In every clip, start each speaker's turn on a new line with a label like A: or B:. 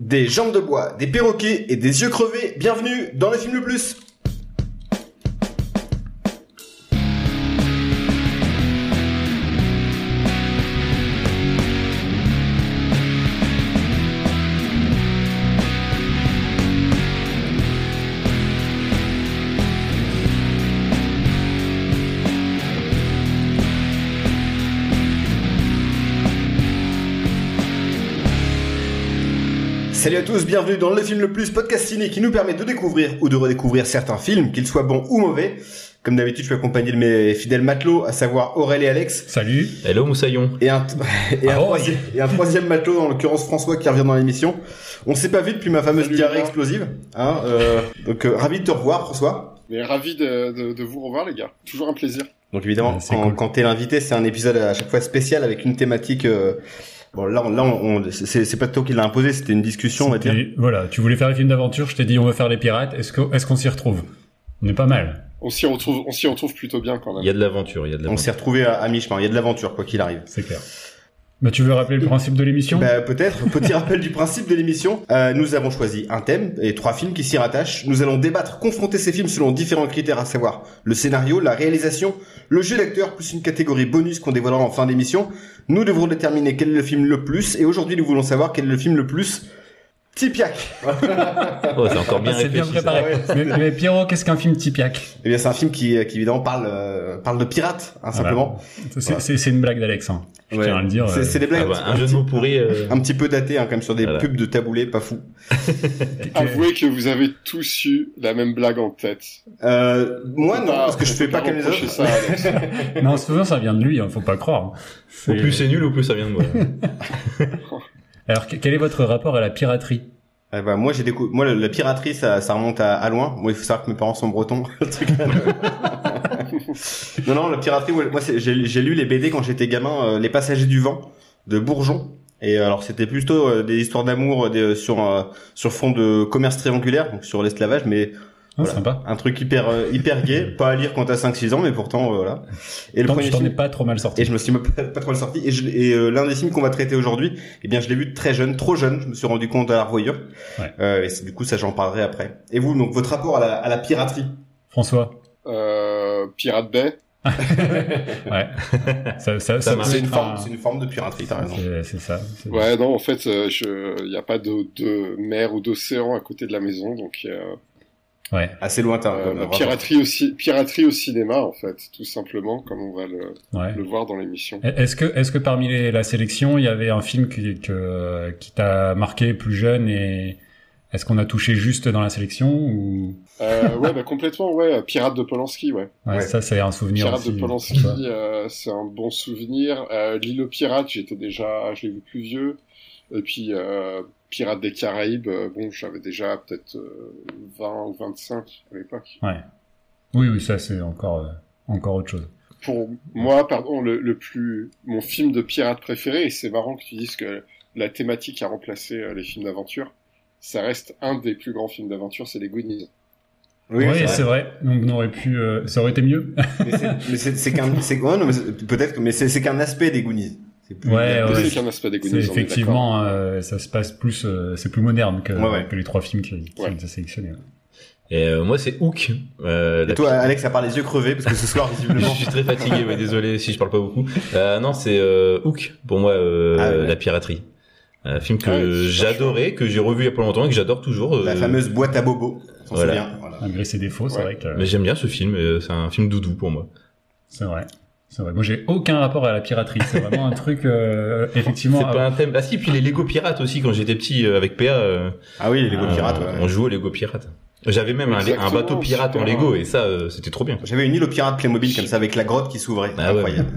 A: des jambes de bois, des perroquets et des yeux crevés. Bienvenue dans le film le plus. Salut à tous, bienvenue dans le film le plus podcast ciné qui nous permet de découvrir ou de redécouvrir certains films, qu'ils soient bons ou mauvais. Comme d'habitude, je suis accompagné de mes fidèles matelots, à savoir Aurel et Alex,
B: Salut.
C: Hello Moussaillon.
A: et un, et un
B: Ah, oh,
A: troisième, et un troisième matelot, en l'occurrence François, qui revient dans l'émission. On s'est pas vu depuis ma fameuse
D: Salut,
A: diarrhée
D: Lucas.
A: explosive. Hein, euh, donc euh, ravi de te revoir, François.
D: Mais ravi de, de, de vous revoir, les gars. Toujours un plaisir.
A: Donc évidemment,
B: Ouais, Euh, c'est
A: quand,
B: cool.
A: quand t'es l'invité, c'est un épisode à chaque fois spécial avec une thématique. euh, Bon là, on- là, on, on- c'est c'est pas toi qui l'as imposé, c'était une discussion, on va dire.
B: C'était- Voilà, tu voulais faire les films d'aventure, je t'ai dit on va faire les pirates, est-ce qu'on est qu'on s'y retrouve On est pas mal.
D: On s'y retrouve, on s'y retrouve plutôt bien quand
C: Il
D: même.
C: y a de l'aventure, il y a de
A: On
C: l'aventure.
A: s'est retrouvé à, à mi-chemin. Il y a de l'aventure quoi qu'il arrive.
B: C'est clair. Bah, tu veux rappeler le principe de l'émission
A: Bah, peut-être. Petit rappel du principe de l'émission. Euh, nous avons choisi un thème et trois films qui s'y rattachent. Nous allons débattre, confronter ces films selon différents critères, à savoir le scénario, la réalisation, le jeu d'acteur, plus une catégorie bonus qu'on dévoilera en fin d'émission. Nous devrons déterminer quel est le film le plus. Et aujourd'hui, nous voulons savoir quel est le film le plus. Tipiak.
C: Oh, c'est encore bien
B: Ah, C'est
C: réfléchi.
B: bien
C: ça.
B: préparé. mais, mais Pierrot, qu'est-ce qu'un film Tipiak
A: Eh bien, c'est un film qui, euh, qui évidemment parle, euh, parle de pirates, hein,
B: Voilà.
A: simplement.
B: C'est
A: Voilà.
B: c'est- c'est une blague d'Alex. hein. Je
A: Ouais.
B: tiens à le dire.
A: C'est-
B: euh,
A: C'est des blagues
C: Ah bah,
A: un,
C: un jeu de
A: petit,
C: mots pourri. euh,
A: un petit peu datées, hein, quand même, sur des
C: Voilà.
A: pubs de taboulé, pas fou.
D: Avouez que vous avez tous eu la même blague en tête.
A: Euh, moi,
D: Faut
A: non,
D: pas-
A: parce que je
D: faut
A: fais pas comme les
D: reprocher
A: autres.
D: Ça, à Alex.
B: Mais en se faisant, ça vient de lui, hein, faut pas croire.
C: Au plus c'est nul, au plus ça vient de moi.
B: Alors, que- quel est votre rapport à la piraterie
A: Eh ben, moi, j'ai décou- moi, le- la piraterie, ça, ça remonte à, à loin. Moi, il faut savoir que mes parents sont bretons. Le truc- non, non, la piraterie, ouais, moi, c'est- j'ai j'ai lu les BD quand j'étais gamin, euh, Les Passagers du Vent, de Bourgeon. Et euh, alors, c'était plutôt euh, des histoires d'amour euh, des- euh, sur, euh, sur fond de commerce triangulaire, donc sur l'esclavage, mais
B: Ah,
A: Voilà.
B: Sympa.
A: un truc hyper, euh, hyper gay, pas à lire quand t'as 5-6 ans, mais pourtant, euh, voilà. Et le
B: Tant que
A: premier
B: je t'en ai
A: film,
B: pas trop mal sorti.
A: et je me suis même pas, pas trop le sorti. Et, je- et, euh, l'un des films qu'on va traiter aujourd'hui, eh bien, je l'ai vu très jeune, trop jeune. Je me suis rendu compte à la revoyure.
B: Ouais.
A: Euh, et c'est- du coup, ça, j'en parlerai après. Et vous, donc, votre rapport à la, à la piraterie
B: François,
D: Euh, Pirate Bay.
B: ouais. ça, ça, ça
C: marche.
B: peut
A: C'est une
B: être
A: forme,
B: Ah, un-
A: c'est une forme de piraterie. T'as raison.
B: C'est c'est ça. C'est-
D: Ouais, non, en fait, euh, je, il n'y a pas de, de mer ou d'océan à côté de la maison, donc euh,
B: ouais.
A: Assez lointain.
D: euh,
A: comme rapport.
D: piraterie aussi, piraterie au cinéma en fait, tout simplement, comme on va le,
B: ouais.
D: le voir dans l'émission.
B: Est-ce que, est-ce que parmi les- la sélection, il y avait un film qui, que, qui t'a marqué plus jeune et est-ce qu'on a touché juste dans la sélection ou
D: Euh, ouais, bah complètement, ouais, Pirate de Polanski, ouais.
B: ouais,
A: Ouais.
B: ça c'est un souvenir
D: Pirate
B: aussi.
D: de Polanski, euh, c'est un bon souvenir. Euh, L'île aux pirates, j'étais déjà, je l'ai vu plus vieux. Et puis euh, Pirates des Caraïbes, euh, bon, j'avais déjà peut-être euh, 20 ou 25 à l'époque.
B: Oui, oui, ça c'est encore euh, encore autre chose.
D: Pour moi, pardon, le, le plus, mon film de pirate préféré, et c'est marrant que tu dises que la thématique a remplacé euh, les films d'aventure. Ça reste un des plus grands films d'aventure, c'est les Goonies.
A: Oui,
B: oui,
A: c'est
B: c'est
A: vrai.
B: vrai. Donc on aurait pu, euh, ça aurait été mieux.
A: Mais c'est- mais c'est c'est qu'un, c'est ouais, non, mais c'est- peut-être, que- mais c'est c'est qu'un aspect des Goonies. C'est plus-
B: Ouais, Ah ouais.
D: c'est qu'un aspect des
B: C'est
D: Goonies. on est d'accord.
B: effectivement, euh, ça se passe plus, euh, c'est plus moderne que,
A: Ouais, ouais.
B: que les trois films qui, qui
D: Ouais.
B: ont été sélectionnés.
C: Et euh, moi c'est Hook. euh,
A: Et
C: la
A: toi, Alex, à part les yeux crevés, parce que ce soir,
C: Je
A: visiblement.
C: suis très fatigué, mais désolé si je parle pas beaucoup. Euh, non, c'est euh, Hook pour moi euh,
A: Ah, ouais.
C: la piraterie. Un film que
D: Ah, ouais, c'est
C: j'adorais, que j'ai revu il y a pas longtemps et que j'adore toujours. euh,
A: La fameuse boîte à bobos. On s'en
C: Voilà.
A: souvient, voilà.
B: Malgré ses défauts, c'est
D: Ouais.
B: vrai que
C: Mais j'aime bien ce film. euh, C'est un film doudou pour moi.
B: c'est vrai. C'est vrai. Moi, j'ai aucun rapport à la piraterie. C'est vraiment un truc, euh, effectivement.
C: C'est
B: ah,
C: pas un thème. Ah si, puis les Lego pirates aussi quand j'étais petit euh, avec PA. euh,
A: Ah oui, les
C: euh,
A: Goonies pirates. ouais.
C: On jouait aux Lego pirates. J'avais même un, un
D: Exactement,
C: bateau pirate en
D: super.
C: Lego et ça euh, c'était trop bien.
A: J'avais une île aux pirates Playmobil comme ça avec la grotte qui s'ouvrait.
C: Ah ouais,
A: Incroyable.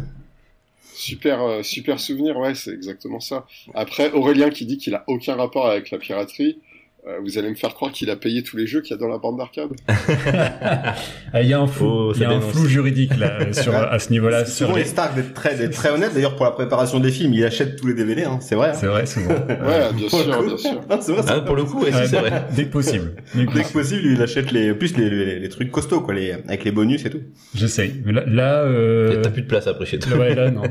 D: Super, euh, super souvenir, ouais, c'est exactement ça. Après, Aurélien qui dit qu'il a aucun rapport avec la piraterie, euh, vous allez me faire croire qu'il a payé tous les jeux qu'il y a dans la bande d'arcade.
B: Ah, Il y a un flou,
C: Oh, ça
B: il y a un
C: dénonce.
B: flou juridique là, sur,
A: Ouais.
B: à ce niveau-là.
A: C'est
B: sur
A: souvent
B: les-
A: les stars d'être très, d'être très honnêtes. D'ailleurs, pour la préparation des films, ils achètent tous les DVD, hein. c'est vrai. hein.
B: C'est vrai, souvent.
D: Ouais, bien
A: Pour le
D: sûr,
A: coup.
D: bien sûr.
A: Non, c'est vrai. c'est-
C: Ah, pour le coup, ouais, si,
B: Ouais.
C: c'est vrai.
B: Dès que possible. Dès que
A: Dès que
B: possible.
A: possible, il achète les, plus les, les, les trucs costauds, quoi, les, avec les bonus et tout.
B: J'essaye. Mais là, là, euh...
C: T'as plus de place après chez toi.
B: ouais, là, non.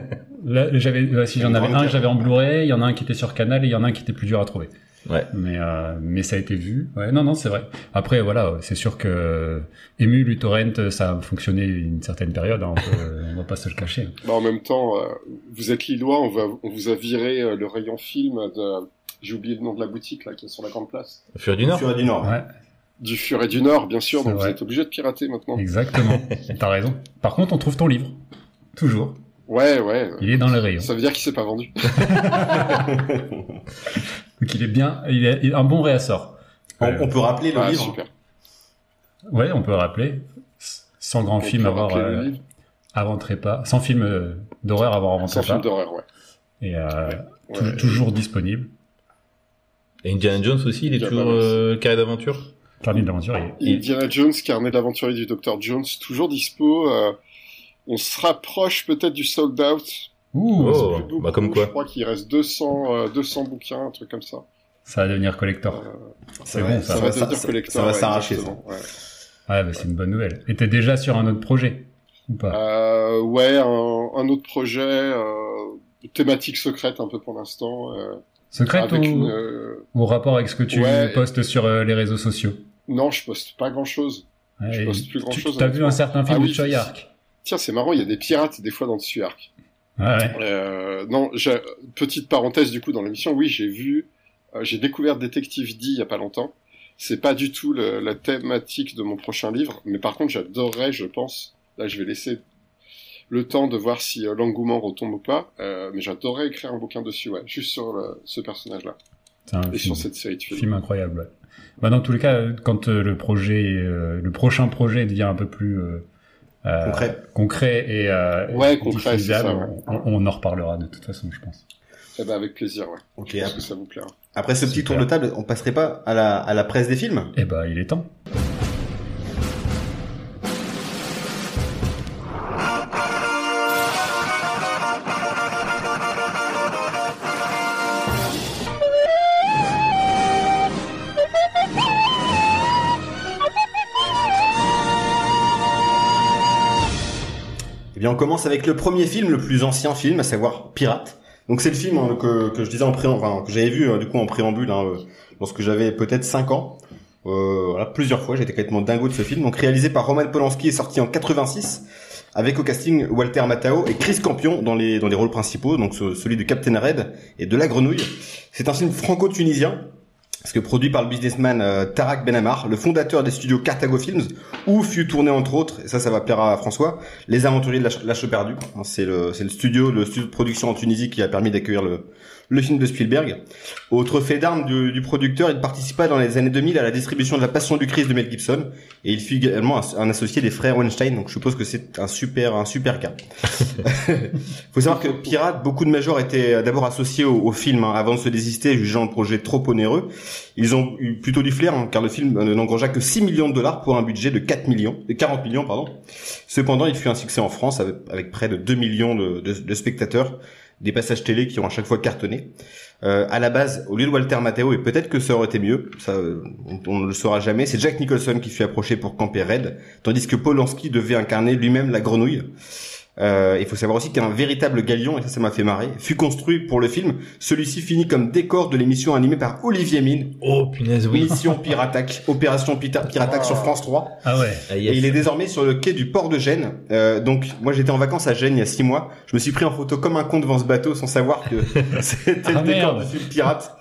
B: Là, j'avais, ouais, si j'en
A: Une
B: avais
A: grande
B: un, j'avais en Blu-ray, il y en a un qui était sur Canal et il y en a un qui était plus dur à trouver.
C: Ouais.
B: Mais, euh, mais ça a été vu. Ouais, non, non, c'est vrai. Après, voilà, c'est sûr que Emule ou Torrent, ça a fonctionné une certaine période. hein, on, peut- on va pas se le cacher.
D: Bah, en même temps, euh, vous êtes Lillois, on, va, on vous a viré euh, le rayon film de. J'ai oublié le nom de la boutique là, qui est sur la grande place.
C: Fury du Nord.
A: Sur la du Nord.
B: Ouais,
D: Du Furet du Nord, bien sûr,
B: C'est
D: donc vous
B: vrai.
D: êtes obligé de pirater maintenant.
B: exactement. T'as raison. Par contre, on trouve ton livre. Toujours.
D: Ouais, ouais.
B: Il est dans le rayon.
D: Ça veut dire qu'il s'est pas vendu.
B: Donc il est bien, il est il a un bon réassort.
A: On,
B: Euh,
A: on peut rappeler le
D: Ah,
A: livre.
D: super.
B: Ouais, on peut rappeler. s- Sans grand
D: On
B: film
D: peut
B: avoir
D: rappeler le
B: euh,
D: livre.
B: avant trépas, sans film euh, d'horreur avoir avant
D: Sans film
B: trépas,
D: d'horreur, ouais.
B: et euh,
D: Ouais.
B: tou- toujours disponible.
C: Et Indiana Jones aussi, il est
D: Indiana
C: toujours
D: Jones.
C: euh, carré d'aventure.
B: Carnet d'aventure, il-
C: Et-
D: Indiana Jones, carnet d'aventurier du Dr. Jones, toujours dispo. euh, on se rapproche peut-être du sold out.
B: Ouh,
C: Oh.
D: Plus beaucoup,
C: bah comme quoi.
D: Je crois qu'il reste 200, euh, 200 bouquins, un truc comme ça.
B: ça va devenir collector.
D: Euh,
B: C'est
A: vrai,
B: bon, ça
D: ça, va
A: ça-
D: devenir
A: ça-
D: collector.
A: ça va
D: ouais,
A: s'arracher. ça.
D: exactement, Ouais,
B: Ah, bah, c'est une bonne nouvelle. Et t'es déjà sur un autre projet ou pas
D: Euh, ouais, un, un autre projet, euh, thématique secrète un peu pour l'instant. euh,
B: Secrète ou,
D: avec une, euh,
B: ou rapport avec ce que tu
D: Ouais.
B: postes sur euh, les réseaux sociaux
D: Non, je poste pas grand-chose.
B: Ouais,
D: Je
B: et
D: poste plus
B: tu-
D: grand-chose,
B: T'as vu un certain film
D: Ah
B: de
D: oui,
B: Choi
D: je-
B: Ark
D: Tiens, c'est marrant, il y a des pirates des fois dans le Suyark.
B: Ouais, ouais.
D: Euh, non, j'ai- petite parenthèse du coup dans l'émission, oui, j'ai vu, euh, j'ai découvert Détective D il y a pas longtemps. C'est pas du tout le- la thématique de mon prochain livre, mais par contre, j'adorerais, je pense. Là, je vais laisser le temps de voir si euh, l'engouement retombe ou pas, euh, mais j'adorerais écrire un bouquin dessus, ouais, juste sur le- ce personnage-là
B: C'est un
D: et
B: film.
D: sur cette série de films.
B: Film incroyable. ouais. Bah, dans tous les cas, euh, quand euh, le projet, euh, le prochain projet devient un peu plus euh, euh,
A: Concret.
B: concret et euh,
D: Ouais, concret, c'est ça,
B: diffusable,
D: ouais.
B: on, on en reparlera de toute façon, je pense.
D: Eh ben, avec plaisir, ouais.
A: Ok.
D: Je pense
A: ap-
D: que ça vous plaira.
A: Après ce petit
B: Super.
A: tour de table, on passerait pas à la, à la presse des films
B: Eh bah, il est temps.
A: Eh bien, on commence avec le premier film, le plus ancien film, à savoir Pirate. Donc c'est le film hein, que, que je disais en préambule, enfin, que j'avais vu hein, du coup en préambule hein, euh, lorsque j'avais peut-être 5 ans. Euh, voilà, plusieurs fois, j'étais complètement dingo de ce film. Donc réalisé par Roman Polanski et sorti en 86, avec au casting Walter Matthau et Chris Campion dans les dans les rôles principaux, donc ce- celui de Captain Red et de La Grenouille. C'est un film franco-tunisien. Parce que produit par le businessman euh, Tarak Benamar, le fondateur des studios Cartago Films, où fut tourné entre autres, et ça ça va plaire à François, les Aventuriers de la Ch- la Chaux Perdue. hein, C'est le, c'est le studio, le studio de production en Tunisie qui a permis d'accueillir le, le film de Spielberg. Autre fait d'armes du, du producteur, il participa dans les années 2000 à la distribution de La Passion du Christ de Mel Gibson. Et il fut également un, un associé des frères Weinstein, donc je suppose que c'est un super, un super cas. Faut savoir que Pirate, beaucoup de majors étaient d'abord associés au, au film hein, avant de se désister, jugeant le projet trop onéreux. Ils ont eu plutôt du flair, hein, car le film euh, n'engrangea que 6 millions de dollars pour un budget de 4 millions, de 40 millions, pardon. Cependant, il fut un succès en France avec, avec près de 2 millions de, de- de spectateurs, des passages télé qui ont à chaque fois cartonné. Euh, à la base, au lieu de Walter Matteo, et peut-être que ça aurait été mieux, ça, euh, on, on ne le saura jamais, c'est Jack Nicholson qui fut approché pour camper Red, tandis que Polanski devait incarner lui-même la grenouille. Euh, il faut savoir aussi qu'un véritable galion, et ça ça m'a fait marrer, fut construit pour le film. Celui-ci finit comme décor de l'émission animée par Olivier Mine,
C: Oh punaise, oui.
A: Mission Piratac, Opération Pita- Piratac sur France 3.
B: Ah ouais.
C: Ah,
A: Et
C: yes.
A: il est désormais sur le quai du port de Gênes. Euh, donc, moi, j'étais en vacances à Gênes il y a six mois. Je me suis pris en photo comme un con devant ce bateau sans savoir que c'était
B: Ah,
A: le décor
B: merde.
A: du film pirate.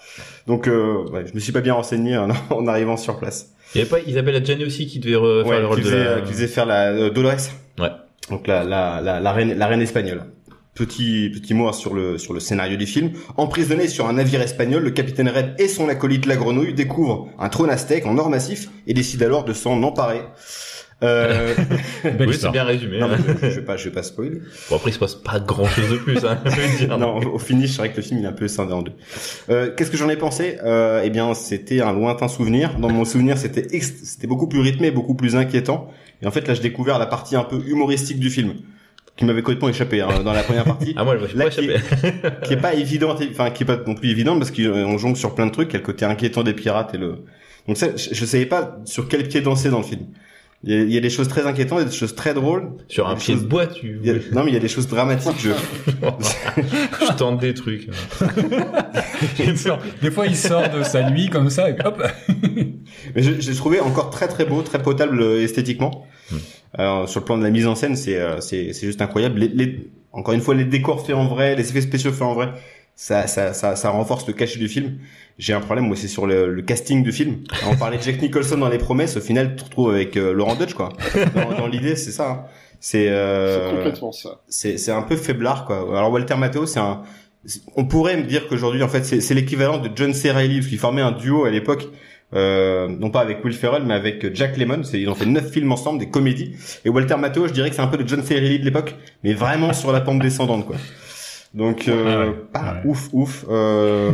A: Donc, euh, ouais, je me suis pas bien renseigné en, en arrivant sur place.
C: Il y avait pas Isabelle Adjani aussi qui devait euh, faire
A: Ouais,
C: le rôle
A: qui,
C: de
A: faisait,
C: la...
A: qui faisait faire la euh, Dolores.
C: Ouais.
A: Donc la, la, la, la reine, la reine espagnole. Petit petit mot hein, sur le sur le scénario du film. Emprisonné sur un navire espagnol, le capitaine Red et son acolyte la grenouille découvrent un trône aztèque en or massif et décident alors de s'en emparer. Euh,
B: Belle
C: Oui, c'est
B: histoire.
C: bien résumé.
A: non,
C: hein.
A: mais je, je vais pas je vais pas spoiler.
C: Bon, après, il se passe pas grand chose de plus, hein. je veux dire.
A: Non, au finish, c'est vrai que le film il est un peu scindé en deux. Euh, Qu'est-ce que j'en ai pensé euh, Eh bien, c'était un lointain souvenir. Dans mon souvenir, c'était ext- c'était beaucoup plus rythmé, beaucoup plus inquiétant. Et en fait, là, j'ai découvert la partie un peu humoristique du film qui m'avait complètement échappé hein, dans la première partie,
C: Ah, moi, je vais
A: Là,
C: pas
A: qui-
C: échapper.
A: qui est pas évidente, enfin qui est pas non plus évidente parce qu'on jongle sur plein de trucs. Il y a le côté inquiétant des pirates et le donc ça, je, je savais pas sur quel pied danser dans le film. Il y, a, il y a des choses très inquiétantes, il y a des choses très drôles.
C: Sur un
A: Des
C: pied
A: choses-
C: de bois, tu.
A: Il y a- non, mais il y a des choses dramatiques. Je...
C: Je tente des trucs. hein.
B: Il sort- Des fois, il sort de sa nuit comme ça, et puis hop.
A: Mais je, je l'ai trouvé encore très très beau, très potable euh, esthétiquement.
C: Mm.
A: Alors, sur le plan de la mise en scène, c'est euh, c'est c'est juste incroyable. Les, les- encore une fois, les décors faits en vrai, les effets spéciaux faits en vrai, ça ça ça, ça renforce le cachet du film. J'ai un problème, moi, c'est sur le, le casting du film. On parlait de Jack Nicholson dans Les Promesses, au final, tu te retrouves avec euh, Laurent Dutch, quoi. Dans, dans l'idée, c'est ça. hein. C'est euh,
D: C'est complètement ça.
A: c'est c'est un peu faiblard quoi. Alors Walter Matteo c'est un c'est- on pourrait me dire qu'aujourd'hui en fait c'est c'est l'équivalent de John C. Reilly parce qu'il formait un duo à l'époque euh, non pas avec Will Ferrell mais avec Jack Lemmon, c'est ils ont fait neuf films ensemble des comédies et Walter Matteo je dirais que c'est un peu le John C. Reilly de l'époque mais vraiment sur la pente descendante quoi. Donc euh,
B: Ah Ouais, ouais.
A: pas
B: Ouais.
A: ouf ouf euh...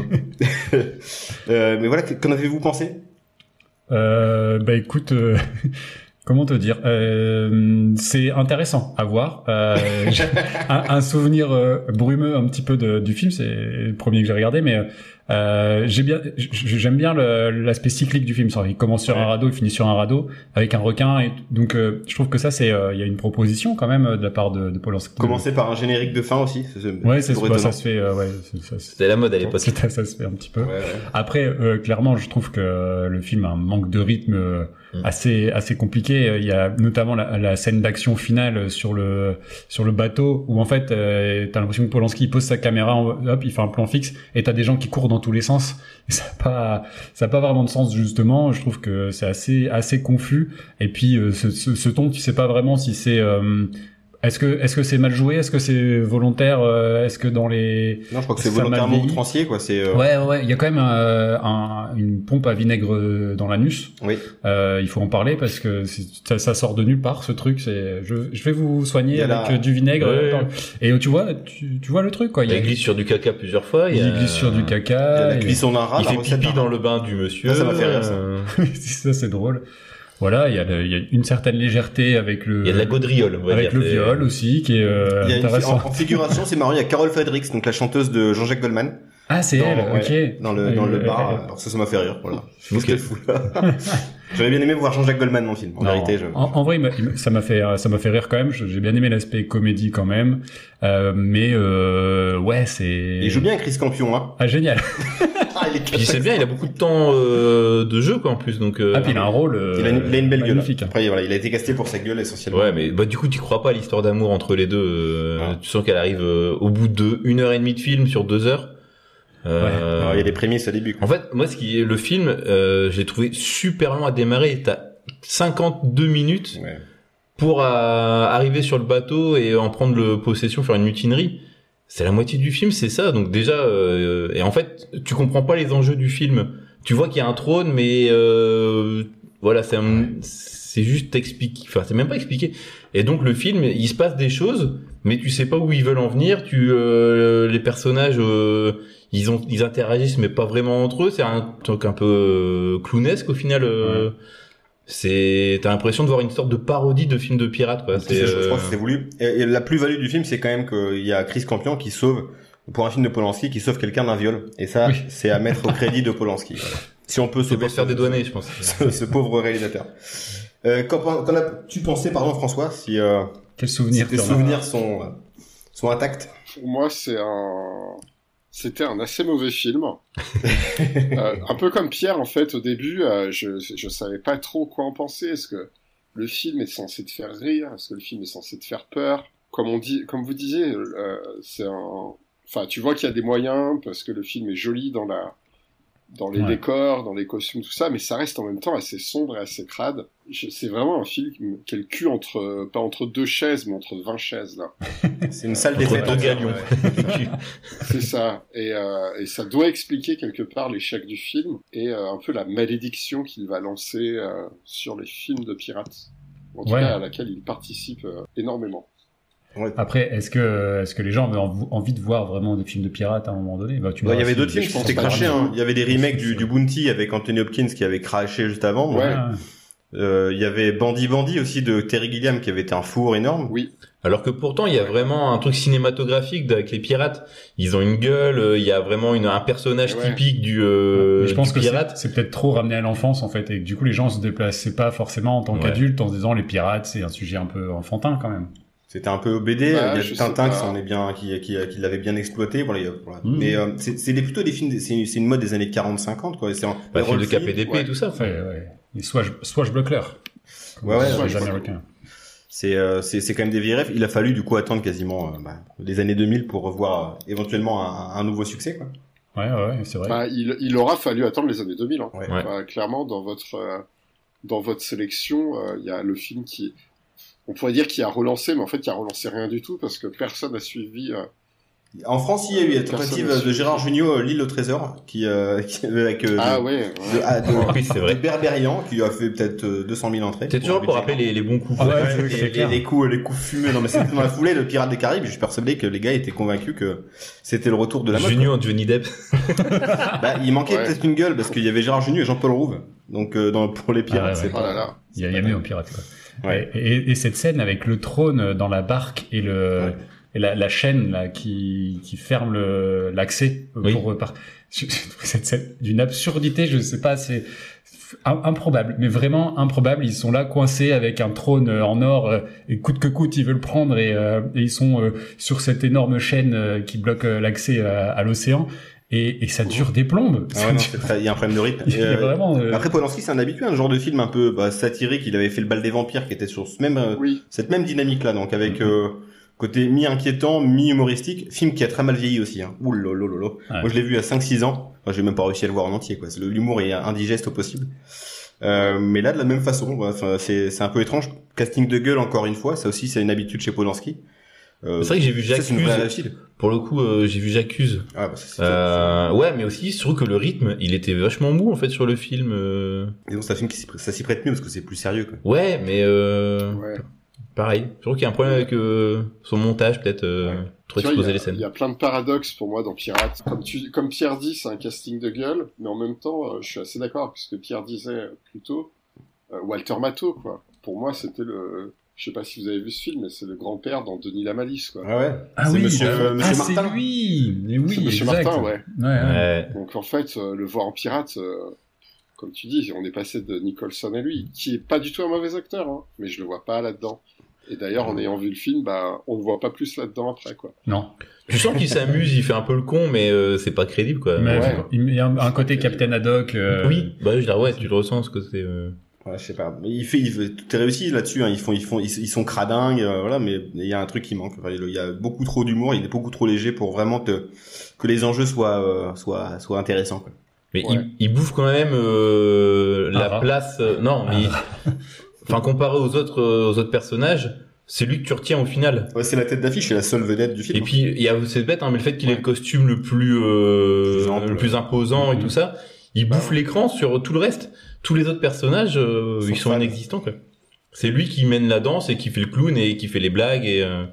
A: euh, mais voilà que- qu'en avez-vous pensé
B: Euh, bah écoute, euh, comment te dire Euh, C'est intéressant à voir. Euh, j'ai un, un souvenir euh, brumeux un petit peu de- du film, c'est le premier que j'ai regardé, mais euh, j'ai bien, j- j'aime bien le- l'aspect cyclique du film. ça. Il commence sur un radeau, il finit sur un radeau avec un requin, et donc euh, je trouve que ça, c'est, euh, il y a une proposition quand même euh, de la part de, de Polanski.
A: Commencer par un générique de fin aussi. c'est- c'est
B: Ouais, c'est
A: toujours
B: bah, ça
A: étonnant.
B: se fait. euh, ouais, c'est- ça, se-
C: C'était la mode à l'époque.
B: ça, se fait un petit peu.
A: Ouais, ouais.
B: Après, euh, clairement, je trouve que le film a un manque de rythme euh,
C: Mm.
B: assez assez compliqué. Il y a notamment la, la scène d'action finale sur le sur le bateau où en fait, euh, t'as l'impression que Polanski il pose sa caméra, en- hop, il fait un plan fixe et t'as des gens qui courent dans tous les sens. Et ça a pas ça a pas vraiment de sens justement. Je trouve que c'est assez assez confus. Et puis euh, ce, ce, ce ton, tu sais pas vraiment si c'est euh, est-ce que est-ce que c'est mal joué, est-ce que c'est volontaire, euh, est-ce que dans les
A: Non, je crois que c'est
B: Ça m'a
A: volontairement
B: vieilli.
A: outrancier quoi. C'est euh,
B: Ouais, ouais, ouais, il y a quand même euh, un- une pompe à vinaigre euh, dans l'anus.
A: oui.
B: Euh, il faut en parler parce que c'est- ça, ça sort de nulle part ce truc. C'est, je, je vais vous
A: Il y
B: soigner
A: a
B: avec
A: la-
B: euh, du vinaigre.
C: Ouais.
B: dans- Et tu vois, tu, tu vois le truc quoi. Il y a-
C: Il glisse sur du caca plusieurs fois.
B: il
C: a-
B: glisse sur du
A: Il y a la
B: caca. et-
A: cuisson d'un rat,
C: Il
A: Ah, la
C: fait
A: recette
C: pipi
A: d'un
C: dans
A: rat.
C: le bain du monsieur.
A: Ah, ça m'a fait rire, ça.
C: Euh,
B: ça c'est drôle. Voilà, il y, a le- il y a une certaine légèreté avec le
C: Il y a de la gaudriole, on va
B: avec
C: dire.
B: le
C: C'est-
B: viol aussi qui est euh,
A: Il y a une-
B: intéressant.
A: en, en figuration, c'est marrant, il y a Carole Fredericks, donc la chanteuse de Jean-Jacques Goldman,
B: Ah c'est
A: dans-
B: elle,
A: ouais,
B: ok.
A: dans le, dans le
B: Euh,
A: bar.
B: euh,
A: Alors ça, ça m'a fait rire, voilà.
C: Ok.
A: C'était fou, là. J'aurais bien aimé voir Jean-Jacques Goldman dans le film, en
B: Non, Oh.
A: vérité. Je...
B: en, en vrai, il m'a- il m'a- ça m'a fait, euh, ça m'a fait rire quand même. Je- J'ai bien aimé l'aspect comédie quand même, Euh, mais euh, ouais, c'est.
A: Il joue bien Chris Campion, hein.
B: Ah génial.
A: Ah, il est
C: Puis c'est bien, il a beaucoup de temps euh, de jeu quoi en plus donc. euh,
B: Ah puis il a un rôle. euh,
A: Il a une, il a une belle gueule.
B: magnifique.
A: hein.
B: hein.
A: Après, voilà, il a été casté pour sa gueule essentiellement.
C: Ouais, mais bah du coup, tu crois pas à l'histoire d'amour entre les deux. euh,
A: Ah.
C: Tu sens qu'elle arrive euh, au bout de une heure et demie de film sur deux heures. Euh,
A: Alors, il y a des prémices au début. quoi.
C: En fait, moi, ce qui est le film, euh, j'ai trouvé super long à démarrer. T'as 52 minutes
A: Ouais.
C: pour euh, arriver sur le bateau et en prendre le possession, faire une mutinerie. C'est la moitié du film, c'est ça. Donc déjà, euh, et en fait, tu comprends pas les enjeux du film. Tu vois qu'il y a un trône, mais euh, voilà, c'est un- c'est juste expliqué. Enfin, c'est même pas expliqué. Et donc le film, il se passe des choses, mais tu sais pas où ils veulent en venir. Tu euh, les personnages, euh, ils ont, ils interagissent, mais pas vraiment entre eux. C'est un truc un peu euh, clownesque au final. euh, c'est t'as l'impression de voir une sorte de parodie de film de pirate quoi.
A: C'est-
C: C'est
A: Je crois
C: euh,
A: que c'est voulu. Et, et la plus-value du film, c'est quand même qu'il y a Chris Campion qui sauve, pour un film de Polanski, qui sauve quelqu'un d'un viol. Et ça,
B: Oui.
A: c'est à mettre au crédit de Polanski. Voilà. Si on peut
C: c'est
A: sauver
C: pour se faire
A: ce-
C: dédouaner, je pense.
A: ce, ce pauvre réalisateur. Euh, Qu'en qu'en as-tu pensé, pardon François, si, euh,
B: Quel
A: si
B: souvenir.
A: tes
B: t'en as.
A: souvenirs sont, euh, sont intacts
D: Pour moi, c'est un. C'était un assez mauvais film. Euh, un peu comme Pierre, en fait, au début, euh, je, je savais pas trop quoi en penser. Est-ce que le film est censé te faire rire Est-ce que le film est censé te faire peur Comme on dit, comme vous disiez, euh, c'est un. Enfin, tu vois qu'il y a des moyens parce que le film est joli dans la, dans les
B: Ouais.
D: décors, dans les costumes, tout ça, mais ça reste en même temps assez sombre et assez crade. Je- C'est vraiment un film qui me- qui a le cul entre, pas entre deux chaises, mais entre 20 chaises là.
A: C'est une salle des
C: Entre
A: fêtes.
C: deux
A: en fait.
C: galions.
D: C'est ça. Et, euh, et ça doit expliquer quelque part l'échec du film et euh, un peu la malédiction qu'il va lancer euh, sur les films de pirates. En tout
B: Ouais.
D: cas, à laquelle il participe euh, énormément.
A: Ouais.
B: Après, est-ce que euh, est-ce que les gens avaient env- envie de voir vraiment des films de pirates à un moment donné Bah, tu
A: Bon, Il
B: verras
A: y avait
B: si-
A: d'autres films
D: je
A: qui
D: pense
A: s'étaient
D: pas
A: crachés.
D: vraiment.
A: hein. Il y avait des remakes du, du Bounty avec Anthony Hopkins qui avait craché juste avant.
D: Ouais.
B: Ah,
A: Euh, Il y avait Bandy Bandy aussi de Terry Gilliam qui avait été un four énorme.
D: Oui.
C: Alors que pourtant, il y a vraiment un truc cinématographique avec les pirates. Ils ont une gueule, euh, il y a vraiment une, un personnage
D: Ouais.
C: typique du, euh,
B: Mais je pense que
C: du
B: c'est
C: pirate.
B: c'est peut-être trop ramené à l'enfance en fait, et que du coup les gens se déplaçaient pas forcément en tant
C: Ouais.
B: qu'adultes en se disant les pirates c'est un sujet un peu enfantin quand même.
A: C'était un peu BD.
D: Bah,
A: il y
D: je
A: a
D: sais
A: Tintin qui
D: pas.
A: s'en est bien, qui, qui, qui l'avait bien exploité. Voilà, il y a- voilà.
B: Mhm.
A: Mais euh, c'est c'est des- plutôt des films, des- c'est une, c'est une mode des années 40-50 quoi. C'est un
C: Bah,
A: un
C: film de
A: roll-film.
C: KPDP et
D: ouais.
C: tout ça.
B: Enfin, ouais. Et soit je, soit je bloque l'heure. Comme
A: Ouais, ouais,
B: disent
D: ouais,
B: les
D: je crois que-
B: Américains.
A: C'est euh, c'est c'est quand même des vieilles rêves. Il a fallu du coup attendre quasiment euh, bah, les années 2000 pour revoir euh, éventuellement un, un nouveau succès quoi.
B: Ouais, ouais, ouais, c'est vrai.
D: Bah, il, il aura fallu attendre les années 2000. hein.
A: Ouais.
C: Ouais.
D: Bah, clairement, dans votre, euh, dans votre sélection, euh, il y a le film qui, on pourrait dire qui a relancé, mais en fait, qui a relancé rien du tout parce que personne n'a suivi. euh,
A: En France, il y a eu la
D: Personne
A: tentative
D: ne
A: de
D: suit.
A: Gérard Jugnot, euh, L'île au trésor, qui, euh, qui- avec euh,
D: Ah
A: de,
D: ouais.
A: de,
D: ouais.
A: ah, de-
C: Oui, c'est
A: de
C: vrai.
A: Berberian, qui a fait peut-être euh, 200 000 entrées.
C: T'es toujours pour
A: habiter-
C: rappeler les, les bons coups.
B: Ah ouais,
A: Ouais,
B: c'est- c'est
A: les, les-
B: clair.
A: les coups, les coups fumés. Non, mais c'était dans la foulée, le Pirate des Caraïbes. Je suis persuadé que les gars étaient convaincus que c'était le retour de la mode.
C: Junior Johnny Depp.
A: quoi. Bah, il manquait
D: Ouais.
A: peut-être une gueule parce qu'il y avait Gérard Junior et Jean-Paul Rouve. Donc, euh, dans, pour les pirates,
B: Ah ouais,
A: c'est
B: ouais.
D: Oh
A: pas.
D: là là.
B: Il y a, il y a mieux en pirate. Quoi.
A: Ouais.
B: Et, et- et cette scène avec le trône dans la barque et le
A: Ouais.
B: et la, la chaîne là qui qui ferme le- l'accès euh,
C: Oui.
B: pour repar- Je- je trouve Cette scène d'une absurdité, je ne sais pas, c'est im- improbable, mais vraiment improbable. Ils sont là coincés avec un trône euh, en or euh, et coûte que coûte ils veulent le prendre et, euh, et ils sont euh, sur cette énorme chaîne euh, qui bloque euh, l'accès à, à l'océan et, et ça dure des plombes.
A: Ah
B: Ça
A: ouais, non,
B: dure-
A: c'est très- il y a un problème de rythme.
B: il y a
A: Euh,
B: vraiment, euh,
A: Après, Polanski, c'est un habitué, un genre de film un peu bah, satirique. Il avait fait le bal des vampires qui était sur ce même, euh,
D: Oui.
A: cette même dynamique là, donc
B: Mm-hmm.
A: avec euh, côté mi-inquiétant, mi-humoristique. Film qui a très mal vieilli aussi. Hein. Ouh là là là là.
B: Ouais.
A: Moi, je l'ai vu à 5-6 ans. Moi, j'ai même pas réussi à le voir en entier. quoi. C'est- L'humour est indigeste au possible. Euh, mais là, de la même façon, voilà, enfin, c'est c'est un peu étrange. Casting de gueule, encore une fois, ça aussi, c'est une habitude chez Polanski. Euh,
C: C'est vrai que j'ai vu
A: ça, c'est une vraie
C: J'accuse.
A: habitude.
C: Pour le coup, euh, j'ai vu J'accuse.
A: Ah, bah, ça, c'est-
C: Euh, ouais, mais aussi, je trouve que le rythme, il était vachement mou en fait sur le film. euh.
A: Et donc, c'est un film qui s'y pr- ça s'y prête mieux parce que c'est plus sérieux. Quoi.
C: Ouais, mais euh,
D: Ouais.
C: pareil. Je trouve qu'il y a un problème avec euh, son montage, peut-être euh, trop
D: Tu vois, il y
C: exposer
D: a-
C: les scènes.
D: Il y a plein de paradoxes pour moi dans Pirates. Comme, tu- comme Pierre dit, c'est un casting de gueule, mais en même temps, euh, je suis assez d'accord, puisque Pierre disait euh, plus tôt, euh, Walter Matthau, quoi. Pour moi, c'était le... Je sais pas si vous avez vu ce film, mais c'est le grand-père dans Denis la Malice, quoi.
A: Ah ouais.
B: Ah
A: C'est
B: oui,
A: monsieur-
B: ah,
A: euh, monsieur
B: ah, c'est
A: Martin.
B: lui. Mais oui,
D: C'est Monsieur
B: exact.
D: Martin, ouais.
B: Ouais, ouais.
C: Ouais.
D: Donc en fait, euh, le voir en pirate, euh, comme tu dis, on est passé de Nicholson à lui, qui est pas du tout un mauvais acteur, hein, mais je le vois pas là-dedans. Et d'ailleurs, en ayant vu le film, bah, on le voit pas plus là-dedans après, quoi.
B: Non.
C: Tu sens qu'il s'amuse, il fait un peu le con, mais euh, c'est pas crédible quoi.
B: Mais
D: Ouais.
B: Il y a un, un côté Captain Haddock. euh,
C: Oui, bah je dirais ouais, tu le ressens ce côté. Euh...
A: Ouais, je sais pas. Mais il fait, il fait- tout est réussi là-dessus. hein. Ils font, ils font, ils, ils sont cradingues, euh, voilà. Mais il y a un truc qui manque. Enfin, il y a beaucoup trop d'humour. Il est beaucoup trop léger pour vraiment te, que les enjeux soient, euh, soient, soient intéressants. Quoi.
C: Mais
D: Ouais.
C: il, il bouffe quand même euh,
B: Un
C: la
B: rat.
C: place. euh, non, mais il- enfin comparé aux autres euh, aux autres personnages, c'est lui que tu retiens au final.
A: Ouais, c'est la tête d'affiche. C'est la seule vedette du film.
C: Et puis il y a c'est bête, hein, mais le fait qu'il ait
D: Ouais.
C: le costume le plus euh,
A: Plus ample.
C: le plus imposant et
B: Mhm.
C: tout ça, il bouffe l'écran sur tout le reste. Tous les autres personnages, euh,
A: Sont
C: ils sont
A: fans.
C: inexistants quoi. C'est lui qui mène la danse et qui fait le clown et qui fait les blagues et euh,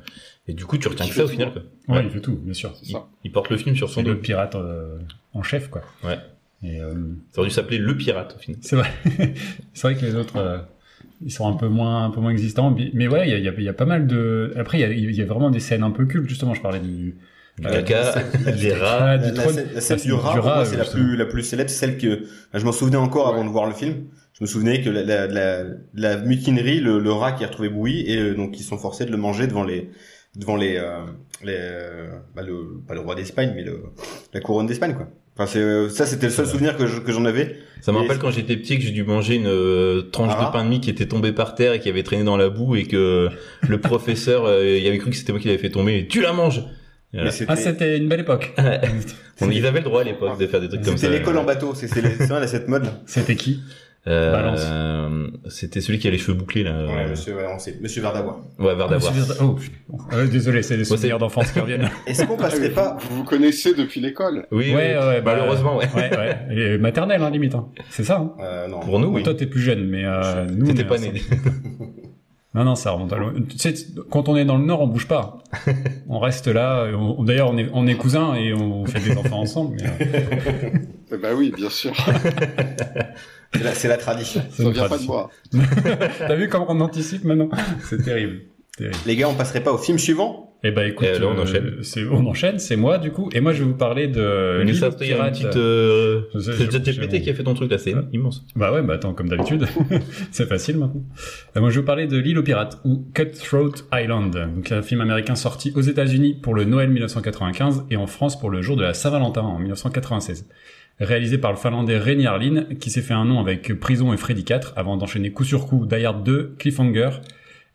C: et du coup tu retiens
D: Qui
C: que ça
D: fait
C: au
D: tout.
C: final quoi.
B: Ouais,
C: Ouais.
B: il fait tout, bien sûr.
D: C'est
C: Il,
D: ça.
C: il porte le film sur son
B: C'est
C: dos.
B: le pirate euh, en chef, quoi.
C: Ouais.
B: Et, euh,
C: Ça aurait dû s'appeler le pirate au final.
B: c'est vrai. c'est vrai que les autres, euh, ils sont un peu moins, un peu moins existants. Mais- Mais ouais, il y a, il y a- il y a pas mal de. Après, il y a, il y a vraiment des scènes un peu cultes. Justement, je parlais du.
C: Du
B: Euh,
C: caca, des rats.
B: Ah,
A: La,
B: du
A: la
B: trône.
A: scène, la
B: Ça,
A: scène
B: c'est
A: du rat, pour
B: rat,
A: moi, c'est la
B: justement.
A: plus, la plus célèbre, celle que je m'en souvenais encore avant de voir le film. Je me souvenais que la, la, la, la mutinerie, le, le rat qui est retrouvé bouilli, et euh, donc ils sont forcés de le manger devant les devant les, euh, les euh, bah, le, pas le roi d'Espagne, mais le, la couronne d'Espagne quoi. Enfin c'est euh, ça c'était le seul souvenir que je- que j'en avais.
C: Ça me
A: Et
C: rappelle
A: c'est-
C: quand j'étais petit que j'ai dû manger une euh, tranche
A: Ah.
C: de pain de mie qui était tombée par terre et qui avait traîné dans la boue et que le professeur, euh, il avait cru que c'était moi qui l'avais fait tomber. Tu la manges
A: Mais c'était-
B: Ah, c'était une belle époque.
C: On- Ils avaient le droit à l'époque de faire des trucs comme ça.
A: c'était l'école en bateau, c'est c'est les- c'est vrai, là, cette mode.
B: c'était qui
C: Euh,
B: Balance.
C: euh, C'était celui qui a les cheveux bouclés là.
A: Ouais,
C: euh,
A: monsieur, ouais, on sait, monsieur Verdavoir.
C: Ouais, vers d'avoir.
B: Monsieur Verda- Oh, putain. Ouais, désolé, c'est des
C: c'est-
B: souvenirs d'enfance qui reviennent.
A: Est-ce qu'on
D: Ah, mais
A: passerait
D: vous-
A: pas
D: Vous vous connaissez depuis l'école.
C: Oui,
B: Ouais,
C: oui.
B: ouais, bah,
C: malheureusement, ouais.
B: ouais, ouais. Et maternelle, hein, limite. hein. C'est ça. hein.
A: euh, non.
C: Pour nous, oui.
B: Toi, t'es plus jeune, mais euh, nous. on
C: T'étais
B: est
C: pas
B: à
C: né.
B: Non, non, ça remonte à loin. Tu sais, quand on est dans le Nord, on bouge pas. On reste là. et on- D'ailleurs, on est, on est cousins et on fait des enfants ensemble. Mais, euh,
D: Eh ben oui, bien sûr.
A: C'est la, c'est la tradition.
B: c'est
D: Ça
B: une
D: vient pas de
B: tradition.
D: moi.
B: T'as vu comment on anticipe maintenant C'est terrible. terrible.
A: Les gars, on passerait pas au film suivant
B: Eh ben écoute,
C: Et alors, on
B: euh,
C: enchaîne.
B: c'est- on enchaîne, c'est moi du coup. Et moi, je vais vous parler de
C: Mais
B: l'île
C: ça,
B: aux
C: il y a une
B: pirates.
C: petite. euh,
B: Je sais,
C: hein, C'est
B: je-
C: ChatGPT
B: je-
C: qui a fait ton truc là, c'est
B: Ouais.
C: immense.
B: Bah ouais, bah attends, comme d'habitude, c'est facile maintenant. Euh, moi, je vais vous parler de L'île aux pirates ou Cutthroat Island, donc un film américain sorti aux États-Unis pour le Noël 1995 et en France pour le jour de la Saint-Valentin en 1996. Réalisé par le Finlandais René Harlin, qui s'est fait un nom avec Prison et Freddy 4 avant d'enchaîner coup sur coup Die Hard 2, Cliffhanger.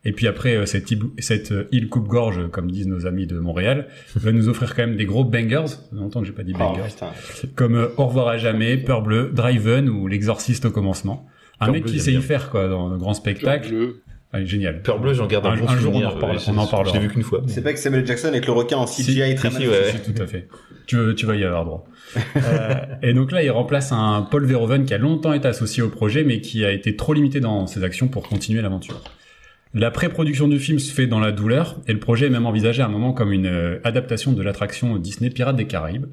B: Et puis après, euh, cette, île- cette euh, île coupe-gorge, comme disent nos amis de Montréal, va nous offrir quand même des gros bangers. Ça fait longtemps que j'ai pas dit
A: Oh,
B: bangers
A: putain.
B: comme euh, Au revoir à jamais, Peur bleu, Driven ou L'Exorciste au commencement. Un
C: Peur
B: mec
C: Bleue,
B: qui
C: j'aime
B: sait y
C: bien.
B: faire quoi dans le grand spectacle.
D: Bleu.
B: Ah, il est génial.
C: Peur bleue, j'en garde un,
B: Un-
C: bon
B: un jour, on en
C: souvenir.
B: reparle,
C: euh,
B: on en
C: je-
B: parlera.
C: Je l'ai vu qu'une fois. mais-
A: C'est pas que Samuel Jackson avec le requin en
C: Si,
A: CGI très
C: si,
A: mal.
C: si, ouais.
B: Si, si, tout à fait. Tu, veux- tu vas y avoir droit. Euh, et donc là, il remplace un Paul Verhoeven qui a longtemps été associé au projet, mais qui a été trop limité dans ses actions pour continuer l'aventure. La pré-production du film se fait dans la douleur, et le projet est même envisagé à un moment comme une euh, adaptation de l'attraction Disney Pirates des Caraïbes.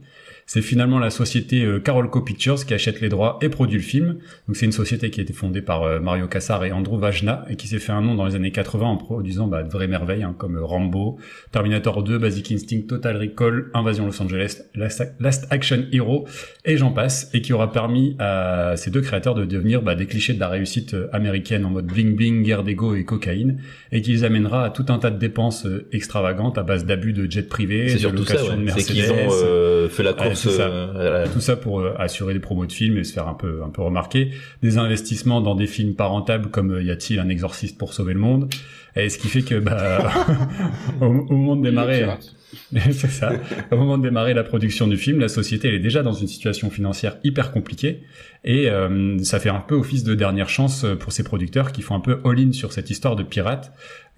B: C'est finalement la société euh, Carolco Pictures qui achète les droits et produit le film. Donc c'est une société qui a été fondée par euh, Mario Casar et Andrew Vajna et qui s'est fait un nom dans les années 80 en produisant bah, de vraies merveilles hein, comme euh, Rambo, Terminator 2, Basic Instinct, Total Recall, Invasion Los Angeles, Last, Last Action Hero, et j'en passe, et qui aura permis à ces deux créateurs de devenir bah, des clichés de la réussite euh, américaine en mode bling bling, guerre d'ego et cocaïne, et qui les amènera à tout un tas de dépenses euh, extravagantes à base d'abus de jets privés,
C: C'est
B: de
C: surtout ça,
B: location
C: ouais.
B: de Mercedes,
C: c'est qu'ils ont euh, fait la
B: Ouais,
C: course.
B: c'est ça.
C: euh, à la-
B: tout ça pour euh, assurer des promos de films et se faire un peu un peu remarquer. Des investissements dans des films pas rentables comme euh, Y a-t-il un exorciste pour sauver le monde Et ce qui fait que bah, au, au moment de démarrer,
D: Pirate.
B: c'est ça. Au moment de démarrer la production du film, la société elle est déjà dans une situation financière hyper compliquée et euh, ça fait un peu office de dernière chance euh, pour ces producteurs qui font un peu all-in sur cette histoire de pirate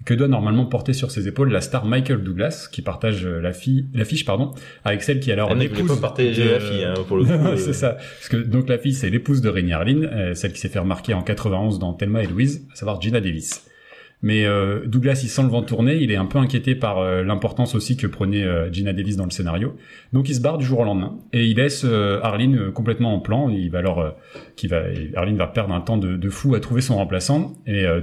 B: que doit normalement porter sur ses épaules la star Michael Douglas qui partage euh, la fille, l'affiche pardon, avec celle qui est alors
C: Elle ne voulait
B: l'épouse
C: pas partager
B: de-
C: la fille, hein, pour le coup. euh,
B: c'est ça. Parce que donc la fille, c'est l'épouse de Rainier Harlin, euh, celle qui s'est fait remarquer en 91 dans Thelma et Louise, à savoir Gina Davis. Mais euh, Douglas, il sent le vent tourner, il est un peu inquiété par euh, l'importance aussi que prenait euh, Gina Davis dans le scénario. Donc il se barre du jour au lendemain et il laisse euh, Harlin euh, complètement en plan. Il va alors, euh, qui va, et Harlin va perdre un temps de, de fou à trouver son remplaçant et euh,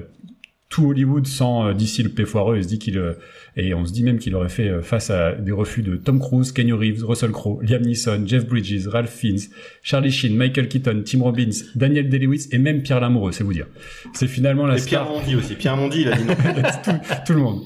B: tout Hollywood sent euh, d'ici le péfoireux et se dit qu'il euh, et on se dit même qu'il aurait fait euh, face à des refus de Tom Cruise, Kenny Reeves, Russell Crowe, Liam Neeson, Jeff Bridges, Ralph Fiennes, Charlie Sheen, Michael Keaton, Tim Robbins, Daniel Day-Lewis et même Pierre Lamoureux, c'est vous dire. C'est finalement la
A: Et
B: star
A: Pierre Mondi aussi. Pierre Mondi, il a dit non.
B: tout le monde.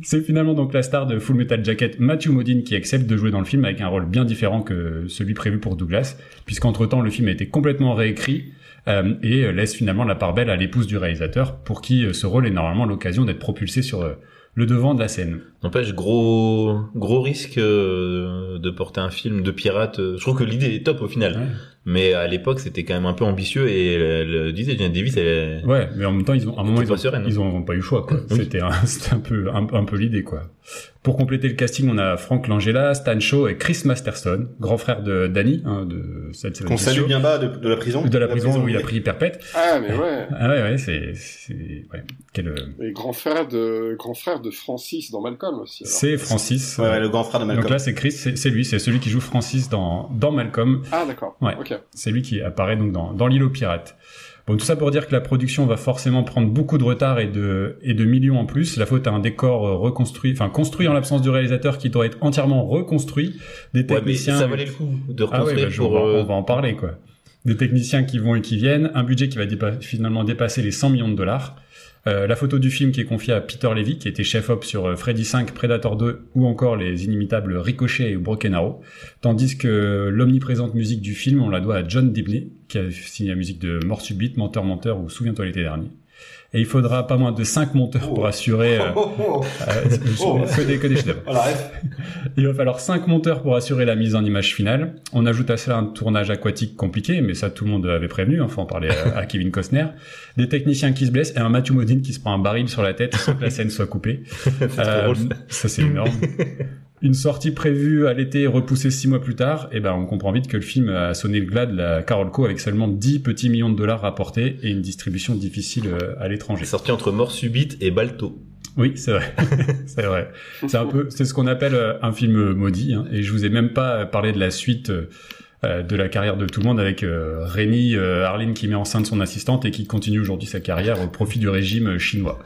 B: C'est finalement donc la star de Full Metal Jacket, Matthew Modine, qui accepte de jouer dans le film avec un rôle bien différent que celui prévu pour Douglas, puisqu'entre temps le film a été complètement réécrit euh, et laisse finalement la part belle à l'épouse du réalisateur, pour qui euh, ce rôle est normalement l'occasion d'être propulsé sur euh, le devant de la scène.
C: N'empêche, gros, gros risque euh, de porter un film de pirate. euh, Je trouve que l'idée est top au final. Mais à l'époque, c'était quand même un peu ambitieux et elle le disait, Jane Davis, elle,
B: Ouais, mais en même temps, ils ont, à un moment,
C: T'es
B: ils
C: pas
B: ont,
C: sereine, hein.
B: ils ont pas eu le choix, quoi.
C: Oui.
B: C'était un, c'était un peu, un, un peu l'idée, quoi. Pour compléter le casting, on a Frank Langella, Stan Shaw et Chris Masterson, grand frère de Danny, hein, de cette
A: Qu'on salue bien bas de, de la prison.
B: de la prison où il a pris perpète.
D: Ah, mais ouais.
B: Ah ouais, ouais, c'est, c'est, ouais. Quel, euh,
D: Et grand frère de, grand frère de Francis dans Malcolm aussi. alors.
B: c'est Francis. euh,
A: Ouais, ouais, le grand frère de
B: Donc
A: Malcolm.
B: là, c'est Chris, c'est c'est lui, c'est celui qui joue Francis dans, dans Malcolm.
D: Ah, d'accord.
B: Ouais.
D: Ok.
B: C'est lui qui apparaît donc dans, dans l'île aux pirates. Bon, tout ça pour dire que la production va forcément prendre beaucoup de retard et de, et de millions en plus. La faute à un décor euh, reconstruit, enfin construit en l'absence du réalisateur qui doit être entièrement reconstruit. Des
C: ouais, mais
B: techniciens.
C: ça valait le coup de
B: Ah ouais,
C: reconstruire
B: bah, je-
C: pour,
B: on, va,
C: euh,
B: on va en parler quoi. Des techniciens qui vont et qui viennent, un budget qui va dépa- finalement dépasser les 100 millions de dollars. Euh, la photo du film qui est confiée à Peter Levy, qui était chef-op sur euh, Freddy 5, Predator 2 ou encore les inimitables Ricochet et Broken Arrow. Tandis que euh, l'omniprésente musique du film, on la doit à John Dibney, qui a signé la musique de Mort Subite, Menteur Menteur ou Souviens-toi l'été dernier. Et il faudra pas moins de 5 monteurs
A: Oh.
B: pour assurer... euh,
A: Oh, oh, oh.
B: euh, que des, que des chefs-d'œuvre.
A: Voilà, bref.
B: Il va falloir cinq monteurs pour assurer la mise en image finale. On ajoute à cela un tournage aquatique compliqué, mais ça tout le monde avait prévenu, hein, faut en parler à, à Kevin Costner. Des techniciens qui se blessent et un Matthew Modine qui se prend un baril sur la tête sans que la scène soit coupée.
C: c'est trop
B: Euh,
C: drôle.
B: ça c'est énorme. une sortie prévue à l'été repoussée six mois plus tard, et ben on comprend vite que le film a sonné le glas de la Carolco avec seulement 10 petits millions de dollars rapportés et une distribution difficile euh, à l'étranger.
C: Sorti entre Mort Subite et Balto.
B: Oui, c'est vrai, c'est vrai. C'est un peu, c'est ce qu'on appelle euh, un film maudit. hein, et je vous ai même pas parlé de la suite euh, euh, de la carrière de tout le monde avec euh, Rémi euh, Arline qui met enceinte son assistante et qui continue aujourd'hui sa carrière au profit du régime euh, chinois.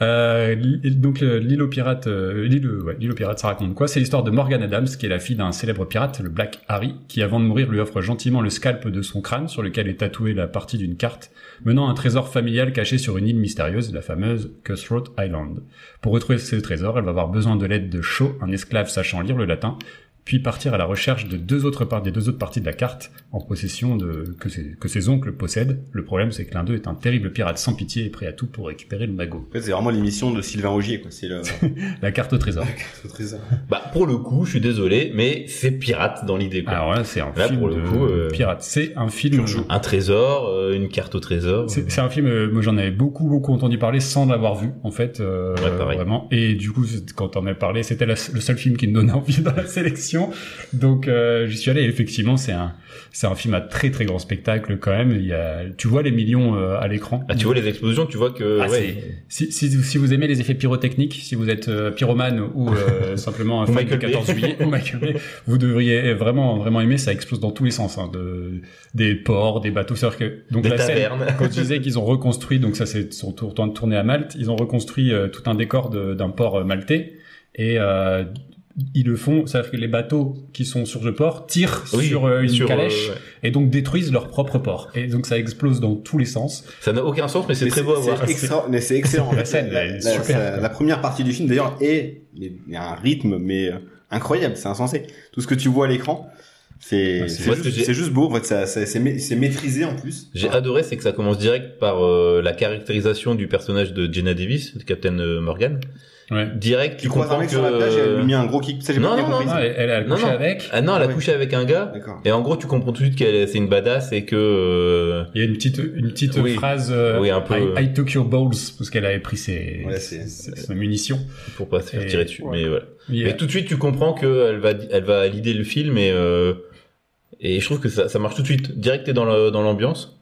B: Euh, l- donc euh, l'île aux pirates, euh, l'île, ouais, l'île aux pirates, ça raconte quoi C'est l'histoire de Morgan Adams, qui est la fille d'un célèbre pirate, le Black Harry, qui avant de mourir lui offre gentiment le scalp de son crâne sur lequel est tatouée la partie d'une carte menant à un trésor familial caché sur une île mystérieuse, la fameuse Cutthroat Island. Pour retrouver ce trésor, elle va avoir besoin de l'aide de Shaw, un esclave sachant lire le latin, puis partir à la recherche de deux autres parts des deux autres parties de la carte en possession de que ses, que ses oncles possèdent. Le problème, c'est que l'un d'eux est un terrible pirate sans pitié et prêt à tout pour récupérer le magot,
A: En fait, c'est vraiment l'émission de Sylvain Augier, quoi. C'est le,
B: la carte au trésor.
A: le trésor.
C: Bah pour le coup, je suis désolé, mais c'est pirate dans l'idée. quoi.
B: Alors là, c'est un
C: Là,
B: film
C: pour le
B: de
C: coup, euh,
B: pirate. C'est un film.
C: Un trésor, euh, une carte au trésor.
B: C'est c'est un film, euh, moi j'en avais beaucoup beaucoup entendu parler sans l'avoir vu en fait, euh,
C: Ouais, pareil.
B: vraiment. Et du coup, c'est- quand on en a parlé, c'était la- le seul film qui me donnait envie dans la sélection. Donc euh, j'y suis allé. Et effectivement, c'est un c'est un film à très très grand spectacle quand même. Il y a, tu vois les millions euh, à l'écran.
C: Ah, tu vois les explosions, tu vois que
B: Ah,
C: ouais,
B: Si, si, si vous aimez les effets pyrotechniques, si vous êtes euh, pyromane ou euh, simplement un fan du
C: Michael Bay.
B: 14 juillet ou Michael Bay, vous devriez vraiment vraiment aimer. Ça explose dans tous les sens, hein, de, des ports, des bateaux. C'est-à-dire que donc
C: des
B: la scène,
C: tavernes.
B: quand je disais qu'ils ont reconstruit, donc ça c'est son tour temps de tourner à Malte, ils ont reconstruit euh, tout un décor de- d'un port euh, maltais et euh, ils le font, c'est-à-dire que les bateaux qui sont sur le port tirent
C: Oui,
B: sur euh, une
C: sur, euh,
B: calèche
C: ouais.
B: et donc détruisent leur propre port. Et donc ça explose dans tous les sens.
C: Ça n'a aucun sens, mais c'est
A: Mais
C: très beau à voir.
A: C'est extra- mais c'est excellent.
B: La scène, elle est super,
A: ça-
B: quoi.
A: la première partie du film, d'ailleurs, est il y a un rythme, mais euh, incroyable. C'est insensé. Tout ce que tu vois à l'écran, c'est
B: Ah, c'est-
A: c'est
C: moi, ce que
A: juste,
C: j'ai-
A: c'est juste beau. En fait, ça, ça- c'est ma- c'est maîtrisé en plus.
B: Ah.
C: J'ai adoré, c'est que ça commence direct par euh, la caractérisation du personnage de Jenna Davis, de Captain euh, Morgan.
B: Ouais.
C: Direct,
A: Tu croises un
C: comprends
A: mec
C: que
A: sur la plage, elle lui met un gros kick. Ça, j'ai
C: Non,
A: pas bien
C: non, non,
A: compris.
B: Ah, elle, elle a
C: Non,
B: couché
C: non.
B: avec.
C: ah non, elle a
A: Ouais.
C: couché avec un gars.
A: D'accord.
C: Et en gros, tu comprends tout de suite qu'elle c'est une badass et que euh,
B: Il y a une petite une petite
C: Oui.
B: phrase. euh,
C: Oui, un peu,
B: I,
C: euh.
B: I took your balls parce qu'elle avait pris ses,
A: Ouais, c'est-
B: ses- ses munitions.
C: pour pas se faire
B: Et-
C: tirer dessus.
D: ouais.
C: Mais voilà.
B: Il y a-
C: Mais tout de suite, tu comprends que elle va, elle va l'idée le film et euh, et je trouve que ça, ça marche tout de suite. Direct, t'es dans la- dans l'ambiance.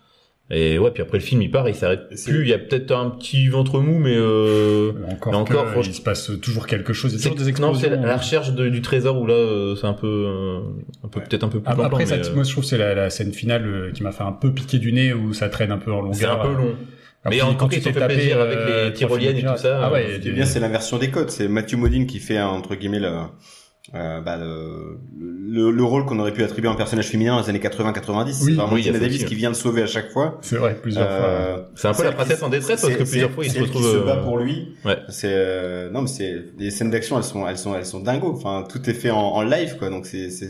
C: Et ouais, puis après le film, il part, et il s'arrête
A: C'est-
C: plus. Il y a peut-être un petit ventre mou, mais euh,
B: Encore,
C: Mais encore,
B: que,
C: franchement-
B: il se passe toujours quelque chose. Il y a
C: c'est
B: toujours des
C: non, c'est
B: explosions. hein.
C: la,
A: hein.
C: la recherche de- du trésor où là, euh, c'est un peu, euh, un peu
A: Ouais.
C: peut-être un peu plus
B: Après,
C: plan,
B: après,
C: mais,
B: ça,
C: euh,
B: moi, je trouve que c'est la, la scène finale euh, qui m'a fait un peu piquer du nez où ça traîne un peu en longueur.
C: c'est un peu long.
B: Ah,
C: Mais
B: puis
C: en
B: quand
C: tout
B: tu
C: cas, ils ont
B: t'es
C: fait
B: tapé,
C: plaisir avec
B: euh,
C: les tyroliennes et tout ça.
B: Ah ouais,
A: Ce qui
B: il
A: est
B: y a
A: bien,
B: des-
A: c'est la version des codes. C'est Mathieu Modine qui fait, entre guillemets, le, euh, bah, le, le- le rôle qu'on aurait pu attribuer à un personnage féminin dans les années 80-90. c'est
B: Oui,
A: vraiment
C: oui, il y a
A: Tina
C: ça
A: Davis
C: aussi, hein.
A: qui vient le sauver à chaque fois.
B: c'est vrai, plusieurs fois.
A: Euh,
C: C'est un peu
A: C'est-
C: la princesse en détresse parce
A: c'est-
C: que plusieurs
A: c'est-
C: fois, il
A: c'est
C: se
A: elle qui
C: retrouve.
A: se bat
C: euh,
A: pour lui.
C: ouais.
A: C'est euh, non mais c'est les scènes d'action elles sont elles sont elles sont dingos. Enfin tout est fait en, en live quoi donc c'est c'est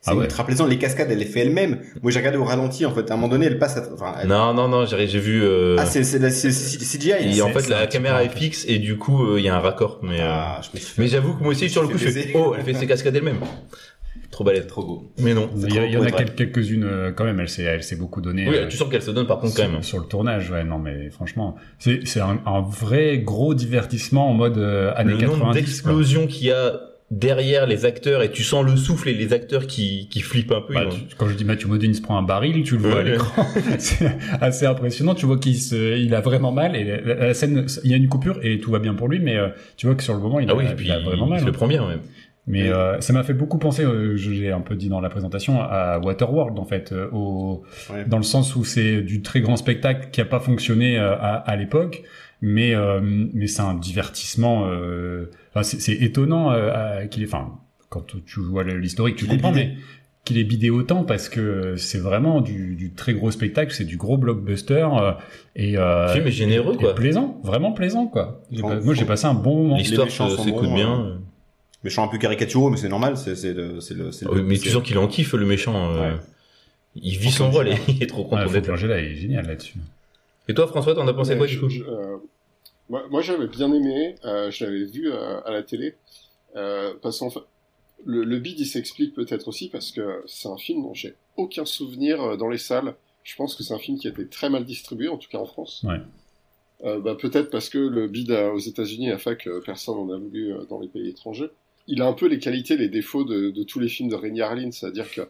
A: c'est
B: Ah ouais.
A: ultra plaisant. Les cascades elle les fait elle-même. Moi j'ai regardé au ralenti en fait. À un moment donné elle passe. À... Enfin, elle-
C: Non, non, non, j'ai j'ai vu. euh,
A: ah c'est c'est la- c'est- c'est
C: Et
A: CGI.
B: c'est-
C: en fait,
B: c'est
C: la
B: un petit
C: caméra
B: peu
C: est fixe et du coup, euh, il y a un raccord. Mais, euh,
A: Ah, je me suis fait-
C: mais j'avoue que moi aussi, sur le
A: Je
C: coup,
A: me
C: je
A: suis
C: fais
A: fait
C: Oh, elle fait ses cascades elle-même. Trop balèze.
A: trop beau.
C: Mais non.
B: Il y, a- il y en a
A: ouais,
B: quel- quelques-unes euh, quand même. Elle s'est, elle s'est beaucoup donnée.
C: Oui,
B: euh,
C: tu sens qu'elle se donne par contre quand
B: sur,
C: même.
B: sur le tournage, ouais, non, mais franchement, c'est, c'est un, un vrai gros divertissement en mode euh, années
C: Le nombre
B: 90. quoi.
C: d'explosions qu'il y a derrière les acteurs et tu sens le souffle et les acteurs qui, qui flippent un peu.
B: Bah,
C: ils vont-
B: tu- quand je dis Mathieu Modine se prend un baril, tu le vois à
C: Ouais.
B: l'écran. c'est assez impressionnant. Tu vois qu'il se, il a vraiment mal. Et la, la scène, il y a une coupure et tout va bien pour lui, mais euh, tu vois que sur le moment, il,
C: Ah
B: a,
C: oui,
B: il
C: puis
B: a vraiment
C: il
B: mal.
C: se le
B: hein.
C: prend bien même.
B: Mais euh, ça m'a fait beaucoup penser, euh, je l'ai un peu dit dans la présentation, à Waterworld en fait, euh, au,
A: Ouais.
B: dans le sens où c'est du très grand spectacle qui a pas fonctionné euh, à, à l'époque, mais euh, mais c'est un divertissement. euh, enfin, c'est, c'est étonnant euh, à- qu'il est. Enfin, quand tu- tu vois le- l'historique, tu
A: Qu'il est
B: comprends,
A: bidé.
B: mais qu'il est bidé autant parce que c'est vraiment du, du très gros spectacle, c'est du gros blockbuster euh, et, euh,
C: Le film est généreux
B: et
C: quoi.
B: plaisant, vraiment plaisant quoi. J'ai
A: Faut-
B: pas- moi j'ai
A: faut-
B: passé un bon moment.
C: L'histoire
A: les
C: se
A: méchants sont
C: s'écoute
A: bons,
C: bien.
B: hein.
A: Mais je suis un peu caricaturaux mais c'est normal. C'est c'est le c'est le. c'est
C: Ah
A: le-
C: oui, mais
A: c'est-
C: tu sens qu'il en kiffe le méchant. euh,
A: Ouais.
C: Il vit son rôle et il est trop
B: Ah,
C: content
B: Franck
C: d'être là.
B: Langella est génial là-dessus.
C: Et toi François, t'en as pensé
D: Ouais,
C: quoi
D: je-
C: du coup
D: je- euh, Moi, moi, j'avais bien aimé, euh, je l'avais vu euh, à la télé, euh, parce qu'en fait, le, le bid, il s'explique peut-être aussi parce que c'est un film dont j'ai aucun souvenir euh, dans les salles. Je pense que c'est un film qui a été très mal distribué, en tout cas en France.
B: Ouais.
D: Euh, bah, peut-être parce que le bid euh, aux États-Unis a fait que personne n'en a voulu euh, dans les pays étrangers. il a un peu les qualités, les défauts de, de tous les films de Rémi Harlin, c'est-à-dire que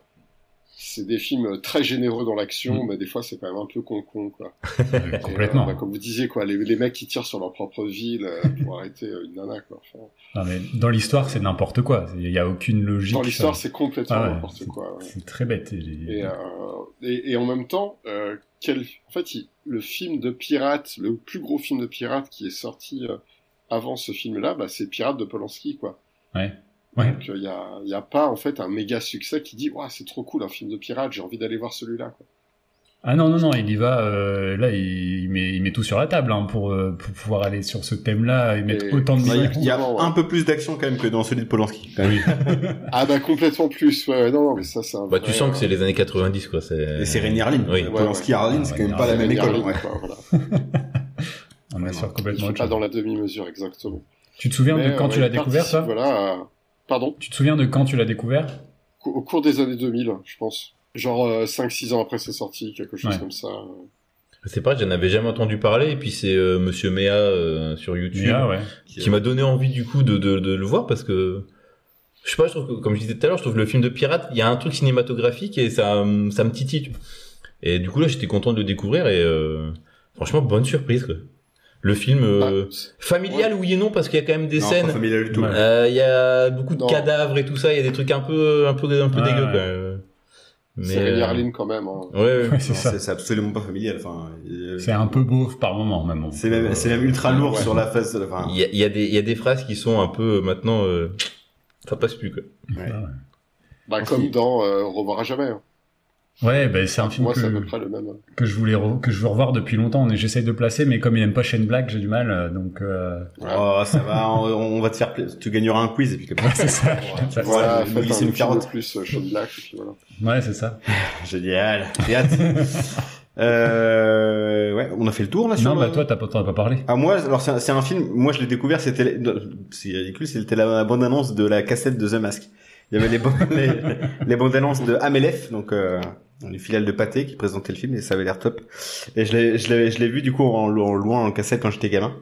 D: c'est des films euh, très généreux dans l'action,
B: Mm.
D: mais des fois c'est quand même un peu con-con, quoi. Et,
B: Complètement.
D: euh, bah, comme vous disiez, quoi, les, les mecs qui tirent sur leur propre ville euh, pour arrêter euh, une nana, quoi. Enfin,
B: Non, mais dans l'histoire, c'est n'importe quoi. Il n'y a aucune logique.
D: dans l'histoire,
B: ça.
D: c'est complètement
B: Ah ouais,
D: n'importe quoi. ouais.
B: c'est très bête.
D: Et, euh, et, et en même temps, euh, quel... en fait, il- le film de pirate, le plus gros film de pirate qui est sorti euh, avant ce film-là, bah, c'est Pirates de Polanski, quoi.
B: Ouais. Ouais.
D: Donc il n'y a, y a pas en fait un méga succès qui dit Ouah, c'est trop cool un film de pirate, j'ai envie d'aller voir celui-là. quoi.
B: Ah non, non, non, il y va. euh, là, il, il met, il met tout sur la table hein, pour, euh, pour pouvoir aller sur ce thème-là et mettre
D: Et-
B: autant de
D: Ouais,
A: Il
B: millions.
A: y a
D: Ouais.
A: un peu plus d'action quand même que dans celui de Polanski. quand même.
D: Ah bah complètement plus. Ouais, ouais, non, non, mais ça c'est un.
C: Bah, tu
D: vrai,
C: sens que
D: euh,
C: c'est les années 90, quoi. C'est
A: Et c'est Rémi Harlin.
C: Euh, Oui.
A: Polanski
D: Ouais,
A: Harlin,
B: ouais.
A: c'est quand même pas la même
D: Rémi
A: école.
D: Harlin,
A: ouais.
D: quoi, voilà.
B: On est sur
D: Il
B: complètement
D: faut
B: autre
D: pas
B: chose.
D: dans la demi-mesure exactement.
B: Tu te souviens
D: Mais,
B: de quand
D: euh,
B: tu l'as
D: il
B: découvert,
D: participe,
B: ça
D: Voilà. à- Pardon.
B: Tu te souviens de quand tu l'as découvert
D: au au cours des années 2000, je pense. Genre 5-6 ans après sa sortie, quelque chose
B: Ouais.
D: comme ça.
C: C'est pas, j'en avais jamais entendu parler, et puis c'est euh, Monsieur Méa euh, sur YouTube
B: Mia, ouais.
C: qui m'a donné envie du coup de, de, de le voir parce que je sais pas, je trouve que, comme je disais tout à l'heure, je trouve que le film de pirate, il y a un truc cinématographique et ça, me- ça me titille. Et du coup là, j'étais content de le découvrir et euh, franchement, bonne surprise. Quoi. Le film euh,
D: Ah, c'est-
C: familial, oui et non, parce qu'il y a quand même des
A: Non,
C: scènes.
A: pas familial du tout.
B: Ouais.
C: Euh, Il y a beaucoup de
D: Non.
C: cadavres et tout ça, il y a des trucs un peu, un peu, un peu
B: Ouais,
C: dégueu.
B: ouais.
C: quoi. Euh, Mais,
D: c'est Rémi
C: euh,
D: Harlin quand même. hein.
C: Ouais, ouais.
B: Ouais, c'est
A: Non,
B: ça.
A: C'est c'est absolument pas familial. Enfin, euh,
B: C'est un peu beauf par moment, même.
A: c'est même, c'est même ultra lourd
D: Ouais.
A: sur la face. de la-
B: Ah.
A: Enfin,
C: Il y a, il y, a des- il y a des phrases qui sont un peu euh, maintenant, euh, ça passe plus quoi.
A: ouais.
D: Bah,
A: Parce
D: comme
A: qu'il-
D: dans euh, On Reverra jamais. hein.
B: Ouais, ben c'est un
D: Pour
B: film
D: Moi, c'est à peu
B: que,
D: près le même. hein.
B: que je voulais re- que je veux revoir depuis longtemps. mais J'essaye de placer, mais comme il aime pas Shane Black, j'ai du mal. euh, Donc euh,
A: Oh, ça va, on, on va te faire plaisir. Tu gagneras un quiz et puis comme ça.
B: c'est ça.
A: Ouais.
B: Voilà.
A: Voilà,
D: Voilà,
A: je
D: faites
A: me glisse
D: un
A: une
D: film
A: carotte.
D: de plus, euh, Shane Black, et puis voilà.
B: Ouais, c'est ça.
A: Génial. ah, J'ai hâte. euh, ouais, on a fait le tour là sur
B: Non,
A: le-
B: bah toi, t'as pas, t'en as pas parlé.
A: Ah moi, alors c'est un, c'est un film. Moi, je l'ai découvert. C'était, la- c'est ridicule. C'était la bande annonce de la cassette de The Mask. Il y avait les, ban- les, les bandes annonces de Amelef, donc euh, les filiales de Pathé qui présentait le film et ça avait l'air top. Et je l'ai, je l'ai, je l'ai vu du coup en, en loin en cassette quand j'étais gamin.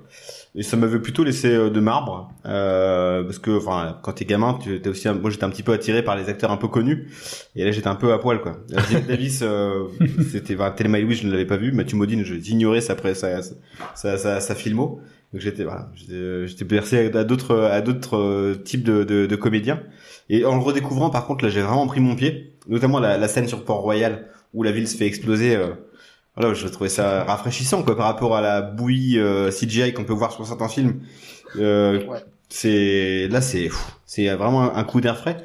A: Et ça m'avait plutôt laissé euh, de marbre euh, parce que enfin quand t'es gamin, tu t'es aussi. un- Moi, j'étais un petit peu attiré par les acteurs un peu connus. Et là, j'étais un peu à poil quoi. Gilles Davis, euh, c'était enfin, Thelma et Louise, je ne l'avais pas vu. Mathieu Modine, je- j'ignorais sa, pré- sa, sa, sa, sa, sa filmo. Donc j'étais voilà, j'étais euh, j'étais bercé à d'autres à d'autres euh, types de, de, de comédiens. Et en le redécouvrant, par contre, là, j'ai vraiment pris mon pied, notamment la, la scène sur Port Royal où la ville se fait exploser. euh, voilà, je trouvais ça rafraîchissant quoi par rapport à la bouillie euh, CGI qu'on peut voir sur certains films. Euh,
D: Ouais.
A: C'est là, c'est pff, c'est vraiment un- un coup d'air frais.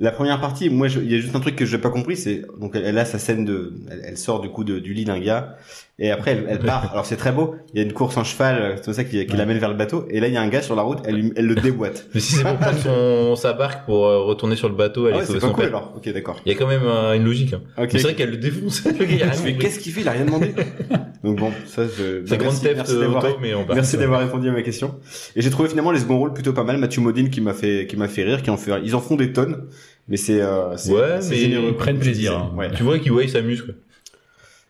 A: La première partie, moi, je- il y a juste un truc que j'ai pas compris, c'est donc elle, elle a sa scène de, elle, elle sort du coup de- du lit d'un gars et après elle, elle part. Alors c'est très beau. Il y a une course en cheval, euh, c'est comme ça qui, qui
B: Ouais.
A: l'amène vers le bateau. Et là, il y a un gars sur la route, elle, lui- elle le déboîte.
C: Mais si c'est pour prendre son, sa barque pour euh, retourner sur le bateau,
A: Ah
C: elle
A: ouais, c'est
C: est sauvée
A: pas
C: son
A: cool
C: père.
A: alors. Ok, d'accord.
C: Il y a quand même euh, une logique. hein.
A: Ok.
C: Mais C'est vrai qu'elle le défonce. le gars, il a rien
A: Mais
C: compris.
A: qu'est-ce qu'il fait Il a rien demandé. Donc bon, ça, je...
C: C'est
A: bah,
C: grande euh,
A: merci-
C: theft
A: merci d'avoir-
C: auto, mais en
B: Bah,
C: barque.
A: Merci d'avoir répondu à ma question. Et j'ai trouvé finalement les seconds rôles plutôt pas mal. Mathieu Modine qui m'a fait qui m'a fait rire, qui en fait, ils en font des tonnes, mais c'est euh, c'est-
C: Ouais,
A: c'est
C: mais
A: généreux,
B: ils prennent
A: comme je
B: plaisir,
A: disais.
B: hein.
A: Ouais.
C: Tu vois qu'il ouais, il s'amuse quoi.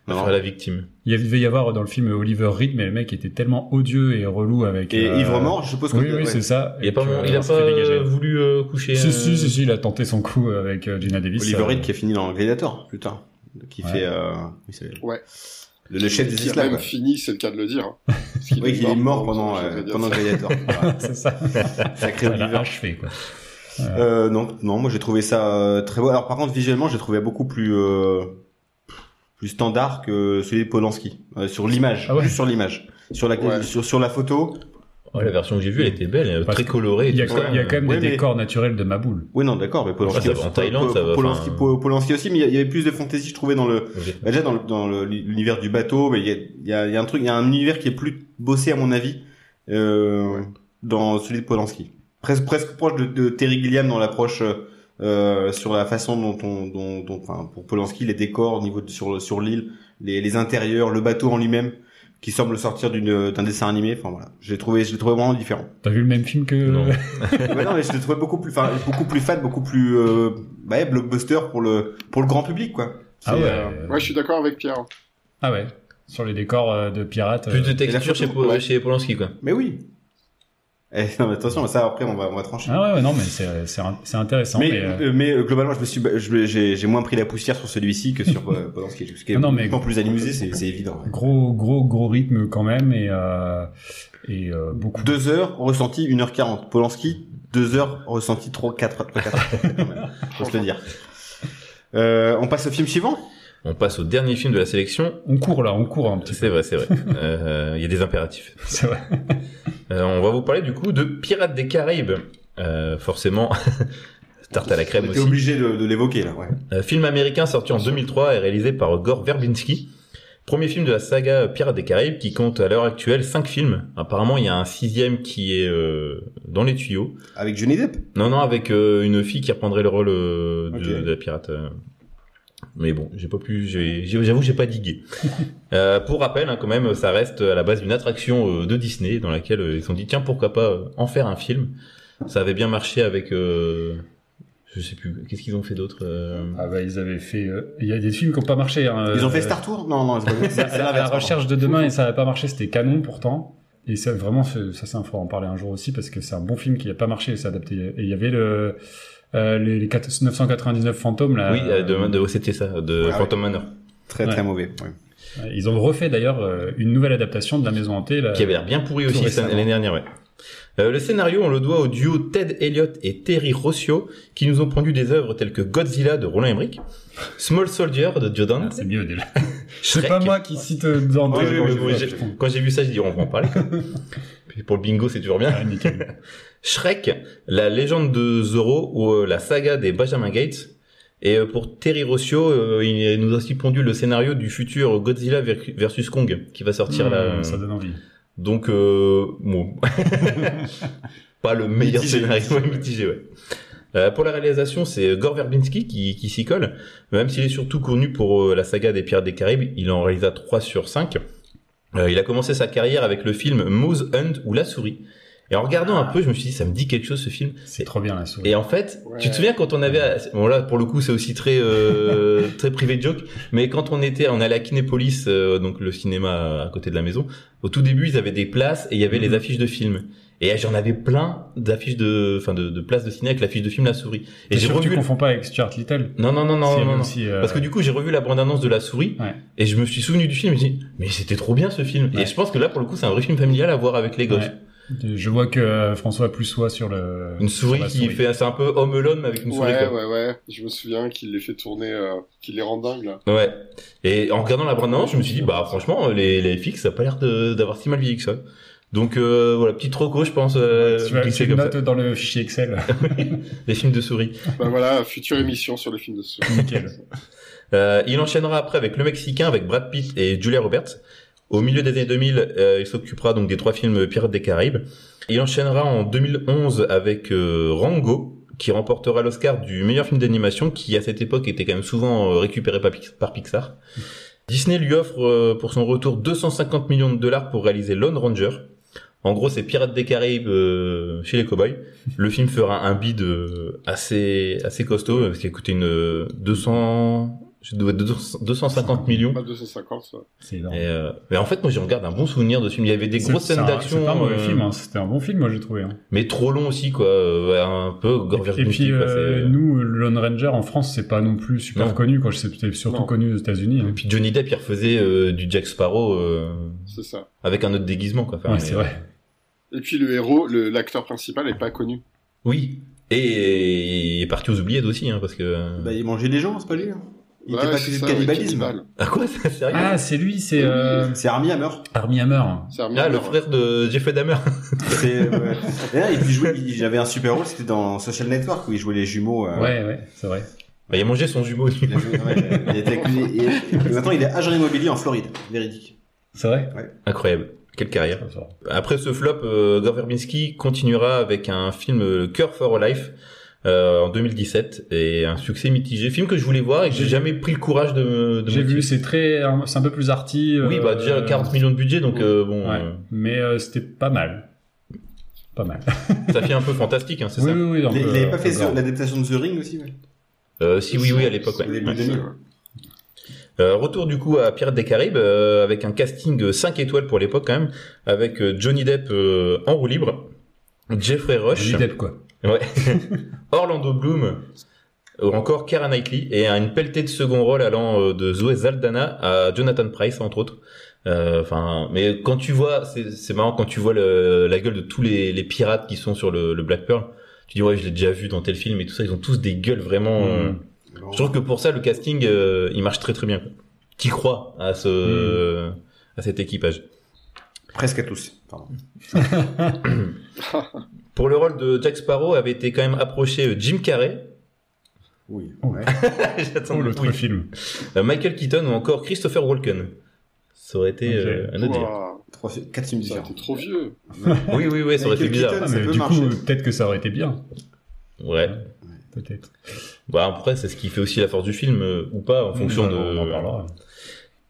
C: À
A: Non.
C: faire la victime.
B: Il y devait y avoir dans le film Oliver Reed, mais le mec était tellement odieux et relou avec.
A: Et
B: euh,
A: ivre mort, je suppose que
B: Oui, oui,
A: ouais.
B: c'est ça.
C: Il a
B: Et
C: pas,
B: que, euh,
C: il a
B: on s'est
C: pas
B: fait dégager.
C: euh, voulu euh, coucher. euh,
B: Si, si, si, si, il a tenté son coup avec euh, Gina Davis.
A: Oliver
B: euh,
A: Reed qui a fini dans Gladiator plus tard, qui
B: Ouais.
A: fait euh, oui, c'est-
D: Ouais.
A: le, le chef
D: Qui
A: des
D: a
A: Islam.
D: même fini, c'est le cas de le dire. hein. Parce qu'il
A: Oui, qu'il est mort pendant
D: je
A: euh,
D: vais dire
A: pendant
D: ça.
A: Gladiator. Voilà.
B: C'est ça.
A: Sacré
B: Ça l'a
A: Oliver.
B: achevé, quoi.
A: Euh, non, non, moi j'ai trouvé ça euh, très beau. Alors par contre, visuellement, j'ai trouvé beaucoup plus euh, plus standard que celui de Polanski euh, sur l'image,
B: Ah ouais.
A: juste sur l'image, sur la
D: Ouais.
A: sur, sur la photo.
C: oh, la version que j'ai vue, elle était belle, elle est
B: Parce
C: très
B: que
C: colorée. et
B: Il y a,
C: tout
B: quand-
C: ça. hein.
B: il y a quand même
A: Ouais,
B: des
A: mais-
B: décors naturels de Maboul.
A: Oui, non, d'accord, mais Polanski,
C: Ah, ça va, en Thaïlande, ça va,
A: Polanski,
C: enfin, euh,
A: Polanski aussi, mais il y a- il y avait plus de fantaisie, je trouvais dans le
C: Ok.
A: Bah, déjà dans le- dans le- l'univers du bateau, mais il y a, il y a- il y a un truc, il y a un univers qui est plus bossé à mon avis euh, dans celui de Polanski. Presque, presque proche de, de Terry Gilliam dans l'approche euh, euh, sur la façon dont on, dont, dont- enfin, pour Polanski, les décors au niveau de, sur le- sur l'île, les, les intérieurs, le bateau en lui-même qui semble sortir d'une d'un dessin animé. Enfin voilà, j'ai trouvé, j'ai trouvé vraiment différent.
B: T'as vu le même film que.
C: Non.
A: Ouais, non, mais je le trouvais beaucoup plus, enfin, beaucoup plus fat, beaucoup plus, euh, ouais, blockbuster pour le, pour le grand public, quoi.
B: Ah
A: C'est,
B: ouais.
A: euh,
D: Ouais, je suis d'accord avec Pierre.
B: Ah ouais. Sur les décors euh, de pirates. euh,
C: Plus de texture
A: photo,
C: chez, Po-
A: ouais.
C: chez Polanski quoi.
A: mais oui. Eh, non, mais attention, mais ça après on va, on va trancher.
B: Ah ouais, ouais, non, mais c'est c'est un- c'est intéressant.
A: mais
B: mais, euh,
A: euh, mais, euh, globalement, je me suis, ba- je me- j'ai j'ai moins pris la poussière sur celui-ci que sur euh, Polanski. Ce qui est
B: Ah, Non, mais-
A: beaucoup plus animusé, c'est c'est évident. ouais.
B: gros, gros, gros rythme quand même et euh, et euh, beaucoup.
A: Deux heures ressenti 1h40. Polanski, deux heures ressenti 3 4 quand même. Faut se le dire. Euh, on passe au film suivant
C: On passe au dernier film de la sélection.
B: On court là, on court un petit peu.
C: C'est vrai, c'est vrai. Euh, Il y a des impératifs.
B: C'est vrai.
C: Euh, on va vous parler du coup de Pirates des Caraïbes. Euh, forcément, tarte à la crème
A: On était
C: aussi.
A: obligé de, de l'évoquer là, ouais.
C: Euh, film américain sorti en 2003 et réalisé par Gore Verbinski. Premier film de la saga Pirates des Caraïbes qui compte à l'heure actuelle 5 films. Apparemment, il y a un sixième qui est euh, dans les tuyaux.
A: Avec Johnny Depp.
C: Non, non, avec euh, une fille qui reprendrait le rôle euh, de,
A: Ok.
C: de la pirate. euh. Mais bon, j'ai pas pu, j'ai- j'ai- j'avoue, j'ai pas digué. Euh, pour rappel, hein, quand même, ça reste à la base d'une attraction euh, de Disney dans laquelle euh, ils se sont dit tiens pourquoi pas euh, en faire un film. Ça avait bien marché avec, euh, je sais plus, qu'est-ce qu'ils ont fait d'autre. euh,
B: Ah bah ils avaient fait. euh, Il y a des films qui ont pas marché. hein,
A: Ils ont
B: euh,
A: fait Star Tour Non, non, c'est pas- c'est- c'est
B: la, la
A: l'inverse, pardon.
B: recherche de demain et ça n'a pas marché, c'était canon pourtant. Et ça, vraiment, ce- ça, c'est un faut en parler un jour aussi parce que c'est un bon film qui n'a pas marché, c'est adapté. Et il y avait le, euh, les, les 4 999 fantômes là.
C: oui, euh, de, de- c'était ça, de
A: Ah ouais.
C: Phantom Manor,
A: Très
B: Ouais.
A: très mauvais. ouais.
B: Ouais, Ils ont refait d'ailleurs euh, une nouvelle adaptation de La Maison Hantée. Là.
C: qui avait l'air bien pourri
B: Euh, tout
C: aussi
B: récemment.
C: l'année dernière. Ouais. Euh, le scénario, on le doit au duo Ted Elliott et Terry Rossio, qui nous ont pondu des œuvres telles que Godzilla de Roland Emmerich, Small Soldier de Jordan.
B: Ah, c'est mieux déjà.
C: Shrek.
B: C'est pas moi qui cite euh, dans
A: Ouais,
B: dans-
A: ouais, ouais,
B: dans-
A: ouais,
B: dans-
A: j'ai-
B: putain.
C: Quand j'ai vu ça, je dis on va en parler. quoi. Puis pour le bingo, c'est toujours bien.
B: Ah, nickel.
C: Shrek, la légende de Zorro ou euh, la saga des Benjamin Gates. Et euh, pour Terry Rossio, euh, il nous a aussi pondu le scénario du futur Godzilla ver- versus Kong qui va sortir là. euh,
B: Hmm, Ça donne envie.
C: Donc, euh, bon. pas le meilleur
A: Mitigé,
C: scénario,
A: mitigé,
C: ouais, mitigé, ouais. Euh, pour la réalisation, c'est Gore Verbinski qui, qui s'y colle. Même s'il est surtout connu pour euh, la saga des Pirates des Caraïbes, il en réalisa 3 sur 5. Euh, il a commencé sa carrière avec le film Moose Hunt ou La Souris. Et en regardant un peu, je me suis dit, ça me dit quelque chose ce film.
B: C'est trop bien la souris.
C: Et en fait, tu
D: Ouais.
C: te souviens quand on avait, à- bon là pour le coup c'est aussi très euh, très privé de joke, mais quand on était, on allait à Kinépolis, euh, donc le cinéma à côté de la maison. Au tout début, ils avaient des places et il y
B: Mhm.
C: avait les affiches de films. Et j'en avais plein d'affiches de, enfin de, de places de ciné avec l'affiche de film La Souris. Et
B: T'es
C: j'ai
B: sûr que tu
C: revu.
B: confonds pas avec Stuart Little.
C: Non non non
B: C'est
C: non non. non.
B: aussi, euh,
C: Parce que du coup, j'ai revu la bande-annonce de La Souris
B: Ouais.
C: et je me suis souvenu du film. Et je me suis dit, mais c'était trop bien ce film.
B: Ouais.
C: Et je pense que là, pour le coup, c'est un vrai film familial à voir avec les gosses.
B: ouais. Je vois que euh, François Plussois sur le.
C: Une souris
B: sur la
C: qui fait, c'est un peu Home Alone mais avec une souris.
D: Ouais,
C: quoi.
D: ouais, ouais. Je me souviens qu'il les fait tourner, euh, qu'il les rend dingues, là.
C: Ouais. Et en regardant la bande-annonce, je me suis dit, bah franchement, les, les FX, ça a pas l'air de- d'avoir si mal vieilli que ça. Donc euh, voilà, petite troco, je pense, euh,
B: Tu vas-
C: glissée
B: tu le
C: comme
B: notes dans le fichier Excel.
C: ça. les films de souris.
D: bah voilà, future émission sur les films de ce.
B: Nickel.
C: Euh, il enchaînera après avec Le Mexicain, avec Brad Pitt et Julia Roberts. Au milieu des années 2000, euh, il s'occupera donc des trois films Pirates des Caraïbes. Il enchaînera en 2011 avec euh, Rango, qui remportera l'Oscar du meilleur film d'animation, qui à cette époque était quand même souvent euh, récupéré par, Pix- par Pixar. Disney lui offre euh, pour son retour 250 millions de dollars pour réaliser Lone Ranger. En gros, c'est Pirates des Caraïbes euh, chez les cowboys. Le film fera un bid euh, assez assez costaud, parce qu'il a coûté une euh, 200, je dois 200 250 millions.
D: Pas 250, ouais.
B: C'est énorme.
C: Et, euh, mais en fait, moi, je regarde un bon souvenir de ce film. Il y avait des
B: C'est-
C: grosses
B: c'est
C: scènes
B: un-
C: d'action,
B: C'est pas un mauvais
C: euh,
B: film, hein. c'était un bon film, moi j'ai trouvé. hein.
C: mais trop long aussi, quoi. euh, ouais, un peu gore
B: Et
C: Verbinski,
B: puis
C: quoi,
B: euh,
C: c'est-
B: nous, Lone Ranger en France, c'est pas non plus super
C: Non.
B: connu, quoi. C'était surtout
D: Non.
B: connu aux États-Unis. hein.
C: Et puis Johnny Depp, il refaisait euh, du Jack Sparrow euh,
D: c'est ça.
C: avec un autre déguisement, quoi. Enfin,
B: Ouais,
C: mais-
B: c'est vrai.
D: Et puis le héros, le- l'acteur principal est pas connu.
C: Oui. Et il est parti aux oubliettes aussi, hein, parce que.
A: Bah, il mangeait des gens, c'est pas lui. hein. Il
D: Ouais,
A: était pas
D: c'est
A: accusé de
D: ça, ouais,
A: cannibalisme.
D: cannibale.
C: Ah quoi, c'est sérieux ah,
B: Ah, c'est lui, c'est euh,
A: C'est Armie Hammer.
B: Armie Hammer.
D: C'est un
C: Ah, le
D: mineur, ouais.
C: frère de Jeffrey Dahmer.
A: C'est, ouais. Et là, et puis il jouait- il- il avait un super rôle, c'était dans Social Network où il jouait les jumeaux. euh,
B: Ouais, ouais, c'est vrai.
C: Bah, il a mangé son jumeau. du
A: Il, a
C: coup.
A: joué- ouais, il était accusé. Et, et maintenant, il est agent immobilier en Floride. Véridique.
B: C'est vrai.
C: Incroyable. Quelle carrière. Après ce flop, euh, Gore Verbinski continuera avec un film euh, Cœur for a Life euh, en 2017 et un succès mitigé. Film que je voulais voir et que j'ai
B: J'ai-
C: jamais pris le courage de, me- de
B: J'ai
C: me
B: vu,
C: dire.
B: c'est très, un- c'est un peu plus arty.
C: Oui,
B: euh,
C: bah déjà 40 millions de budget, donc euh, bon,
B: Ouais,
C: euh,
B: mais euh, c'était pas mal. Pas mal.
C: ça fait un peu fantastique, hein, c'est
B: Oui,
C: ça.
B: oui, oui. euh, un
A: Il, il
B: peu-
A: avait pas
B: un
A: fait
B: peu
A: sur
B: blanc.
A: l'adaptation de The Ring aussi. ouais.
C: Euh, si oui, oui, à l'époque. ouais.
A: Au début
C: Ouais.
A: de-
D: C'est- ouais.
C: Euh, retour du coup à Pirates des Caraïbes euh, avec un casting 5 étoiles pour l'époque quand même, avec euh, Johnny Depp euh, en roue libre, Jeffrey Rush,
B: Johnny Depp, quoi.
C: ouais. Orlando Bloom, ou encore Kara Knightley, et une pelletée de second rôle allant euh, de Zoé Zaldana à Jonathan Price, entre autres. Euh, Enfin, mais quand tu vois, c'est c'est marrant quand tu vois le- la gueule de tous les, les pirates qui sont sur le, le Black Pearl. Tu dis ouais, je l'ai déjà vu dans tel film et tout ça. Ils ont tous des gueules vraiment.
B: Mhm.
C: euh, je trouve que pour ça, le casting, euh, il marche très très bien. quoi. T'y crois à ce, à cet équipage.
A: Presque à tous. Pardon.
C: Pour le rôle de Jack Sparrow, avait été quand même approché euh, Jim Carrey,
A: Oui.
B: Oh.
A: ouais.
C: J'attends
B: Oh,
C: le
B: l'autre
C: oui.
B: film.
C: Euh, Michael Keaton ou encore Christopher Walken. Ça aurait été
B: Ok.
C: euh, un autre délire.
D: Ouah,
A: Trois, quatre films
D: ça,
A: différents.
D: t'es trop vieux.
C: Oui, oui, oui, ça aurait
A: Michael
C: été bizarre.
A: Keaton.
B: Ah,
A: Ça
B: mais
A: peut
B: du
A: marcher.
B: coup, peut-être que ça aurait été bien.
C: Ouais.
B: Peut-être.
C: Bah après, c'est ce qui fait aussi la force du film euh, ou pas en fonction
B: on,
C: de.
B: On en parlera.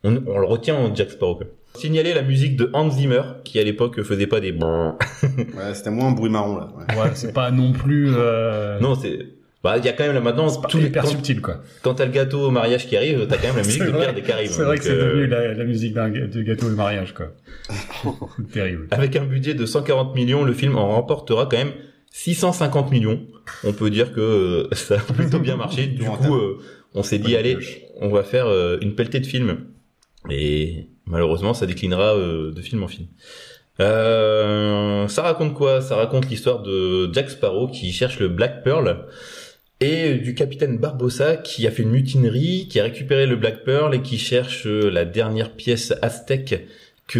C: On, on le retient en Jack Sparrow. quoi. Signaler la musique de Hans Zimmer, qui à l'époque faisait pas des. non,
A: Ouais, c'était moins un bruit marron là. Ouais.
B: Ouais, c'est pas non plus. Euh...
C: c'est. Bah, il y a quand même là maintenant.
B: c'est pas
C: Tous les
B: hyper
C: quand,
B: subtil, quoi.
C: quand t'as le gâteau au mariage qui arrive, t'as quand même la musique
B: C'est
C: de
B: vrai.
C: Pierre des Caraïbes.
B: C'est vrai
C: donc,
B: que c'est
C: euh,
B: devenu la, la musique d'un ga- de gâteau de mariage, quoi. C'est Terrible.
C: Avec un budget de 140 millions, le film en remportera quand même 650 millions. On peut dire que euh, ça a plutôt bien marché. Du
A: Rentable.
C: coup, euh, on s'est dit,
B: Bonne
C: allez,
B: pioche.
C: on va faire euh, une pelletée de films. Et malheureusement, ça déclinera euh, de film en film. Euh, ça raconte quoi Ça raconte l'histoire de Jack Sparrow qui cherche le Black Pearl et euh, du capitaine Barbossa qui a fait une mutinerie, qui a récupéré le Black Pearl et qui cherche euh, la dernière pièce aztèque que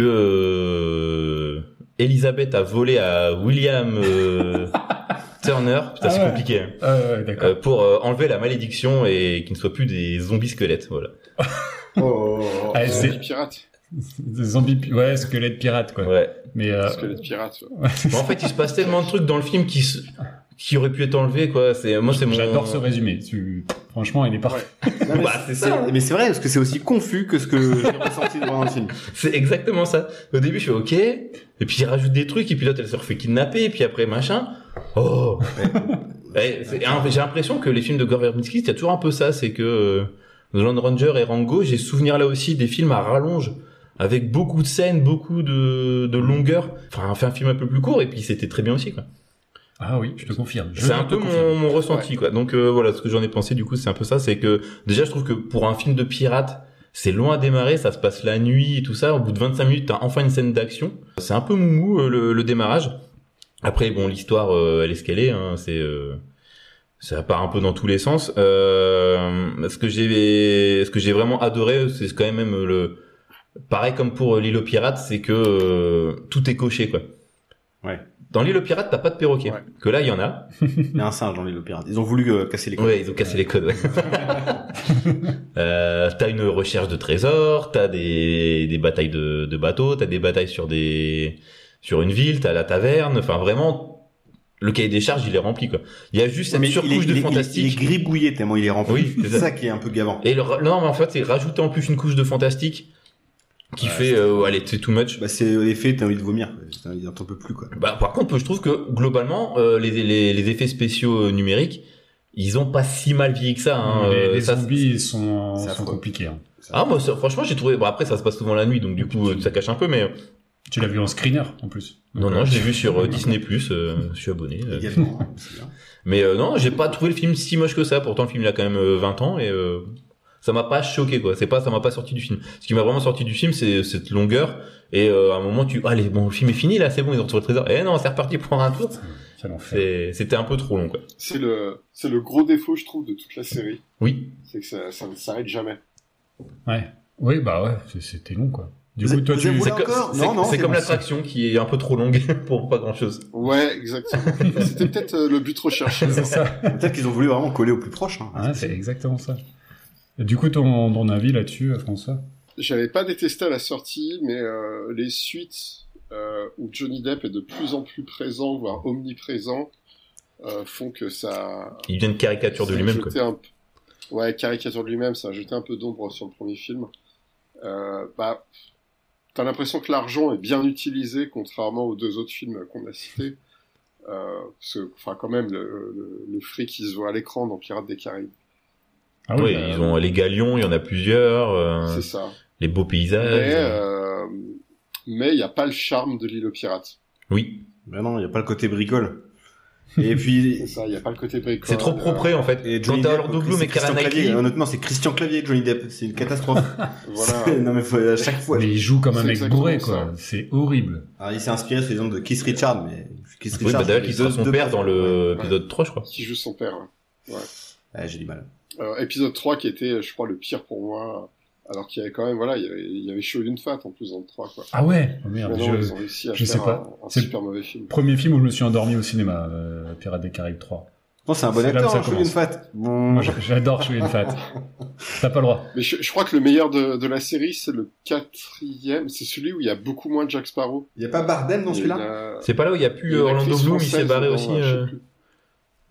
C: euh, Elisabeth a volée à William euh, Turner. Putain,
B: Ah
C: c'est
B: ouais.
C: compliqué. hein.
B: Euh, ouais, d'accord.
C: Euh, pour euh, enlever la malédiction et qu'ils ne soient plus des zombies squelettes, voilà.
A: Oh, oh, oh, oh.
B: Ah,
D: Euh,
B: c'est-
D: les pirates.
B: Des zombies, pi- ouais, squelette pirate, quoi.
C: Ouais.
B: Mais euh,
D: Parce que les pirates. ouais.
C: Mais en fait, il se passe tellement de trucs dans le film qui se- qui auraient pu être enlevés, quoi. C'est moi, c'est mon.
B: j'adore ce résumé. Tu- Franchement, il est parfait.
A: Non, mais
C: Bah,
A: c'est-
C: c'est ça.
A: c'est- mais c'est vrai, parce que c'est aussi confus que ce que j'ai ressenti devant un film.
C: C'est exactement ça. Au début, je suis ok, et puis il rajoute des trucs, et puis là, elle se refait kidnapper, et puis après, machin. Oh. Ouais, c'est- en fait, j'ai l'impression que les films de Gore Verbinski, il y a toujours un peu ça, c'est que euh, The Land Ranger et Rango, j'ai souvenir là aussi des films à rallonge, avec beaucoup de scènes, beaucoup de, de longueur. Enfin, fait un film un peu plus court, et puis c'était très bien aussi, quoi.
B: Ah oui, je te confirme. Je
C: C'est un
B: te
C: peu
B: confirme.
C: mon, mon ressenti, quoi. Donc euh, voilà, ce que j'en ai pensé, du coup, c'est un peu ça. C'est que déjà, je trouve que pour un film de pirate, c'est loin à démarrer, ça se passe la nuit et tout ça. Au bout de 25 minutes, t'as enfin une scène d'action. C'est un peu moumou euh, le, le démarrage. Après, bon, l'histoire, euh, elle est ce qu'elle est. Hein, c'est euh, ça part un peu dans tous les sens. Euh, ce que j'ai, ce que j'ai vraiment adoré, c'est quand même euh, le pareil comme pour euh, l'île aux pirates, c'est que euh, tout est coché, quoi.
A: Ouais.
C: Dans l'île aux pirates, t'as pas de perroquet.
D: Ouais.
C: Que là, il y en a.
A: Il y a un singe dans les le pirate. Ils ont voulu euh, casser les couilles.
C: Ouais, ils ont cassé les codes. ouais. euh, t'as une recherche de trésors, t'as des, des batailles de, de bateaux, t'as des batailles sur des sur une ville, t'as la taverne. Enfin, vraiment, le cahier des charges, il est rempli quoi. Il y a juste cette
A: Mais il est-
C: surcouche
A: il est- il est-
C: de
A: Il est
C: fantastique.
A: gribouillé tellement il est rempli.
C: Oui, c'est
A: c'est
C: ça.
A: ça qui est un peu gavant.
C: Et le, ra- non, mais en fait, c'est rajouter en plus une couche de fantastique qui
A: Ouais,
C: fait, euh, allez, c'est too much.
A: Bah, c'est l'effet, t'as envie de vomir. quoi. T'as envie d'en- T'en peux plus, quoi.
C: Bah, par contre, je trouve que globalement, euh, les, les, les effets spéciaux euh, numériques, ils ont pas si mal vieilli que ça. Hein.
B: les
C: Euh,
B: les
C: ça-
B: zombies ils sont,
A: c'est
B: sont
A: affreux.
B: compliqués. hein.
C: Ah moi ça- franchement j'ai trouvé bon après ça se passe souvent la nuit donc du coup euh, ça cache un peu mais
B: Tu l'as vu en screener, en plus.
C: non non je l'ai vu sur euh, Disney Plus je suis abonné euh.
A: Également, hein, c'est bien.
C: mais euh, non j'ai pas trouvé le film si moche que ça pourtant le film il a quand même euh, 20 ans et euh, ça m'a pas choqué quoi c'est pas ça m'a pas sorti du film ce qui m'a vraiment sorti du film c'est cette longueur et euh, à un moment tu allez bon le film est fini là c'est bon ils ont retrouvé le trésor et non c'est reparti pour un tour
B: Quel enfer.
C: C'est- c'était un peu trop long quoi
D: C'est le, c'est le gros défaut, je trouve, de toute la série.
C: oui
D: C'est que ça, ça ne s'arrête jamais.
B: Ouais. Oui, bah ouais, c'est- c'était long, quoi. Du
A: Vous
B: coup,
A: êtes-
B: toi,
A: vous
B: tu.
A: êtes-
C: c'est
A: Oula,
C: co-
A: encore
C: c'est-
A: Non, non,
C: c'est
A: c'est
C: comme
A: bon,
C: l'attraction qui est un peu trop longue pour pas grand chose
D: Ouais, exactement. C'était peut-être euh, le but recherché.
B: C'est ça.
A: Peut-être qu'ils ont voulu vraiment coller au plus proche. hein.
C: Ah,
B: Hein, c'est exactement ça. Et Du coup, ton, ton avis là-dessus, euh, François
D: J'avais pas détesté à la sortie, mais euh, les suites euh, où Johnny Depp est de plus en plus présent, voire omniprésent, euh, font que ça,
C: il devient une caricature de
D: Ça a
C: lui-même quoi
D: jeté un p- Ouais, caricature de lui-même, ça a jeté un peu d'ombre sur le premier film. Euh, bah, t'as l'impression que l'argent est bien utilisé, contrairement aux deux autres films qu'on a cités. Euh, parce que, enfin, quand même, le, le, le fric qui se voit à l'écran dans Pirates des Caraïbes,
B: Ah
C: oui,
B: bah,
C: ils ont les galions, il y en a plusieurs, euh,
D: c'est ça.
C: les beaux paysages.
D: mais
C: euh,
D: euh, mais il n'y a pas le charme de l'île aux pirates.
C: Oui.
A: Ben non, il n'y a pas le côté bricole. Et puis,
D: C'est ça, il n'y a pas le côté bricole.
C: C'est trop propre en fait.
A: et
C: Quand
A: Johnny
C: t'as
A: Depp,
C: Orlando Bloom
A: c'est
C: et Keira
A: Christian Clavier.
C: Knightley,
D: hein.
A: Honnêtement, c'est Christian Clavier et Johnny Depp. C'est une catastrophe.
D: euh, voilà.
A: C'est- non mais faut- à chaque fois.
B: Mais il joue comme un
D: C'est
B: mec
D: exactement
B: bourré,
D: ça.
B: quoi. C'est horrible.
A: Alors, il s'est inspiré sous l'exemple de Keith Richard, mais Keith
C: oui,
A: Richard.
C: bah d'ailleurs,
A: c'est
C: qui sera
A: deux-
C: son
A: deux
C: père dans le
D: Ouais.
C: épisode 3, je crois.
D: Qui joue son père. hein.
A: Ah, j'ai du mal.
D: Euh, épisode 3 qui était, je crois, le pire pour moi. Alors qu'il y avait quand même, voilà, il y avait, il y avait chaud d'une fat en plus dans le 3, quoi.
B: Ah ouais oh, merde,
D: Mais Bah non,
B: je-
D: ils ont réussi à
B: je
D: faire
B: sais pas.
D: un, un
B: C'est-
D: super mauvais film.
B: Premier film où je me suis endormi au cinéma, euh, Pirates des Caraïbes 3.
A: Bon, c'est un bon
B: C'est là où
A: acteur,
B: ça
A: hein, Shogun
B: commence.
A: Fat.
B: Moi,
A: Bon,
B: j- j'adore Chouin Fat. T'as pas le droit.
D: Mais je, je crois que le meilleur de, de la série, c'est le quatrième. C'est celui où il y a beaucoup moins de Jack Sparrow.
A: il y a pas Bardem dans
D: Il y
A: celui-là
D: a-
C: C'est pas là où il y a
D: il
C: plus
D: y a
C: euh,
D: une
C: Orlando
D: actrice
C: Bloom, il s'est
D: française
C: barré
D: dans-
C: aussi.
D: je sais
C: euh,
D: plus.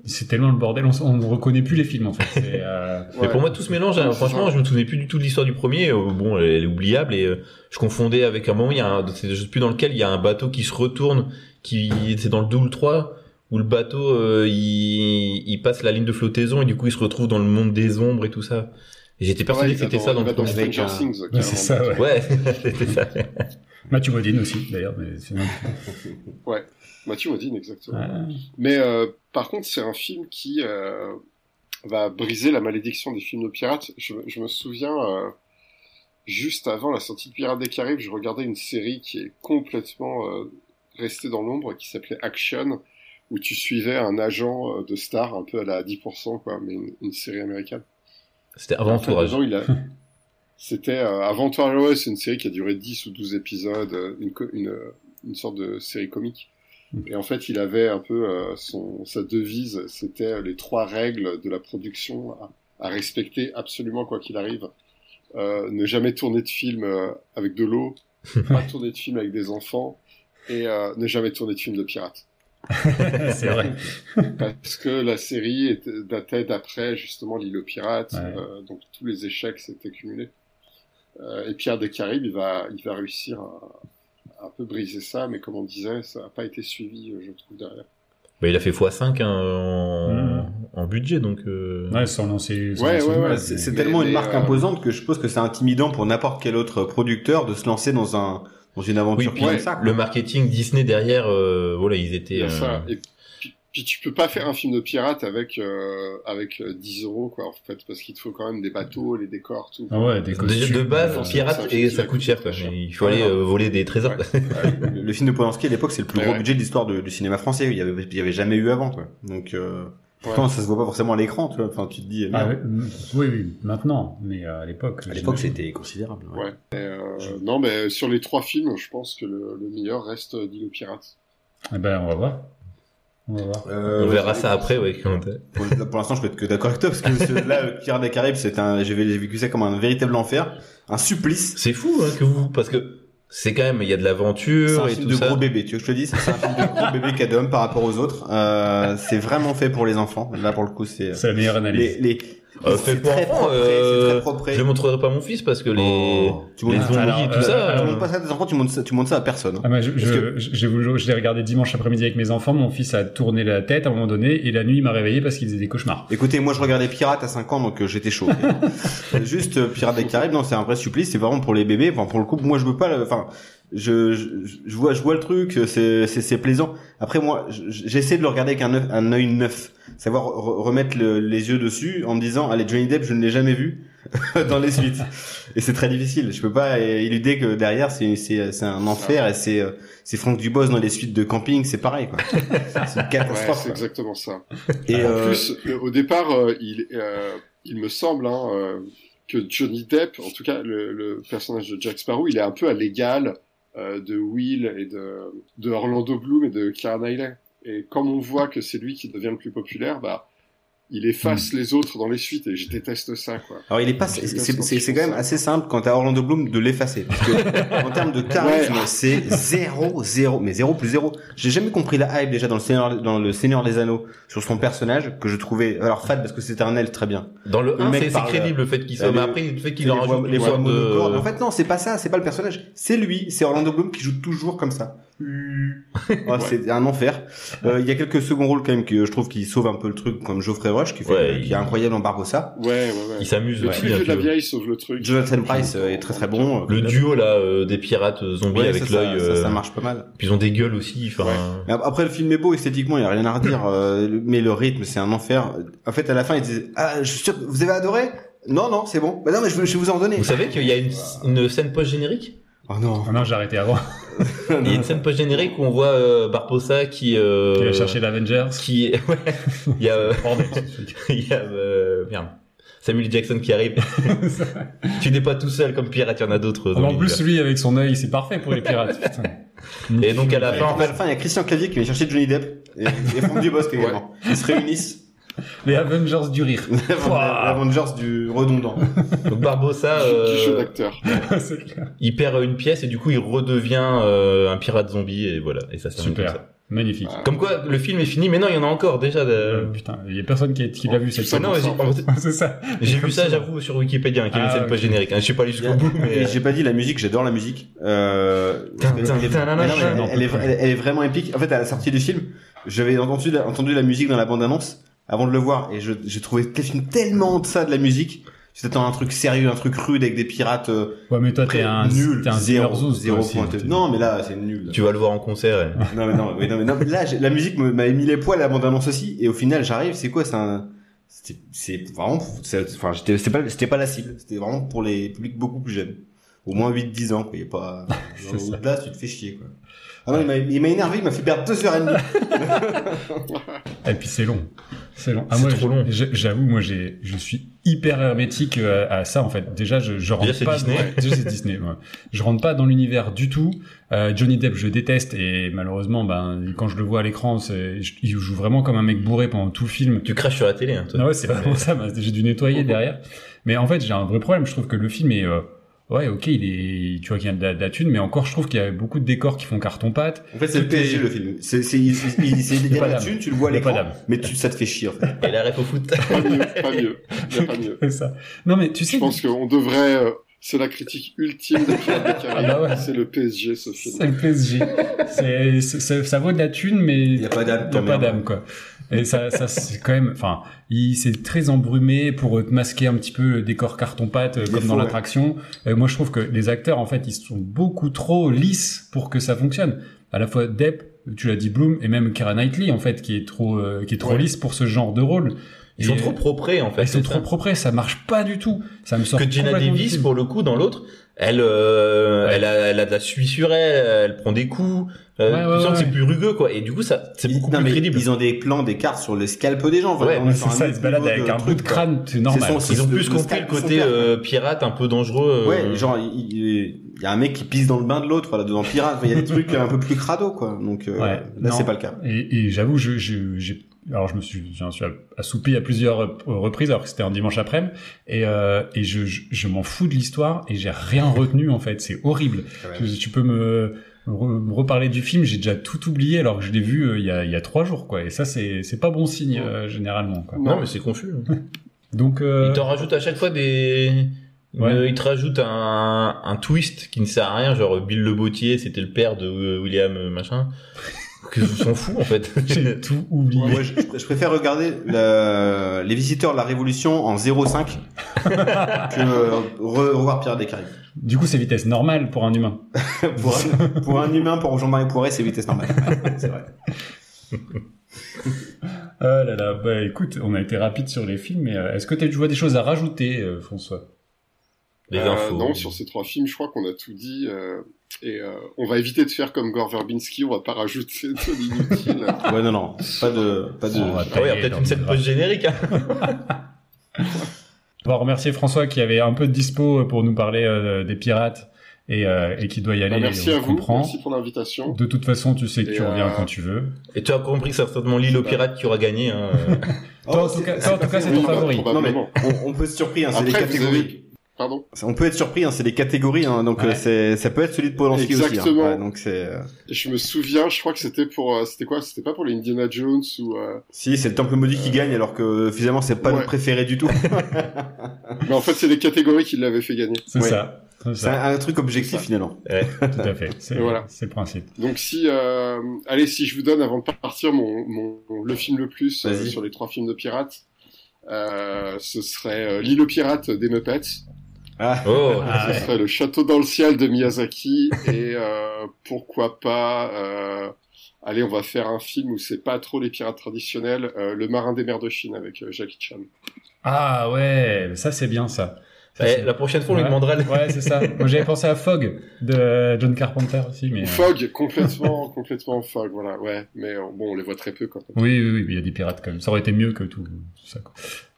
B: C'est tellement le bordel, on, s- on ne reconnaît plus les films en fait. C'est, euh,
C: Mais
D: Ouais.
C: pour moi, tout ce mélange,
D: Ouais,
C: euh,
D: c'est
C: franchement,
D: ça.
C: je me souvenais plus du tout de l'histoire du premier. Euh, Bon, elle est oubliable et euh, je confondais avec un moment, il y a un, c'est- je sais plus dans lequel, il y a un bateau qui se retourne, qui, c'est dans le 2 ou le 3, où le bateau, euh, il, il passe la ligne de flottaison et du coup, il se retrouve dans le monde des ombres et tout ça. Et j'étais persuadé
D: Ouais,
C: que c'était
D: il va
C: ça dans
D: il
C: le
D: va
C: premier.
A: avec
D: Stranger
A: un-
D: Things.
B: ouais,
D: carrément.
B: c'est ça, ouais.
C: Ouais, c'était ça.
B: Mathieu Modine aussi, d'ailleurs. Mais sinon-
D: Mathieu Modine, exactement.
B: Ah.
D: Mais euh, par contre, c'est un film qui euh, va briser la malédiction des films de pirates. Je, je me souviens, euh, juste avant la sortie de Pirates des Caraïbes, je regardais une série qui est complètement euh, restée dans l'ombre, qui s'appelait Action, où tu suivais un agent euh, de star, un peu à la 10%, quoi, mais une, une série américaine.
C: C'était avant
D: En fait,
C: entourage.
D: dedans, il a- C'était euh, Avant toi, ouais, c'est une série qui a duré 10 ou 12 épisodes, euh, une, co- une, euh, une sorte de série comique.
C: Hmm.
D: Et en fait, il avait un peu euh, son, sa devise, c'était euh, les trois règles de la production à, à respecter absolument quoi qu'il arrive. Euh, ne jamais tourner de film euh, avec de l'eau, pas tourner de film avec des enfants, et euh, ne jamais tourner de film de pirates
B: c'est vrai.
D: parce que la série était- datait d'après justement l'île aux pirates,
B: Ouais.
D: euh, donc tous les échecs s'étaient cumulés. Euh, et Pierre des Caraïbes, il va, il va réussir à, à un peu briser ça, mais comme on disait, ça n'a pas été suivi, euh, je trouve, derrière.
C: Bah, il a fait x5 hein, en,
B: Mm.
C: en budget, donc. euh,
B: Ouais, sans lancer. sans
D: Ouais,
B: lancer
D: ouais,
B: de
D: ouais,
B: mal,
A: C'est
B: mais-
A: c'est
D: mais-
A: tellement
D: mais,
A: une marque
D: euh,
A: imposante que je pense que c'est intimidant pour n'importe quel autre producteur de se lancer dans un dans une
C: Oui,
A: aventure
C: puis
A: comme
D: ouais,
A: ça. quoi.
C: le marketing Disney derrière, euh, voilà, ils étaient.
D: Il y a ça.
C: euh,
D: Et puis, puis tu peux pas faire un film de pirate avec euh, avec euh, 10 euros quoi en fait parce qu'il te faut quand même des bateaux, les décors, tout.
B: Ah ouais, des
C: Déjà,
B: costumes.
C: de base,
B: euh,
D: c'est-
C: pirate,
D: ça coûte
C: et
D: cher,
C: ça coûte cher. Quoi.
D: ça coûte cher.
C: Il faut aller euh, voler des trésors.
D: Ouais. euh,
A: Le, le film de Polanski à l'époque, c'est le plus
D: Ouais,
A: gros
D: ouais.
A: budget de l'histoire de- du cinéma français. Il y avait, il y avait jamais eu avant. Quoi. Donc euh, pourtant, ça se voit pas forcément à l'écran. Tu vois. Enfin, tu te dis.
B: Ah
A: merde.
B: ouais, mm, oui, oui, maintenant, mais euh, à l'époque.
A: À l'époque,
B: j'imagine.
A: c'était considérable. ouais.
D: Ouais. Et, euh, non mais sur les trois films, je pense que le, le meilleur reste euh, l'île aux pirates.
B: Eh ben, on va voir. On va voir.
A: Euh,
C: On
A: ouais,
C: verra
D: c'est-
C: ça après, ouais. quand-
A: Pour, là, pour l'instant, je peux être que d'accord avec toi parce que ce- là, le Pirates des Caraïbes, c'est un, j'ai j'ai vécu ça comme un véritable enfer, un supplice.
C: C'est fou hein, que vous, parce que c'est quand même, il y a de
A: C'est
C: l'aventure
A: un
C: et
A: film
C: tout
A: de
C: ça.
A: gros bébé. Tu veux que je te dise, c'est un film de gros bébé cadom par rapport aux autres. Euh, c'est vraiment fait pour les enfants. Là, pour le coup, c'est
B: C'est la meilleure analyse.
A: les, les
C: Euh,
A: c'est
C: fait pour
A: très
C: enfants,
A: propre,
C: euh,
A: c'est très propre.
C: Je le montrerai pas à mon fils parce que les,
A: Oh, tu montres
C: les
A: ça-
C: zombies
B: Alors,
C: et tout
B: euh,
C: ça.
A: tu
B: alors-
C: euh,
A: montres pas ça à tes enfants, tu montres ça, tu montres ça à personne.
B: Ah bah, je,
A: Parce
B: je, je, je vous jure, je l'ai regardé dimanche après-midi avec mes enfants. Mon fils a tourné la tête à un moment donné et la nuit il m'a réveillé parce qu'il faisait des cauchemars.
A: Écoutez, moi je regardais Pirates à 5 ans, donc euh, j'étais chaud. Euh, Juste euh, Pirates des Caraïbes, non, c'est un vrai supplice, c'est vraiment pour les bébés. Enfin, pour le coup, moi je veux pas. le- Enfin, je, je, je vois, je vois le truc, euh, c'est, c'est, c'est plaisant. Après, moi, je- j'essaie de le regarder avec un, oe- un œil neuf, savoir re- remettre le- les yeux dessus en me disant, allez Johnny Depp, je ne l'ai jamais vu dans les suites. Et c'est très difficile. Je peux pas euh, éluder que derrière, c'est, c'est, c'est un enfer et c'est, euh, c'est Franck Dubos dans les suites de camping, c'est pareil quoi. C'est une
D: Ouais,
A: catastrophe. quoi.
D: c'est exactement ça.
A: et
D: En
A: euh,
D: plus, euh, au départ, euh, il, euh, il me semble hein, euh, que Johnny Depp, en tout cas le, le personnage de Jack Sparrow, il est un peu à l'égal euh, de Will et de, de Orlando Bloom et de Keira Knightley. Et comme on voit que c'est lui qui devient le plus populaire, bah, il
A: Hmm.
D: efface les autres dans les suites et je déteste ça, quoi.
A: Alors il est pas,
D: Je
A: c'est
D: sais pas
A: c'est-
D: ce qu'on
A: c'est- c'est
D: pense.
A: quand même assez simple quand à Orlando Bloom de l'effacer. Parce que en termes de charisme,
D: Ouais.
A: c'est zéro, zéro, mais zéro plus zéro. J'ai jamais compris la hype déjà dans le Seigneur, dans le Seigneur des Anneaux sur son personnage que je trouvais alors fade parce que c'était un elfe très bien.
C: Dans le
A: le
C: 1,
A: mec
C: c'est c'est
A: parle,
C: crédible le fait qu'il
A: euh,
C: soit, mais
A: les-
C: après, le fait qu'il
A: les
C: en rajoute
A: voix, les
C: une
A: voix
C: sorte de-
A: monocordes. En fait non, c'est pas ça, c'est pas le personnage, c'est lui, c'est Orlando Bloom qui joue toujours comme ça.
C: Euh.
A: Ah, C'est un enfer. Euh, Il y a quelques seconds rôles quand même que je trouve qui sauvent un peu le truc, comme Geoffrey Rush qui fait
C: Ouais,
A: qui
C: il-
A: est incroyable en Barbossa.
D: Ouais, ouais, ouais.
C: Il s'amuse
D: Le
C: aussi.
D: plus
C: un
D: vieux de la
C: peu.
D: vieille sauve le truc.
A: Jonathan Price euh, est très très bon.
C: Le duo là euh, des pirates zombies
A: Ouais,
C: avec
A: ça, ça-
C: l'œil,
A: ça,
C: euh,
A: ça marche pas mal.
C: puis ils ont des gueules aussi. Enfin,
A: Mais ap- Après, le film est beau esthétiquement, il y a rien à redire. euh, le- mais le rythme, c'est un enfer. En fait, à la fin, ils disent Ah, je suis sûr, que vous avez adoré Non, non, c'est bon. Bah non, mais je, vais- je vais vous en donner.
C: vous savez qu'il y a une, une scène post générique.
A: Oh non.
B: Ah non, j'ai arrêté avant.
C: Il y a une scène post générique où on voit euh, Barbossa qui euh,
B: Il a cherché l'Avengers.
C: qui ouais. il y a euh,
B: Bordel, ce truc.
C: il y a euh, merde. Samuel Jackson qui arrive. tu n'es pas tout seul comme pirate, il y en a d'autres. euh, dans
B: Alors, en plus,
C: l'univers.
B: lui, avec son œil, c'est parfait pour les pirates. putain.
C: Et donc à la
A: Et
C: fin, en
A: à
C: fait,
A: la fin, il y a Christian Clavier qui vient chercher Johnny Depp et, et Franck Dubosc également. Ils se réunissent.
B: Les Avengers du rire. Pouah.
A: L'Avengers du redondant.
C: donc Barbossa
D: Du- Du jeu
C: euh,
D: d'acteur.
B: C'est clair.
C: il perd une pièce et du coup il redevient euh, un pirate zombie et voilà et ça se termine
B: Super.
C: comme
B: Magnifique.
C: ça. Comme quoi le film est fini, mais non il y en a encore déjà. de-
B: Euh, putain, il y a personne qui, est- qui l'a vu cette
C: Ah
B: scène.
C: non, j'ai- en fait,
B: C'est ça.
C: j'ai vu ça, j'avoue, sur Wikipédia, hein, qu'il y avait
B: Ah,
C: une scène
B: ok.
C: post générique. hein. Je suis pas allé jusqu'au bout, mais.
A: Et j'ai pas dit la musique, j'adore la musique. Euh,
C: Tin,
A: elle-
C: tin,
A: elle-
C: tin, nan,
A: mais
C: nan,
A: non, mais
C: nan.
B: non,
A: Elle est
B: non.
A: elle- elle est vraiment épique. En fait, à la sortie du film, j'avais entendu la, entendu la musique dans la bande-annonce avant de le voir et je- j'ai trouvé le film tellement de ça de la musique. Tu t'attends à un truc sérieux, un truc rude avec des pirates euh,
B: Ouais, mais toi, t'es un,
A: nul,
B: t'es un
A: zéro,
B: zéro,
A: zéro
B: hein,
A: point. Non, mais là, c'est nul.
C: Tu vas le voir en concert. et-
A: Non mais non, mais non, mais non, mais là j'ai- la musique me- m'avait mis les poils à la bande annonce aussi et au final j'arrive c'est quoi c'est un c'était- c'est vraiment c'est- enfin j'étais c'était pas c'était pas la cible c'était vraiment pour les publics beaucoup plus jeunes au moins 8 10 ans quoi, il y a pas
B: C'est
A: dans
B: ça.
A: l'autre place tu te fais chier quoi. Ah non, il m'a- il m'a énervé, il m'a fait perdre deux heures et demie.
B: Et puis c'est long, c'est long.
C: C'est
B: moi,
C: trop
B: je-
C: long.
B: je- J'avoue, moi, j'ai, je suis hyper hermétique euh, à, ça en fait. Déjà, je, je rentre
C: Déjà, c'est
B: pas.
C: Disney.
B: dans- Déjà, c'est Disney. ouais. Je rentre pas dans l'univers du tout. Euh, Johnny Depp, je déteste et malheureusement, ben, quand je le vois à l'écran, c'est- je- il joue vraiment comme un mec bourré pendant tout le film.
C: Tu craches sur la télé, hein, toi.
B: Ah ouais, c'est vraiment ça. bah, J'ai dû nettoyer derrière. Mais en fait, j'ai un vrai problème. Je trouve que le film est, euh, ouais, ok, il est, tu vois qu'il y a de la, de la thune, mais encore, je trouve qu'il y a beaucoup de décors qui font carton pâte.
A: En fait, c'est le
B: Tout est-
A: PSG le film. C'est c'est il- il- c'est- il y
B: pas
A: a la
B: d'âme.
A: thune, tu le vois à
B: Il y a pas
A: l'écran,
B: d'âme.
A: mais tu ça te fait chier en fait.
C: Et la ref au foot.
D: Pas mieux, pas mieux. Il y a pas mieux.
B: C'est ça. Non, mais tu sais.
D: Je pense qu'on devrait. euh, c'est la critique ultime des Pirates des Caraïbes.
B: Ah bah ouais.
D: C'est le PSG, ce film.
B: C'est le PSG. C'est- c'est- c'est- ça vaut de la thune, mais
A: y a pas d'âme,
B: y a pas
A: t'emmerdes.
B: d'âme, quoi. Et ça, ça c'est quand même. Enfin, il c'est très embrumé pour euh, te masquer un petit peu le décor carton pâte
A: est
B: comme dans
A: faux,
B: l'attraction. Euh, moi, je trouve que les acteurs, en fait, ils sont beaucoup trop lisses pour que ça fonctionne. À la fois Depp, tu l'as dit, Bloom, et même Kara Knightley, en fait, qui est trop, euh, qui est trop
D: Ouais.
B: lisse pour ce genre de rôle.
C: Ils sont
B: Et- bah,
C: trop proprés, en fait.
B: ils sont
C: c'est
B: trop
C: ça.
B: propres, ça marche pas du tout. Ça me sort
C: Que Gina
B: complètement du
C: Davis,
B: film.
C: pour le coup, dans l'autre, elle, euh,
B: Ouais.
C: elle, a, elle a de la suie sur elle, elle prend des coups. Euh,
B: Ouais, ouais,
C: tu sens que
B: ouais.
C: c'est plus rugueux, quoi. Et du coup, ça, c'est beaucoup
A: Non,
C: plus
A: mais
C: crédible.
A: Ils ont des plans, des cartes sur les scalpes des gens. voilà,
C: Ouais,
A: on est sur
B: C'est
A: un
B: ça,
A: autre
B: ils se baladent
A: niveau
B: avec un bout de
A: truc, quoi.
B: crâne, c'est normal.
A: son-
C: Ils ont
A: le-
C: plus
A: le
C: compris
A: scalp
C: le
A: de son
C: côté
A: père.
C: euh, pirate un peu dangereux. euh,
A: Ouais, genre il il- il y a un mec qui pisse dans le bain de l'autre, voilà, devant pirate. Enfin, Il y a des trucs un peu plus crado, quoi. Donc euh,
B: Ouais,
A: là,
B: non.
A: c'est pas le cas.
B: Et, et j'avoue, je, je- j'ai, alors je me suis, j'en suis assoupi à plusieurs euh, reprises, alors que c'était un dimanche après-midi, et, euh, et je, je, je m'en fous de l'histoire et j'ai rien retenu en fait. C'est horrible. Tu, tu peux me, re- me reparler du film, j'ai déjà tout oublié alors que je l'ai vu euh, il y a, il y a trois jours, quoi. Et ça, c'est, c'est pas bon signe euh, généralement. Quoi.
C: Non, mais c'est confus. hein.
B: Donc, euh,
C: Ils t'en rajoutent à chaque fois des.
B: Ouais.
C: Euh, ils te rajoutent un, un twist qui ne sert à rien, genre Bill Le Bottier, c'était le père de euh, William euh, machin. Que je s'en fous en fait.
B: j'ai tout oublié.
A: Ouais, moi, je, je préfère regarder la- les visiteurs de la Révolution en 05 que euh, re- revoir Pirates des Caraïbes.
B: Du coup, c'est vitesse normale pour un humain.
A: pour, un, pour un humain, pour Jean-Marie Poiret, c'est vitesse normale. Ouais, c'est vrai.
B: Ah là là, bah écoute, on a été rapide sur les films, mais euh, est-ce que tu vois des choses à rajouter, euh, François
C: Des
D: Euh,
C: infos.
D: Non, sur ces trois films, je crois qu'on a tout dit. euh, et euh, on va éviter de faire comme Gore Verbinski, on va pas rajouter de l'inutile. Bah,
A: Ouais, non, non, pas de, pas de.
B: On va
C: Ah ouais, il y a
B: tailler
C: peut-être
B: dans
C: une
B: le
C: scène
B: grave.
C: post-générique. hein.
B: On va remercier François qui avait un peu de dispo pour nous parler euh, des pirates et, euh, et qui doit y aller.
D: Bah, merci
B: on
D: à
B: se
D: vous,
B: comprend.
D: merci pour l'invitation.
B: De toute façon, tu sais que
D: Et,
B: tu reviens
D: euh,
B: quand tu veux.
C: Et tu as compris que c'est certainement l'île aux pirates qui aura gagné. hein.
A: Oh,
B: Toi, en
A: c'est-
B: tout cas-
A: c'est
B: toi, en
A: pas
B: tout cas,
A: fait,
B: c'est ton
A: oui,
B: favori.
A: Non, mais
D: Probablement.
A: on, on peut être surpris, hein, c'est des
D: Après, vous
A: catégories.
D: avez- Pardon.
A: On peut être surpris, hein, c'est des catégories, hein, donc
B: Ouais.
A: euh, c'est, ça peut être celui de Polanski aussi. hein.
D: Exactement.
A: Ouais, donc c'est, euh,
D: Et je me souviens, je crois que c'était pour, euh, c'était quoi C'était pas pour les Indiana Jones ou. euh,
A: si c'est le Temple maudit qui gagne, alors que euh, finalement c'est pas
D: Ouais.
A: le préféré du tout.
D: Mais en fait, c'est les catégories qui l'avaient fait gagner.
B: C'est
A: Ouais.
B: ça. C'est
A: C'est
B: ça,
A: un, un truc objectif finalement.
B: tout à fait. C'est
D: Et voilà.
B: c'est le principe.
D: Donc si, euh, allez, si je vous donne avant de partir mon, mon le film le plus euh,
A: Vas-y.
D: sur les trois films de pirates, euh, ce serait euh, l'île aux pirates des Muppets,
A: Ah,
C: Oh,
B: Ah,
D: ce
B: ouais.
D: serait le château dans le ciel de Miyazaki et euh, pourquoi pas, euh, allez, on va faire un film où c'est pas trop les pirates traditionnels, euh, le marin des mers de Chine avec euh, Jackie Chan.
B: Ah ouais, ça c'est bien ça. Ça,
C: Eh,
B: c'est-
C: la prochaine fois, on lui
B: Ouais.
C: demandera. le-
B: Ouais, c'est ça. Moi j'avais pensé à Fog de John Carpenter aussi, mais. euh,
D: Fog, complètement, complètement fog, voilà, ouais, mais euh, bon, on les voit très peu quand même.
B: euh, Oui, oui, oui, mais il y a des pirates quand même. Ça aurait été mieux que tout, tout ça. Quoi.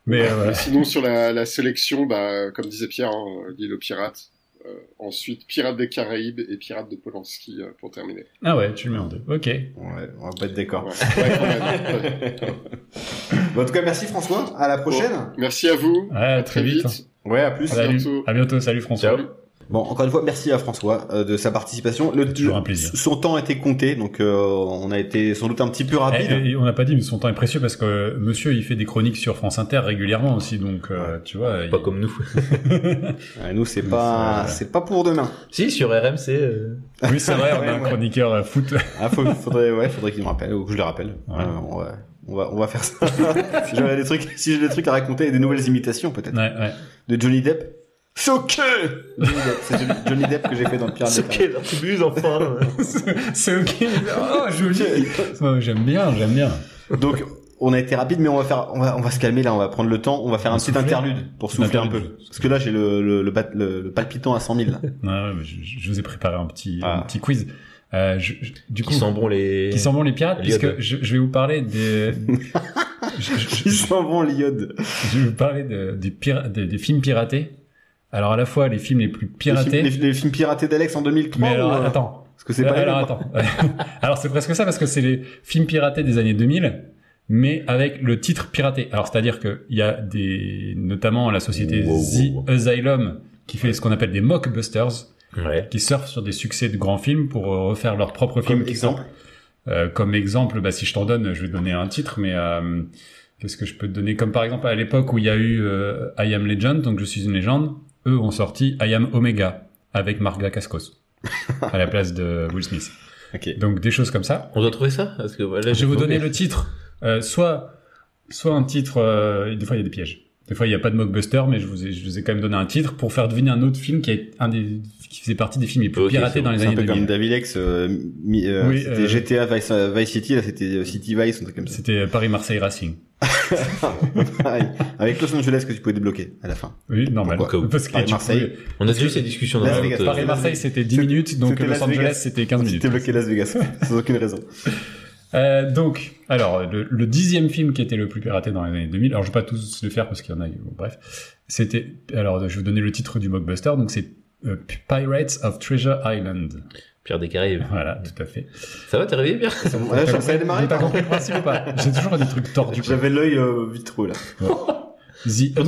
B: Mais euh, voilà.
D: Sinon, sur la, la sélection, bah, euh, comme disait Pierre, hein, euh, l'île aux pirates. Euh, ensuite, Pirates des Caraïbes et Pirates de Polanski euh, pour terminer.
B: Ah ouais, tu le mets en deux. Ok.
A: ouais, on va pas être
B: Ah.
A: d'accord.
D: Ouais. Ouais, quand même. Ouais.
A: Bon, en tout cas, merci François. À la prochaine.
D: Merci à vous.
B: Ah,
D: à
B: très vite.
A: Ouais, à plus.
D: À
B: Salut.
D: bientôt.
B: À bientôt. Salut François.
C: Ciao.
A: Bon, encore une fois, merci à François euh, de sa participation. Le,
B: Toujours
A: le-
B: un plaisir.
A: Son temps a été compté, donc euh, on a été sans doute un petit peu
B: Eh,
A: rapide.
B: eh, on n'a pas dit, mais son temps est précieux parce que euh, monsieur, il fait des chroniques sur France Inter régulièrement aussi, donc euh, tu vois. il-
C: Pas comme nous.
A: Ouais, nous, c'est
B: Mais
A: pas,
B: c'est-
A: c'est pas pour demain.
C: si, sur RMC. euh,
B: Oui, c'est vrai, on a un
A: Ouais, ouais.
B: chroniqueur euh, foot.
A: Ah, faut- faudrait, ouais, faudrait qu'il me rappelle ou que je le rappelle.
B: Ouais.
A: Euh, on, va, on va, on va faire ça. J'aurais des trucs, si j'ai des trucs à raconter et des nouvelles imitations peut-être
B: ouais, ouais.
A: de Johnny Depp. C'est ok. Johnny Depp, C'est Johnny- Johnny Depp que j'ai fait dans le
B: Ah,
A: Pirate
C: C'est
A: des Caraïbes.
C: ok, leur tubuse, enfin.
B: C'est ok. Oh, joli. Ouais, j'aime bien, j'aime bien.
A: Donc, on a été rapide, mais on va faire, on va, on va se calmer là. On va prendre le temps. On va faire
B: On
A: un
B: va
A: petit
B: souffler.
A: interlude pour souffler un peu.
B: Interlude.
A: Parce que là, j'ai le, le, le, bat- le- le palpitant à 100 000. là.
B: Ouais, ouais, mais je, je vous ai préparé un petit,
A: Ah.
B: un petit quiz. Euh, je- je- du coup,
C: Qui sent bon les.
B: qui sent bon les pirates,
C: Les
B: puisque
C: Yoda.
B: je, je vais vous parler des. je, je-
A: Ils sont bons, l'iode.
B: je vais vous parler de- des, pira- des, des films piratés. Alors à la fois les films les plus
A: Les,
B: piratés.
A: films- les films piratés d'Alex en 2003.
B: mais
A: ou,
B: alors
A: euh,
B: attends.
A: Parce que c'est pas les
B: alors
A: mêmes.
B: attends. alors c'est presque ça parce que c'est les films piratés des années 2000 mais avec le titre piraté. Alors c'est-à-dire que il y a des notamment la société
C: Wow,
B: The
C: wow, wow.
B: Asylum qui fait ce qu'on appelle des mockbusters
C: Ouais.
B: qui surfent sur des succès de grands films pour euh, refaire leurs propres films
A: Comme
B: qui
A: exemple.
B: euh, comme exemple, bah, si je t'en donne, je vais te donner un titre, mais euh, qu'est-ce que je peux te donner Comme par exemple à l'époque où il y a eu euh, I Am Legend, donc je suis une légende, eux ont sorti I Am Omega avec Marga Cascos à la place de Will Smith.
A: Ok. Euh,
B: Donc des choses comme ça.
C: On doit trouver ça Parce que, voilà,
B: Je vais vous
C: j'ai-
B: donner le titre. Euh, soit, soit un titre. euh, des fois, il y a des pièges. Des fois, il n'y a pas de mockbuster, mais je vous, ai, je vous ai quand même donné un titre pour faire deviner un autre film qui est un des qui faisait partie des films les plus
C: Ok,
B: piratés
C: c'est
B: dans
C: bon.
B: les
A: C'est un
B: années
A: peu comme
B: 2000.
A: Davilex, euh, mi- euh,
B: Oui,
A: c'était
B: euh,
A: GTA Vice, euh, Vice City, là c'était euh, City Vice, un truc comme ça.
B: C'était Paris-Marseille Racing.
A: Pareil. Avec Los Angeles que tu pouvais débloquer à la fin.
B: Oui, normal.
A: Pourquoi
B: Parce que
A: Paris,
B: tu
A: Marseille.
B: pouvais-
C: On a déjà eu ces discussions dans
A: Las
C: la
A: Vegas,
C: route, euh,
A: Paris,
B: Paris Marseille c'était 10
A: C'était-
B: minutes donc
A: c'était
B: Los
A: Las
B: Angeles
A: Vegas.
B: c'était 15
A: Tu
B: minutes.
A: t'es bloqué Las Vegas, sans aucune raison.
B: Euh, donc alors le, le dixième film qui était le plus piraté dans les années 2000 alors je vais pas tous le faire parce qu'il y en a bon, bref c'était alors je vais vous donner le titre du mockbuster donc c'est euh, Pirates of Treasure Island.
C: Pierre des Caraïbes.
B: Voilà, tout à fait.
C: Ça va, t'es réveillé, Pierre
A: Là, je- ça a démarré.
B: T'as
A: pardon.
B: compris le principe ou pas J'ai toujours des trucs tordus. quoi.
A: J'avais l'œil euh, vitreux là.
B: The,
C: Attends,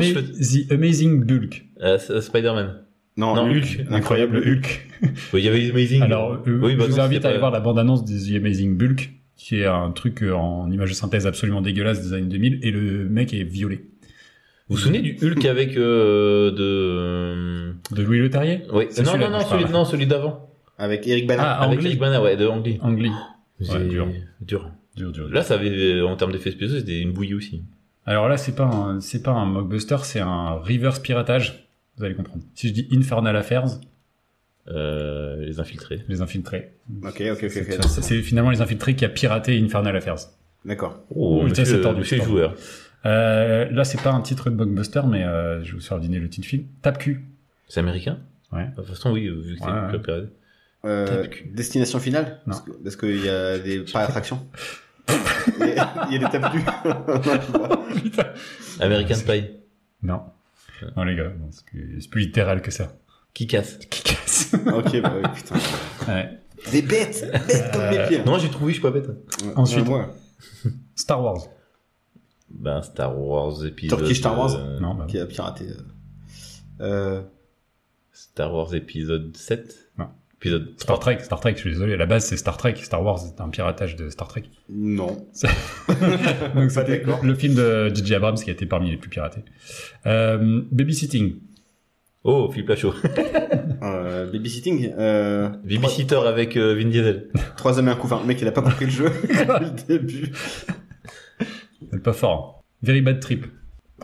C: je
B: Ama- The Amazing Bulk.
C: Euh, c'est- Spider-Man.
A: Non,
C: Non,
A: Hulk.
C: Hulk.
A: Incroyable Hulk.
C: Oui, il y avait Amazing.
B: Alors, euh,
C: oui, bah
B: je vous
C: non,
B: invite
C: c'était
B: à aller
C: pas-
B: voir la bande-annonce des The Amazing Bulk, qui est un truc euh, en image de synthèse absolument dégueulasse des années 2000, et le mec est violet.
C: Vous vous souvenez du Hulk avec euh, de. euh,
B: De Louis Leterrier
C: Oui.
B: C'est
C: Non,
B: celui-là dont
C: non, non,
B: je
C: celui,
B: parle.
C: non, celui d'avant.
A: Avec Eric Bana.
B: Ah,
C: Avec
B: Angli.
C: Eric Bana, ouais, de Angli.
B: Angli.
C: C'est-
B: dur.
C: Dur.
B: Dur, dur, dur.
C: Là, ça avait, euh, en termes d'effets spéciaux, c'était une bouillie aussi.
B: Alors là, c'est pas un, c'est pas un mockbuster, c'est un reverse piratage. Vous allez comprendre. Si je dis Infernal Affairs,
C: Euh, les infiltrés.
B: les infiltrés.
A: Ok, ok, ok.
B: C'est-
A: ok.
B: C'est c'est finalement les infiltrés qui a piraté Infernal Affairs.
A: D'accord.
B: Oui,
C: Oh,
B: ça,
C: monsieur,
B: c'est tordu,
C: monsieur
B: c'est
C: le
B: tordu.
C: joueur.
B: Euh, là, c'est pas un titre de mockbuster, mais euh, je vais vous faire dîner le titre film. Tape cul.
C: C'est américain
B: Ouais.
C: De toute façon, oui, vu que c'est
B: Ouais,
C: une
B: ouais.
C: club période.
A: Euh, destination finale
B: Non.
A: Parce que- Parce qu'il y a des pas attractions. Il y a il y a des tapes nues.
C: American Spy.
B: Non. Non, les gars, non, c'est plus, c'est plus littéral que ça.
C: Qui casse
B: Qui casse.
A: ok, bah oui, putain.
B: Ouais.
A: Des bêtes, bêtes comme mes
B: Euh,
A: pieds.
C: Non, j'ai trouvé, je suis pas bête. hein.
A: Ouais,
B: ensuite.
A: moi.
B: Star Wars.
C: Ben, Star Wars épisode.
A: Turkish Star Wars
C: euh,
B: Non, bah,
A: qui a piraté. Euh,
C: Star Wars épisode 7
B: Non.
C: Épisode
B: Star Trek, Star Trek, je suis désolé, à la base c'est Star Trek, Star Wars c'est un piratage de Star Trek.
A: non.
B: Donc
A: Pas
B: c'était
A: d'accord.
B: le, le film de J.J. Abrams qui a été parmi les plus piratés. Euh, babysitting,
C: Oh, Philippe Lachaud.
A: Euh, babysitting, euh,
C: Babysitter avec euh, Vin Diesel.
A: trois hommes et un couffin. Le mec, il a pas compris le jeu depuis le début.
B: C'est pas fort. Very bad trip.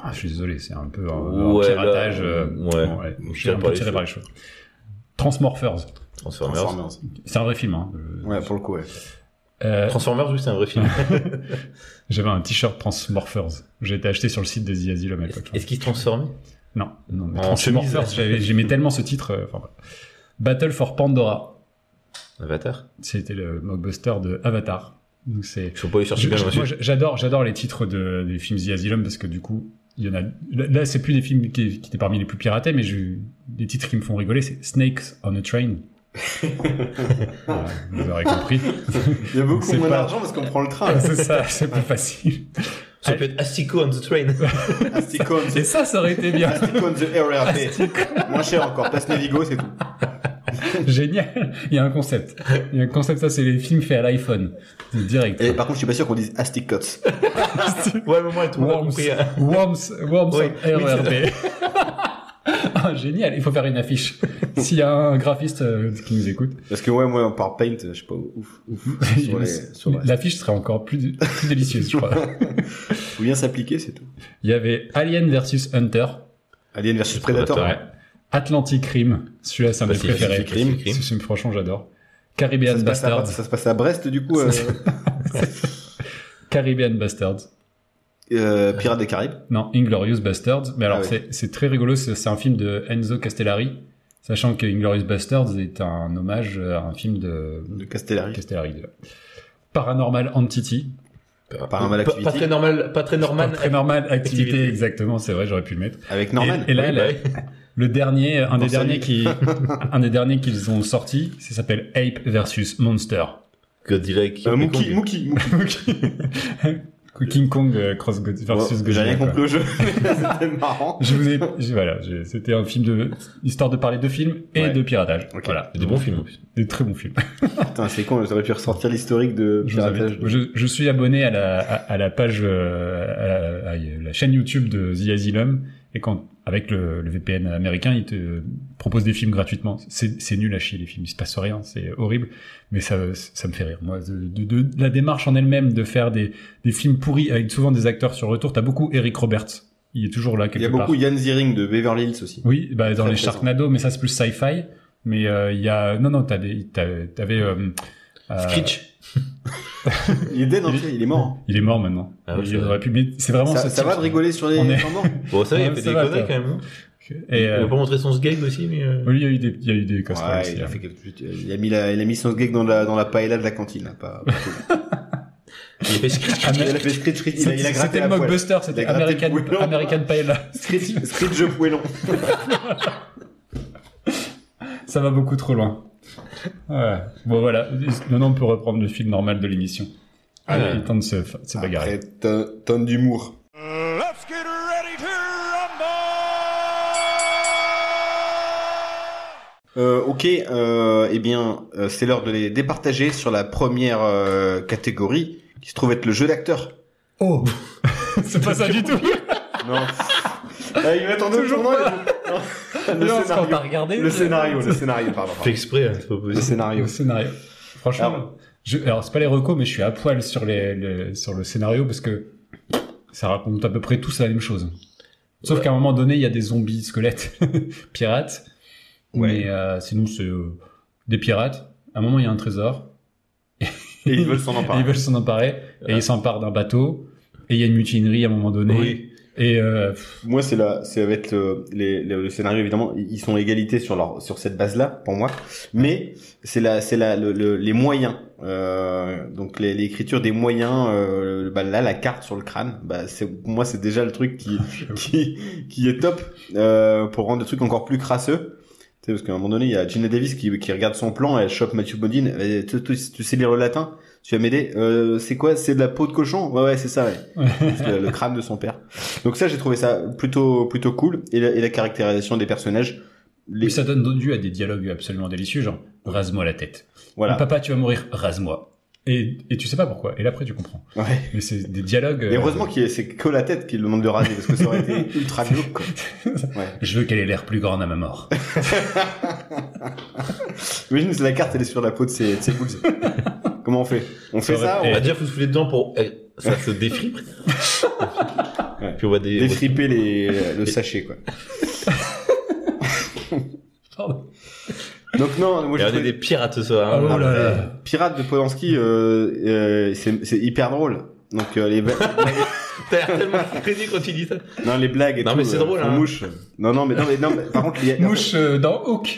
B: Ah, je suis désolé, c'est un peu un, un
C: Ouais,
B: piratage.
C: là,
B: euh,
C: ouais.
B: bon, ouais, je
C: Je
B: suis
C: tire
B: un
C: par
B: peu
C: les
B: tiré par les cheveux. Transmorphers.
C: Transformers.
B: C'est un vrai film. Hein. Je-
A: Ouais, pour le coup, ouais.
B: Euh,
C: Transformers, oui, c'est un vrai film.
B: J'avais un t-shirt Transmorphers. J'ai été acheté sur le site des Asylum à l'époque. hein.
C: Est-ce qu'il se transformait
B: Non, non mais
C: En
B: Transmorphers,
C: chemise.
B: j'avais- j'aimais tellement ce titre. euh, enfin, voilà. Battle for Pandora.
C: Avatar.
B: C'était le mockbuster de Avatar. Donc c'est.
C: Je peux pas aller chercher
B: Je-
C: bien,
B: je-
C: monsieur.
B: Moi, j'adore, j'adore les titres de, des films The Asylum parce que du coup, il y en a. Là, là, c'est plus des films qui, qui étaient parmi les plus piratés, mais j'ai des titres qui me font rigoler. C'est Snakes on a Train. Voilà, vous aurez compris.
A: Il y a beaucoup
B: C'est
A: moins
B: pas-
A: d'argent parce qu'on prend le train.
B: Ah, c'est ça, c'est plus facile.
C: Ça peut être Astico on the Train.
A: Asticon,
B: Et ça, ça aurait été bien.
A: Asticon the RRP. Moins cher encore. Place Navigo, c'est tout.
B: Génial. Il y a un concept. Il y a un concept. Ça, c'est les films faits à l'iPhone. Direct.
A: Et par contre, je suis pas sûr qu'on dise Asticots.
C: ouais, mais moi, elle trouve pas
B: Worms,
C: compris. hein.
B: Worms, Worms
C: Oui, oui,
B: RRB. ah, génial, il faut faire une affiche. S'il y a un graphiste euh, qui nous écoute,
A: Parce que ouais, moi, on parle paint, je sais pas, ouf, ouf. sur les, sur les-
B: l'affiche serait encore plus, plus délicieuse, je crois.
A: Faut bien s'appliquer, c'est tout.
B: Il y avait Alien versus Hunter,
A: Alien versus Predator.
C: Predator,
B: ouais. Atlantic Rim, celui-là c'est un de mes
C: Pacific
B: préférés.
A: Rim.
C: Pacific
B: Ce film, franchement, j'adore.
A: Ça
B: Caribbean
A: se, passe à,
B: Bastards.
A: ça se passe à Brest, du coup, euh,
B: Caribbean Bastards.
A: euh, Pirates des Caraïbes.
B: Non, Inglorious Bastards. Mais alors,
A: Ah oui.
B: c'est- c'est très rigolo, c'est c'est un film de Enzo Castellari, sachant que Inglorious Bastards est un hommage à un film de
A: De Castellari.
B: Castellari. déjà. Paranormal Entity.
A: Paranormal
C: Pas- Pas
A: Activity.
C: très normal, pas très normal.
B: Pas très normal activité,
C: Activité.
B: exactement, c'est vrai, j'aurais pu le mettre.
A: Avec Norman.
B: Et, et là,
C: Oui,
B: la-
C: bah oui.
B: le dernier, un
A: Dans
B: des
A: sa
B: derniers,
A: vie.
B: qui, un des derniers qu'ils ont sorti, ça s'appelle Ape versus Monster.
C: Godzilla et King
A: Euh,
C: Kong.
A: Mookie, Mookie, Mookie.
B: King Kong euh, cross God- versus
A: Bon, J'ai
B: Godzilla,
A: rien
B: quoi.
A: compris au jeu. C'était marrant.
B: Je vous ai, je- voilà, je- c'était un film de, histoire de parler de films et
A: Ouais.
B: de piratage.
A: Ok.
B: Voilà.
C: C'est des bons films, en plus.
B: Des très bons films.
A: Putain, c'est con, j'aurais pu ressortir l'historique de
B: Je, vous
A: piratage.
B: invite.
A: de-
B: Je- je suis abonné à la, à, à la page, euh, à, à- à la chaîne YouTube de The Asylum, et quand, avec le, le VPN américain, ils te proposent des films gratuitement. C'est c'est nul à chier les films, il se passe rien, c'est horrible, mais ça, ça me fait rire. Moi, de, de- de- la démarche en elle-même de faire des, des films pourris avec souvent des acteurs sur retour, t'as beaucoup Eric Roberts, il est toujours là quelque
A: Il y a
B: part.
A: beaucoup Yann Ziering de Beverly Hills aussi.
B: Oui, bah, dans
A: Très
B: les
A: présent.
B: Sharknado, mais ça c'est plus sci-fi. Mais euh, il y a, non non, t'as des, t'as- t'avais. euh, euh,
C: Screech.
A: Il est dead, en fait, il est mort. hein.
B: Il est mort maintenant.
C: Ah ouais,
B: Il
C: c'est vrai.
B: aurait pu- mais c'est vraiment
A: Ça,
B: ce
A: ça va
B: type.
A: de rigoler sur les
B: On est-
A: gens morts
C: Bon, ça, il a
B: Ouais,
C: fait
B: euh, ça
C: des
B: va,
C: conneries,
B: toi.
C: quand même. hein.
B: Et
C: Il
B: euh,
C: a pas montré son gag aussi, mais. euh,
B: oui, il y a eu des, il y a eu des hein. casse
A: Ouais, il a, fait quelque chose. il a mis la, il a mis son gag dans la, dans la paella de la cantine, là, pas, pas cool.
C: Il a fait Screech.
A: il a fait scritch, scritch, il a, il a gratté
B: Ah, C'était
A: la
B: le
A: poêle.
B: mockbuster, c'était
A: gratté le
B: American,
A: poêlon.
B: American Paella.
A: Scritch, scritch poêlon.
B: Ça va beaucoup trop loin. Ouais. Bon voilà, maintenant on peut reprendre le fil normal de l'émission.
C: Ah,
B: Il est temps de se, fa- de se bagarrer.
A: Après, ton- tonne d'humour.
E: Let's get ready to rumble!
A: Euh, ok, euh, eh bien, euh, c'est l'heure de les départager sur la première euh, catégorie qui se trouve être le jeu d'acteur.
B: Oh C'est pas ça du tout
A: Non. Ah, il m'attendait au
B: Toujours
A: tournant.
B: pas.
A: il- Non.
B: Non,
A: Le
B: c'est quand t'as
A: scénario.
B: regardé
A: Le
B: c'est-
A: scénario, le scénario, pardon.
C: Fait exprès, hein, c'est pas
A: Le
C: possible.
A: scénario.
B: Le scénario. Franchement,
A: Alors-
B: je- alors c'est pas les recos, mais je suis à poil sur, les, le- sur le scénario parce que ça raconte à peu près tous la même chose. Sauf
C: Ouais.
B: qu'à un moment donné, il y a des zombies squelettes pirates.
A: Ouais.
B: Mais euh, sinon, c'est euh, des pirates. À un moment, il y a un trésor.
A: Et ils veulent s'en
B: Et ils
A: emparer.
B: veulent s'en emparer. Et ils s'emparent d'un bateau. Et il y a une mutinerie à un moment donné.
C: Oui.
B: Et euh, pff,
A: Moi, c'est la, c'est avec le, les, les- le scénario évidemment, ils ils sont égalité sur leur, sur cette base-là pour moi. Mais c'est la, c'est la, le, le- les moyens. Euh, donc les- l'écriture des moyens, euh, bah là la carte sur le crâne, bah c'est pour moi c'est déjà le truc qui, qui, qui est top euh, pour rendre le truc encore plus crasseux. Tu sais, parce qu'à un moment donné, il y a Gina Davis qui, qui regarde son plan, elle chope Mathieu Bodine. Eh, Tu, tu, tu sais lire le latin Tu vas m'aider euh, C'est quoi C'est de la peau de cochon Ouais, ouais, c'est ça, ouais. C'est le, le crâne de son père. Donc ça, j'ai trouvé ça plutôt plutôt cool. Et la, et la caractérisation des personnages. Les,
B: puis ça donne lieu à des dialogues absolument délicieux, genre rase-moi la tête.
A: voilà.
B: Papa, tu vas mourir, rase-moi. Et, et tu sais pas pourquoi. Et là, après, tu comprends.
A: Ouais.
B: Mais c'est des dialogues.
A: Et
B: euh,
A: heureusement qu'il y a- c'est que la tête qui demande de raser parce que ça aurait été ultra glauque. quoi.
B: euh, Je veux qu'elle ait l'air plus grande à ma mort.
A: Imagine si la carte elle est sur la peau de ses, de ses boules. Comment on fait On fait
B: Ça
A: ça on
B: aurait-
C: On
A: va
C: va déjà vous souffler dedans pour eh, ça se défripe. Puis on va des
A: défriper les, le sachet quoi.
B: Pardon.
A: Donc non, moi
C: Et
A: je
C: on est
A: trouvais-
C: des pirates ce soir. hein.
B: Ah, oh là là.
A: Pirate de Polanski, euh, euh, c'est c'est hyper drôle. Donc euh, les,
C: T'as l'air tellement crédit quand tu dis ça.
A: non, les blagues et
C: Non,
A: tout,
C: mais c'est
A: euh,
C: drôle,
A: font
C: hein.
A: mouche. Non non mais non mais non mais par contre il y a-
B: Mouche euh, dans Hook.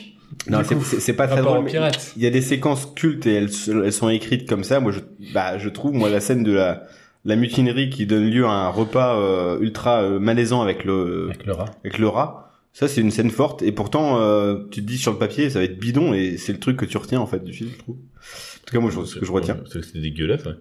A: Non
B: du
A: c'est-
B: coup.
A: c'est c'est pas très
B: Rapport
A: drôle.
B: aux
A: mais-
B: pirates.
A: Il y a des séquences cultes et elles, se- elles sont écrites comme ça. Moi, je, bah, je trouve moi la scène de la, la mutinerie qui donne lieu à un repas euh, ultra euh, malaisant avec le
B: Avec le rat.
A: avec le rat. Ça, c'est une scène forte. Et pourtant, euh, tu te dis sur le papier, ça va être bidon et c'est le truc que tu retiens en fait du film, je trouve. En tout cas, moi, je trouve ce que je retiens.
C: C'est c'est dégueulasse. Ouais.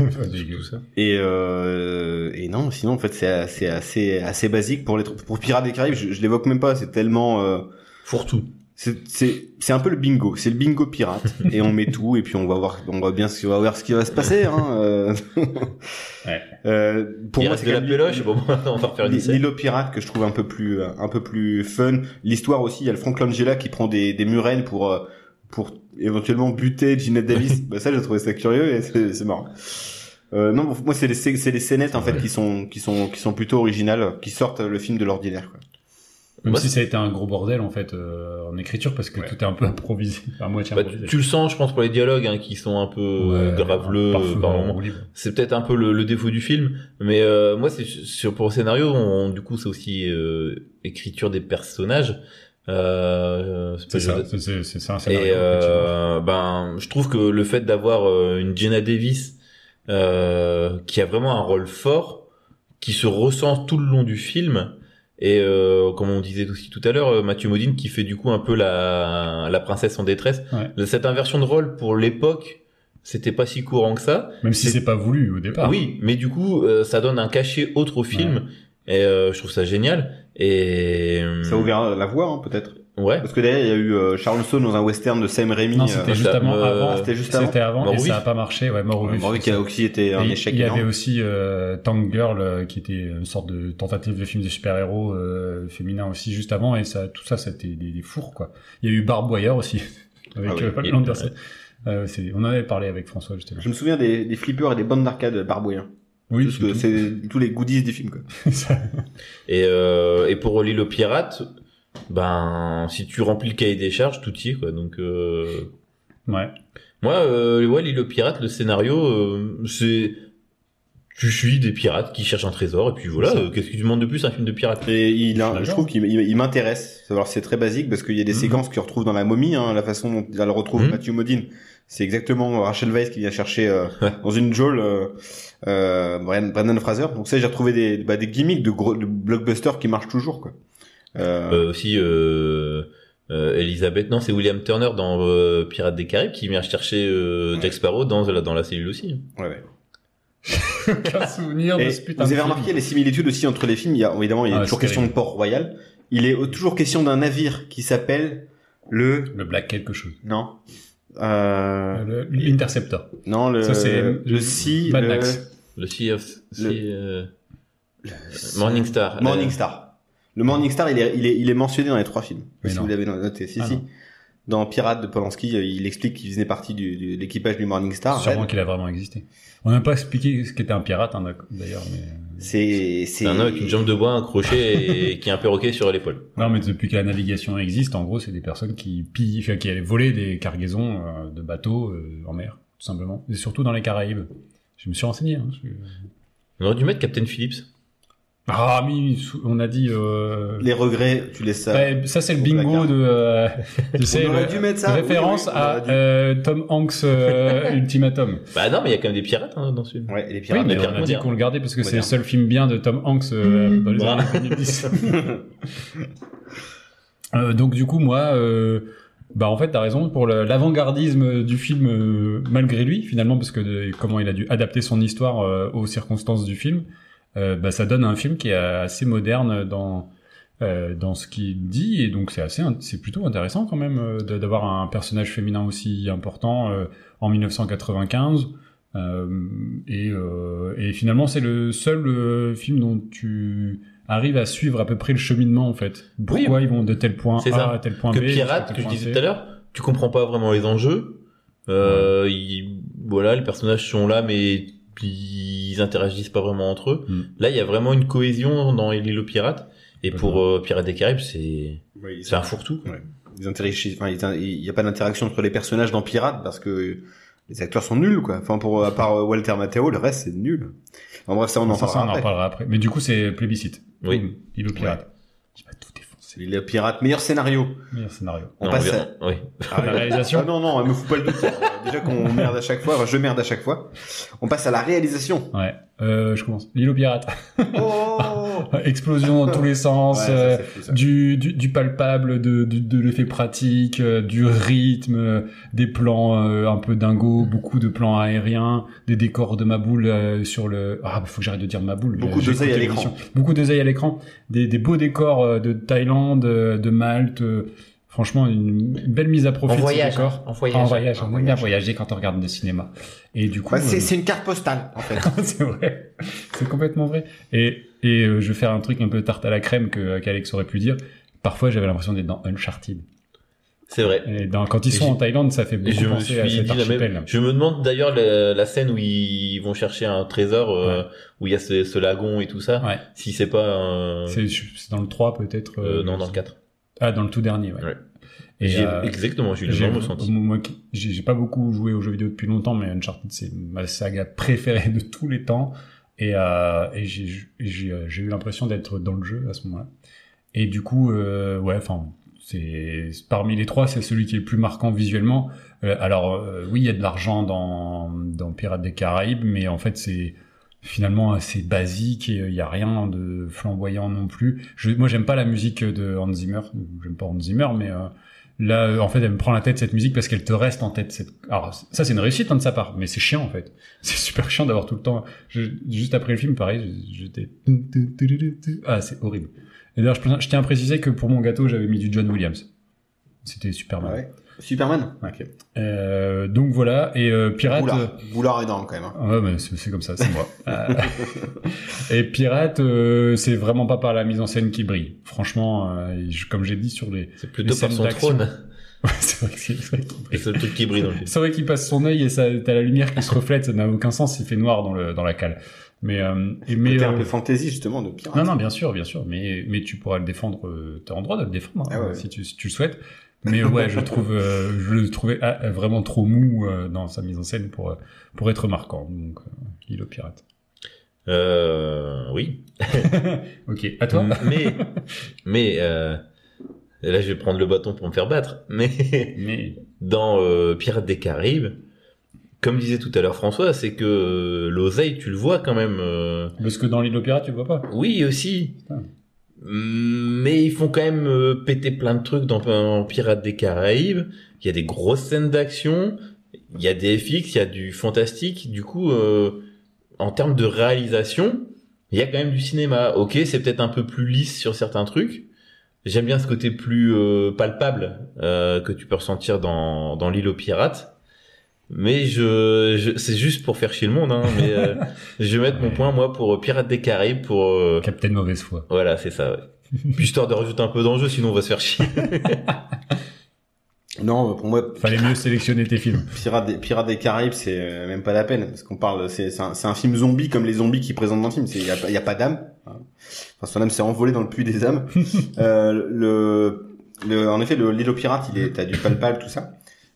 C: Tout ça.
A: Et, euh, et non, sinon, en fait, c'est assez, assez, assez basique pour les tr- pour Pirates des Caraïbes. Je, je l'évoque même pas. C'est tellement euh,
C: Fourre-tout.
A: C'est- c'est c'est un peu le bingo, c'est le bingo pirate et on met tout et puis on va voir on va bien on va voir ce qui va se passer hein. euh.
B: Ouais.
A: Euh, pour
C: Il
A: moi
C: reste
A: c'est
C: de
A: quand
C: la
A: même
C: péloche. Bon, on va refaire une
A: l'île-
C: scène.
A: l'îlot pirate que je trouve un peu plus euh, un peu plus fun. L'histoire aussi, il y a le Frank Langella qui prend des des murennes pour euh, pour éventuellement buter Ginette Davis. bah ça j'ai trouvé ça curieux et c'est c'est marrant. Euh, non, pour moi c'est les sc- c'est les scénettes en fait qui sont qui sont qui sont plutôt originales, qui sortent le film de l'ordinaire. quoi.
B: Même
C: Bah,
B: si ça a été un gros bordel en fait euh, en écriture parce que
A: Ouais.
B: tout est un peu improvisé, à moitié
C: Bah, tu,
B: improvisé.
C: tu le sens, je pense, pour les dialogues hein, qui sont un peu euh,
B: Ouais,
C: graveleux
B: par
C: euh,
B: feu,
C: par
B: euh,
C: moment.
B: au livre.
C: C'est peut-être un peu le, le défaut du film, mais euh, moi, c'est sur pour le scénario, on- du coup, c'est aussi euh, écriture des personnages. Euh,
B: C'est ça,
C: Joseph-
B: c'est- c'est c'est ça un
C: Et
B: scénario. effectivement.
C: euh, ben, je trouve que le fait d'avoir euh, une Jenna Davis euh, qui a vraiment un rôle fort, qui se ressent tout le long du film, et euh, comme on disait aussi tout à l'heure, euh, Mathieu Modine qui fait du coup un peu la, la princesse en détresse.
B: Ouais.
C: Cette inversion de rôle pour l'époque, c'était pas si courant que ça.
B: Même si
C: c'est-
B: c'est pas voulu au départ.
C: Oui, mais du coup, euh, ça donne un cachet autre au film, et euh, je trouve ça génial. Et euh,
A: Ça a ouvert la voie hein, peut-être.
C: ouais.
A: Parce que derrière, il y a eu euh, Charleston dans un western de Sam Raimi.
B: Non,
A: euh,
B: c'était
C: ça,
B: justement
C: euh,
B: avant.
A: c'était juste avant.
B: C'était avant et
C: Mort au
B: ça a
C: vif.
B: pas marché. Ouais, mort au
A: Bon,
B: vif.
A: oui, qui a aussi été un
B: Et
A: échec
B: il y
A: énorme.
B: avait aussi euh, Tank Girl euh, qui était une sorte de tentative de film de super-héros euh, féminin aussi juste avant et ça tout ça c'était des, des fours quoi. Il y a eu Barb Wire aussi avec
A: Ah oui,
B: euh, Pamela
C: il-
B: Anderson. Euh, c'est- on en avait parlé avec François justement.
A: Je me souviens des, des flippers et des bandes d'arcade barbouillens.
B: Oui,
A: Parce que
B: c'est
A: c'est tous les goodies des films, quoi.
B: tout. Ça-
C: Et, euh, et pour l'île aux pirates, ben si tu remplis le cahier des charges, tout y est quoi. Donc euh,
B: ouais.
C: moi, euh, ouais, l'île aux pirates, le scénario, euh, c'est tu suis des pirates qui cherchent un trésor et puis voilà.
B: C'est ça.
C: euh, Qu'est-ce que tu demandes de plus à un film de pirate
A: Et il a-
B: D'accord.
A: je trouve qu'il il- il m'intéresse. Alors c'est très basique parce qu'il y a des
B: Mhm.
A: séquences qu'il retrouve dans la momie, hein, la façon dont il le retrouve
C: Mhm.
A: Mathieu Modine. C'est exactement euh, Rachel Weisz qui vient chercher euh, dans une geôle euh, euh, Bren- Brendan Fraser. Donc ça, j'ai retrouvé des, bah, des gimmicks de, gros, de blockbusters qui marchent toujours, quoi. Euh,
C: euh, Aussi. Euh, euh, Elisabeth, non, c'est William Turner dans euh, Pirates des Caraïbes qui vient chercher euh, Jack Sparrow dans, la- dans la cellule aussi.
B: Euh,
A: ouais, ouais.
B: Aucun souvenir
A: Et
B: de ce
A: vous
B: putain. de
A: avez
B: film.
A: remarqué les similitudes aussi entre les films. Il y a, évidemment, il y a
B: Ah,
A: toujours
B: c'est
A: question de port royal. Il est toujours question d'un navire qui s'appelle le
B: le Black quelque chose.
A: non euh...
B: Le- L'Interceptor.
A: non le
B: Ça, c'est
A: le si
B: Mad
A: le...
B: Max.
C: Le Sea of...
A: Le-
C: Sea, euh, Morningstar.
A: Morningstar. Le Morningstar, il est, il est, il est mentionné dans les trois films.
B: Mais
A: si
B: non.
A: vous l'avez noté, si
B: Ah
A: si.
B: non.
A: Dans Pirates de Polanski, euh, il explique qu'il faisait partie du, du- de l'équipage du Morningstar.
B: Sûrement
A: Red.
B: qu'il a vraiment existé. On n'a pas expliqué ce qu'était un pirate hein, d'ac- d'ailleurs. Mais...
A: C'est c'est
C: C'est Euh, un homme avec une jambe de bois, un crochet et qui a un perroquet sur l'épaule.
B: Non, mais depuis que la navigation existe, en gros, c'est des personnes qui pillent, enfin, qui allaient voler des cargaisons euh, de bateaux euh, en mer, tout simplement. Et surtout dans les Caraïbes. Je me suis renseigné. hein, je-
C: On aurait dû mettre Captain Phillips.
B: Ah, mais sou- on a dit. euh,
A: les regrets. Tu laisses ça.
B: ouais, ça, c'est le
A: au
B: bingo
A: placard.
B: de. euh, tu sais,
A: on aurait
B: le-
A: dû mettre ça. oui,
B: référence
A: oui, on aurait
B: à
A: dû.
B: euh, Tom Hanks euh, Ultimatum.
C: Bah non, mais il y a quand même des pirates hein, dans ce film.
A: Ouais, et les pirates.
B: Oui,
C: des
B: mais on
C: pirates
B: a dit
C: modernes.
B: qu'on le gardait parce que c'est le
A: Modernes.
B: seul film bien de Tom Hanks euh, dans les
C: Voilà.
B: années 2010. Euh, donc du coup, moi, euh, bah en fait, t'as raison pour le- l'avant-gardisme du film euh, malgré lui finalement, parce que de- comment il a dû adapter son histoire euh, aux circonstances du film, euh, bah ça donne un film qui est assez moderne dans euh, dans ce qu'il dit et donc c'est assez int- c'est plutôt intéressant quand même euh, de- d'avoir un personnage féminin aussi important euh, en 1995 Euh, et, euh, et finalement c'est le seul euh, film dont tu arrives à suivre à peu près le cheminement en fait pourquoi ils vont de tel point
C: C'est
B: A
C: ça.
B: à tel point
C: que
B: B
C: pirate
B: jusqu'à
C: que
B: tel
C: je
B: point
C: disais
B: C.
C: tout à l'heure tu comprends pas vraiment les enjeux euh, il- voilà les personnages sont là mais ils interagissent pas vraiment entre eux
B: Mm.
C: là il y a vraiment une cohésion dans l'île aux pirates et
B: D'accord.
C: pour euh, Pirates des Caraïbes c'est
A: Ouais, ils-
C: c'est un fourre-tout quoi.
A: Ouais. ils interagissent- enfin, ils- il n'y a pas d'interaction entre les personnages dans Pirate parce que les acteurs sont nuls, quoi. Enfin, pour, à part euh, Walter Matteo, le reste, c'est nul. En bref, ça, on en
B: Ça, ça,
A: parlera
B: on en
A: après.
B: parlera après mais du coup c'est plébiscite
C: Oui.
B: Boum, il est au pirate il va tout défoncer
A: Il est pirate, meilleur scénario.
B: meilleur scénario
A: On
C: Non,
A: passe
C: verra- oui.
A: à
B: la réalisation.
A: Ah non, non, elle me fout pas le doute. Euh, Déjà qu'on merde à chaque fois, enfin, je merde à chaque fois. On passe à la réalisation.
B: ouais euh, je commence l'île aux pirates
A: Oh
B: explosion dans tous les
A: Ouais,
B: sens
A: ça,
B: euh,
A: c'est fou, ça.
B: du, du, du palpable, de, de, de l'effet pratique, euh, du rythme, euh, des plans euh, un peu
A: Mm.
B: dingo, beaucoup de plans aériens, des décors de Maboule euh, sur le... Ah, bah, faut que j'arrête de dire Maboule.
A: Beaucoup
B: J'ai
A: d'oseille à
B: écouté
A: l'écran.
B: l'émission. Beaucoup d'oseilles à l'écran. Des, des beaux décors euh, de Thaïlande, euh, de Malte. euh, Franchement, une une belle mise à profit
C: En
B: de ces
C: voyage, hein.
B: décors.
C: en voyage.
B: En voyage,
A: En
B: on aime
A: voyage.
B: bien voyager quand on regarde des cinémas. Et du coup...
A: Bah, c'est
B: euh,
A: c'est une carte postale, en fait.
B: c'est vrai. C'est complètement vrai. Et, et euh, je vais faire un truc un peu tarte à la crème que euh, qu'Alex aurait pu dire. Parfois, j'avais l'impression d'être dans Uncharted.
C: c'est vrai
B: Et dans, quand ils
C: Et
B: sont
C: j'ai-
B: en Thaïlande, ça fait
C: Et
B: beaucoup
C: je me
B: penser
C: suis
B: à
C: dit
B: cet
C: la
B: archipel.
C: même je me demande d'ailleurs la, la scène où ils vont chercher un trésor euh, où il y a ce, ce lagon et tout ça
B: Ouais.
C: si c'est pas euh,
B: C'est c'est dans le 3 peut-être.
C: euh,
B: euh,
C: non dans le 4
B: Ah, dans le tout dernier, ouais.
C: Ouais.
B: Et,
C: J'ai-
B: euh,
C: exactement j'ai eu le
B: j'ai-
C: même ressenti
B: moi qui- j'ai j'ai pas beaucoup joué aux jeux vidéo depuis longtemps, mais Uncharted, c'est ma saga préférée de tous les temps. Et, euh, et j'ai et j'ai, euh, j'ai eu l'impression d'être dans le jeu à ce moment-là. Et du coup, euh, ouais, enfin, c'est parmi les trois, c'est celui qui est le plus marquant visuellement. Euh, alors, euh, oui, il y a de l'argent dans, dans Pirates des Caraïbes, mais en fait, c'est finalement assez basique et il n'y a rien de flamboyant non plus. Je, moi, j'aime pas la musique de Hans Zimmer. J'aime pas Hans Zimmer, mais euh, là, euh, en fait, elle me prend la tête cette musique parce qu'elle te reste en tête. Cette... Alors, ça, c'est une réussite hein, de sa part, mais c'est chiant en fait. C'est super chiant d'avoir tout le temps. je- juste après le film, pareil, je- j'étais. Ah, c'est horrible. Et d'ailleurs, je, je tiens à préciser que pour mon gâteau, j'avais mis du John Williams. C'était super mal.
A: Ouais. Superman
B: Euh, donc voilà, et euh, Pirate. euh,
A: Boulard. Boulard énorme, quand même. hein.
B: ah Ouais, mais c'est c'est comme ça, c'est moi. Euh, et Pirate, euh, c'est vraiment pas par la mise en scène qui brille. Franchement, euh, je- comme j'ai dit sur les...
C: c'est plutôt
B: les
C: par
B: scènes
C: son
B: d'action.
C: trône
B: Ouais, c'est vrai que c'est- c'est vrai qu'il
C: Et
B: brille.
C: c'est le truc qui brille dans le film.
B: C'est vrai qu'il passe son œil et ça- t'as la lumière qui se reflète, ça n'a aucun sens, il fait noir dans, le, dans la cale. Mais, euh, et- mais
A: Côté un
B: euh,
A: peu fantasy, justement, de pirate.
B: non, non, bien sûr, bien sûr, mais, mais tu pourras le défendre, euh, t'es en droit de le défendre,
A: Ah
B: hein,
A: ouais.
B: si, tu, si tu le souhaites. Mais ouais, je trouve, euh, je le trouvais ah, ah, vraiment trop mou euh, dans sa mise en scène pour, euh, pour être marquant. Donc, euh, il au pirate.
C: Euh, oui.
B: Ok, à toi.
A: Euh,
C: Mais, mais euh, là, je vais prendre le bâton pour me faire battre. Mais
B: Mais
C: dans euh, Pirates des Caraïbes, comme disait tout à l'heure François, c'est que euh, l'oseille, tu le vois quand même. euh,
B: parce que dans l'île opéra, tu le vois pas.
C: Oui, aussi.
B: Ah.
C: Mais ils font quand même euh, péter plein de trucs dans, dans Pirates des Caraïbes. Il y a des grosses scènes d'action. Il y a des FX, il y a du fantastique. Du coup, euh, en termes de réalisation, il y a quand même du cinéma. Ok, c'est peut-être un peu plus lisse sur certains trucs. J'aime bien ce côté plus euh, palpable euh, que tu peux ressentir dans, dans l'île aux pirates. Mais je, je- c'est juste pour faire chier le monde. Hein, mais euh, je vais mettre mon
B: Ouais.
C: point moi pour euh, Pirates des Caraïbes pour euh,
B: Captain mauvaise foi.
C: voilà, c'est ça, ouais. Histoire de rajouter un peu d'enjeu, sinon on va se faire chier.
A: Non, euh, pour moi,
B: Fallait mieux sélectionner tes films.
A: Pirates des, Pirates des Caraïbes, c'est euh, même pas la peine parce qu'on parle, c'est c'est un, c'est un film zombie comme les zombies qui présentent dans le film. Il y a, pas- y a pas d'âme. hein. Enfin, son âme s'est envolée dans le puits des âmes. Euh, le, le- en effet, le- l'île aux pirates, il est, t'as du palpal, tout ça.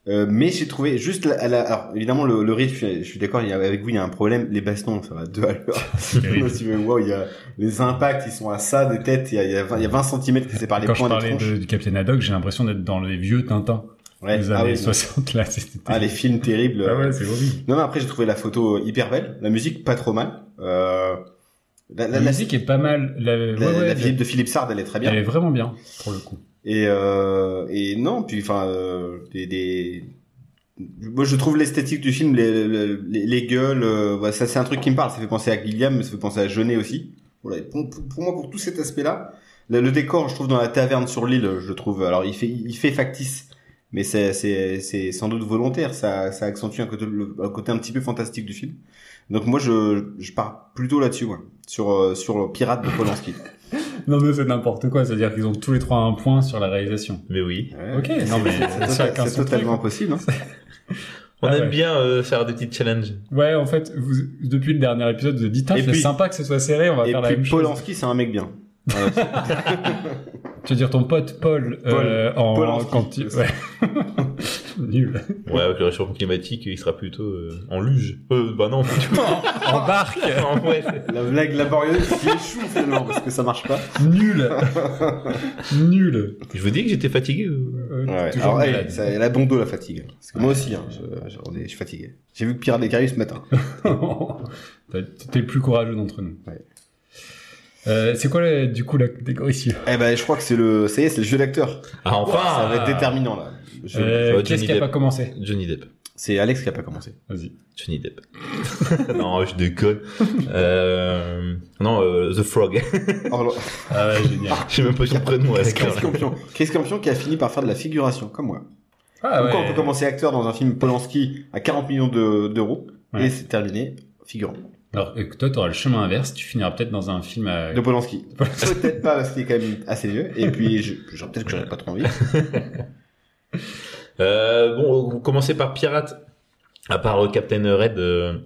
A: Euh, mais j'ai trouvé juste la, la- alors, évidemment le, le rythme. Je suis, je suis d'accord il y a- avec vous, il y a un problème. Les bastons, ça va deux à l'heure.
B: C'est terrible.
A: Tu vois, wow, il y a les impacts, ils sont à ça des têtes. Il y a, il y a 20, il y a 20 cm qui séparent les
B: Quand je
A: points des
B: parlais
A: tronches.
B: de- du Captain Haddock, j'ai l'impression d'être dans les vieux Tintin
A: Ouais.
B: des
A: ah,
B: années
A: oui.
B: 60 là. C'était
A: Ah, les films terribles.
B: Ah ouais, c'est horrible.
A: Non, mais après, j'ai trouvé la photo hyper belle, la musique pas trop mal. Euh, la,
B: La,
A: la- la-
B: musique est pas mal. La,
A: la-
B: ouais, ouais,
A: la
B: elle-
A: Philippe de Philippe Sard, elle est très bien.
B: elle est vraiment bien pour le coup.
A: Et, euh, et non, puis enfin, euh, des, des- Moi, je trouve l'esthétique du film, les, les, les- les gueules, euh, voilà, ça c'est un truc qui me parle. Ça fait penser à Gilliam, mais ça fait penser à Jeunet aussi. Voilà, pour, pour- pour moi, pour tout cet aspect-là, Le, le décor, je trouve, dans la taverne sur l'île, je le trouve. Alors, il fait, il fait factice, mais c'est, c'est, c'est sans doute volontaire. Ça, ça accentue un côté, le, un côté un petit peu fantastique du film. Donc moi, je, je pars plutôt là-dessus, moi, sur, euh, sur le pirate de Polanski.
B: Non, mais c'est n'importe quoi. C'est-à-dire qu'ils ont tous les trois un point sur la réalisation.
C: Mais oui.
A: Ouais.
B: Ok, non, mais
A: c'est,
B: ça,
A: tota-
B: chacun
A: c'est
B: son truc,
A: totalement
B: quoi.
A: possible. Hein.
C: On
B: Ah
C: aime
B: ouais.
C: bien euh, faire des petits challenges.
B: Ouais, en fait, vous, depuis le dernier épisode, vous avez dit, Tain,
A: Et
B: c'est
A: puis-
B: sympa que ce soit serré, on va
A: Et
B: faire la même
A: puis
B: chose.
A: Polanski, c'est un mec bien. Voilà.
B: Tu veux dire ton pote Paul, euh, en,
A: Polanski.
B: quand tu... ouais. Nul.
C: Ouais, avec le réchauffement climatique, il sera plutôt euh, en luge. Euh, bah non. tu vois.
B: En barque.
C: Non, ouais, c'est-
A: La blague laborieuse qui échoue finalement parce que ça marche pas.
B: Nul. Nul.
C: je vous dis que j'étais fatigué. euh.
B: Euh,
A: Ouais,
B: toujours
A: alors, hey,
B: malade.
A: ça, elle a bon dos la fatigue. Parce que moi aussi, hein, je, je- on est- je suis fatigué. J'ai vu Pirates des Caraïbes ce matin.
B: T'as- T'es le plus courageux d'entre nous.
A: Ouais.
B: Euh, c'est quoi la- du coup la catégorie ici
A: Eh ben, je crois que c'est le, ça y est, c'est le jeu d'acteur.
C: Ah
A: ça
C: enfin
A: va être déterminant là. Je-
B: Euh,
C: ça va,
B: Qu'est-ce
C: Johnny
B: qui a
C: Depp.
B: pas commencé
C: Johnny Depp.
A: C'est Alex qui a pas commencé.
B: Vas-y.
C: Johnny Depp. non, je déconne. Euh, non, euh, The Frog.
A: Orlo-
B: Ah ouais, génial.
C: Je sais même pas son prénom à ce
A: Chris
C: gars-là.
A: Campion. Chris Campion qui a fini par faire de la figuration, comme moi.
B: Ah
A: Pourquoi on
B: ouais.
A: peut commencer acteur dans un film Polanski à 40 millions de- d'euros
B: Ouais.
A: et c'est terminé figurant
B: Alors que toi, t'auras le chemin inverse, tu finiras peut-être dans un film à...
A: de Polanski. peut-être pas parce qu'il est quand même assez vieux et puis je, genre, peut-être que j'aurais pas trop envie.
C: Euh, bon, vous commencez par Pirate. À part euh, Captain Red, euh,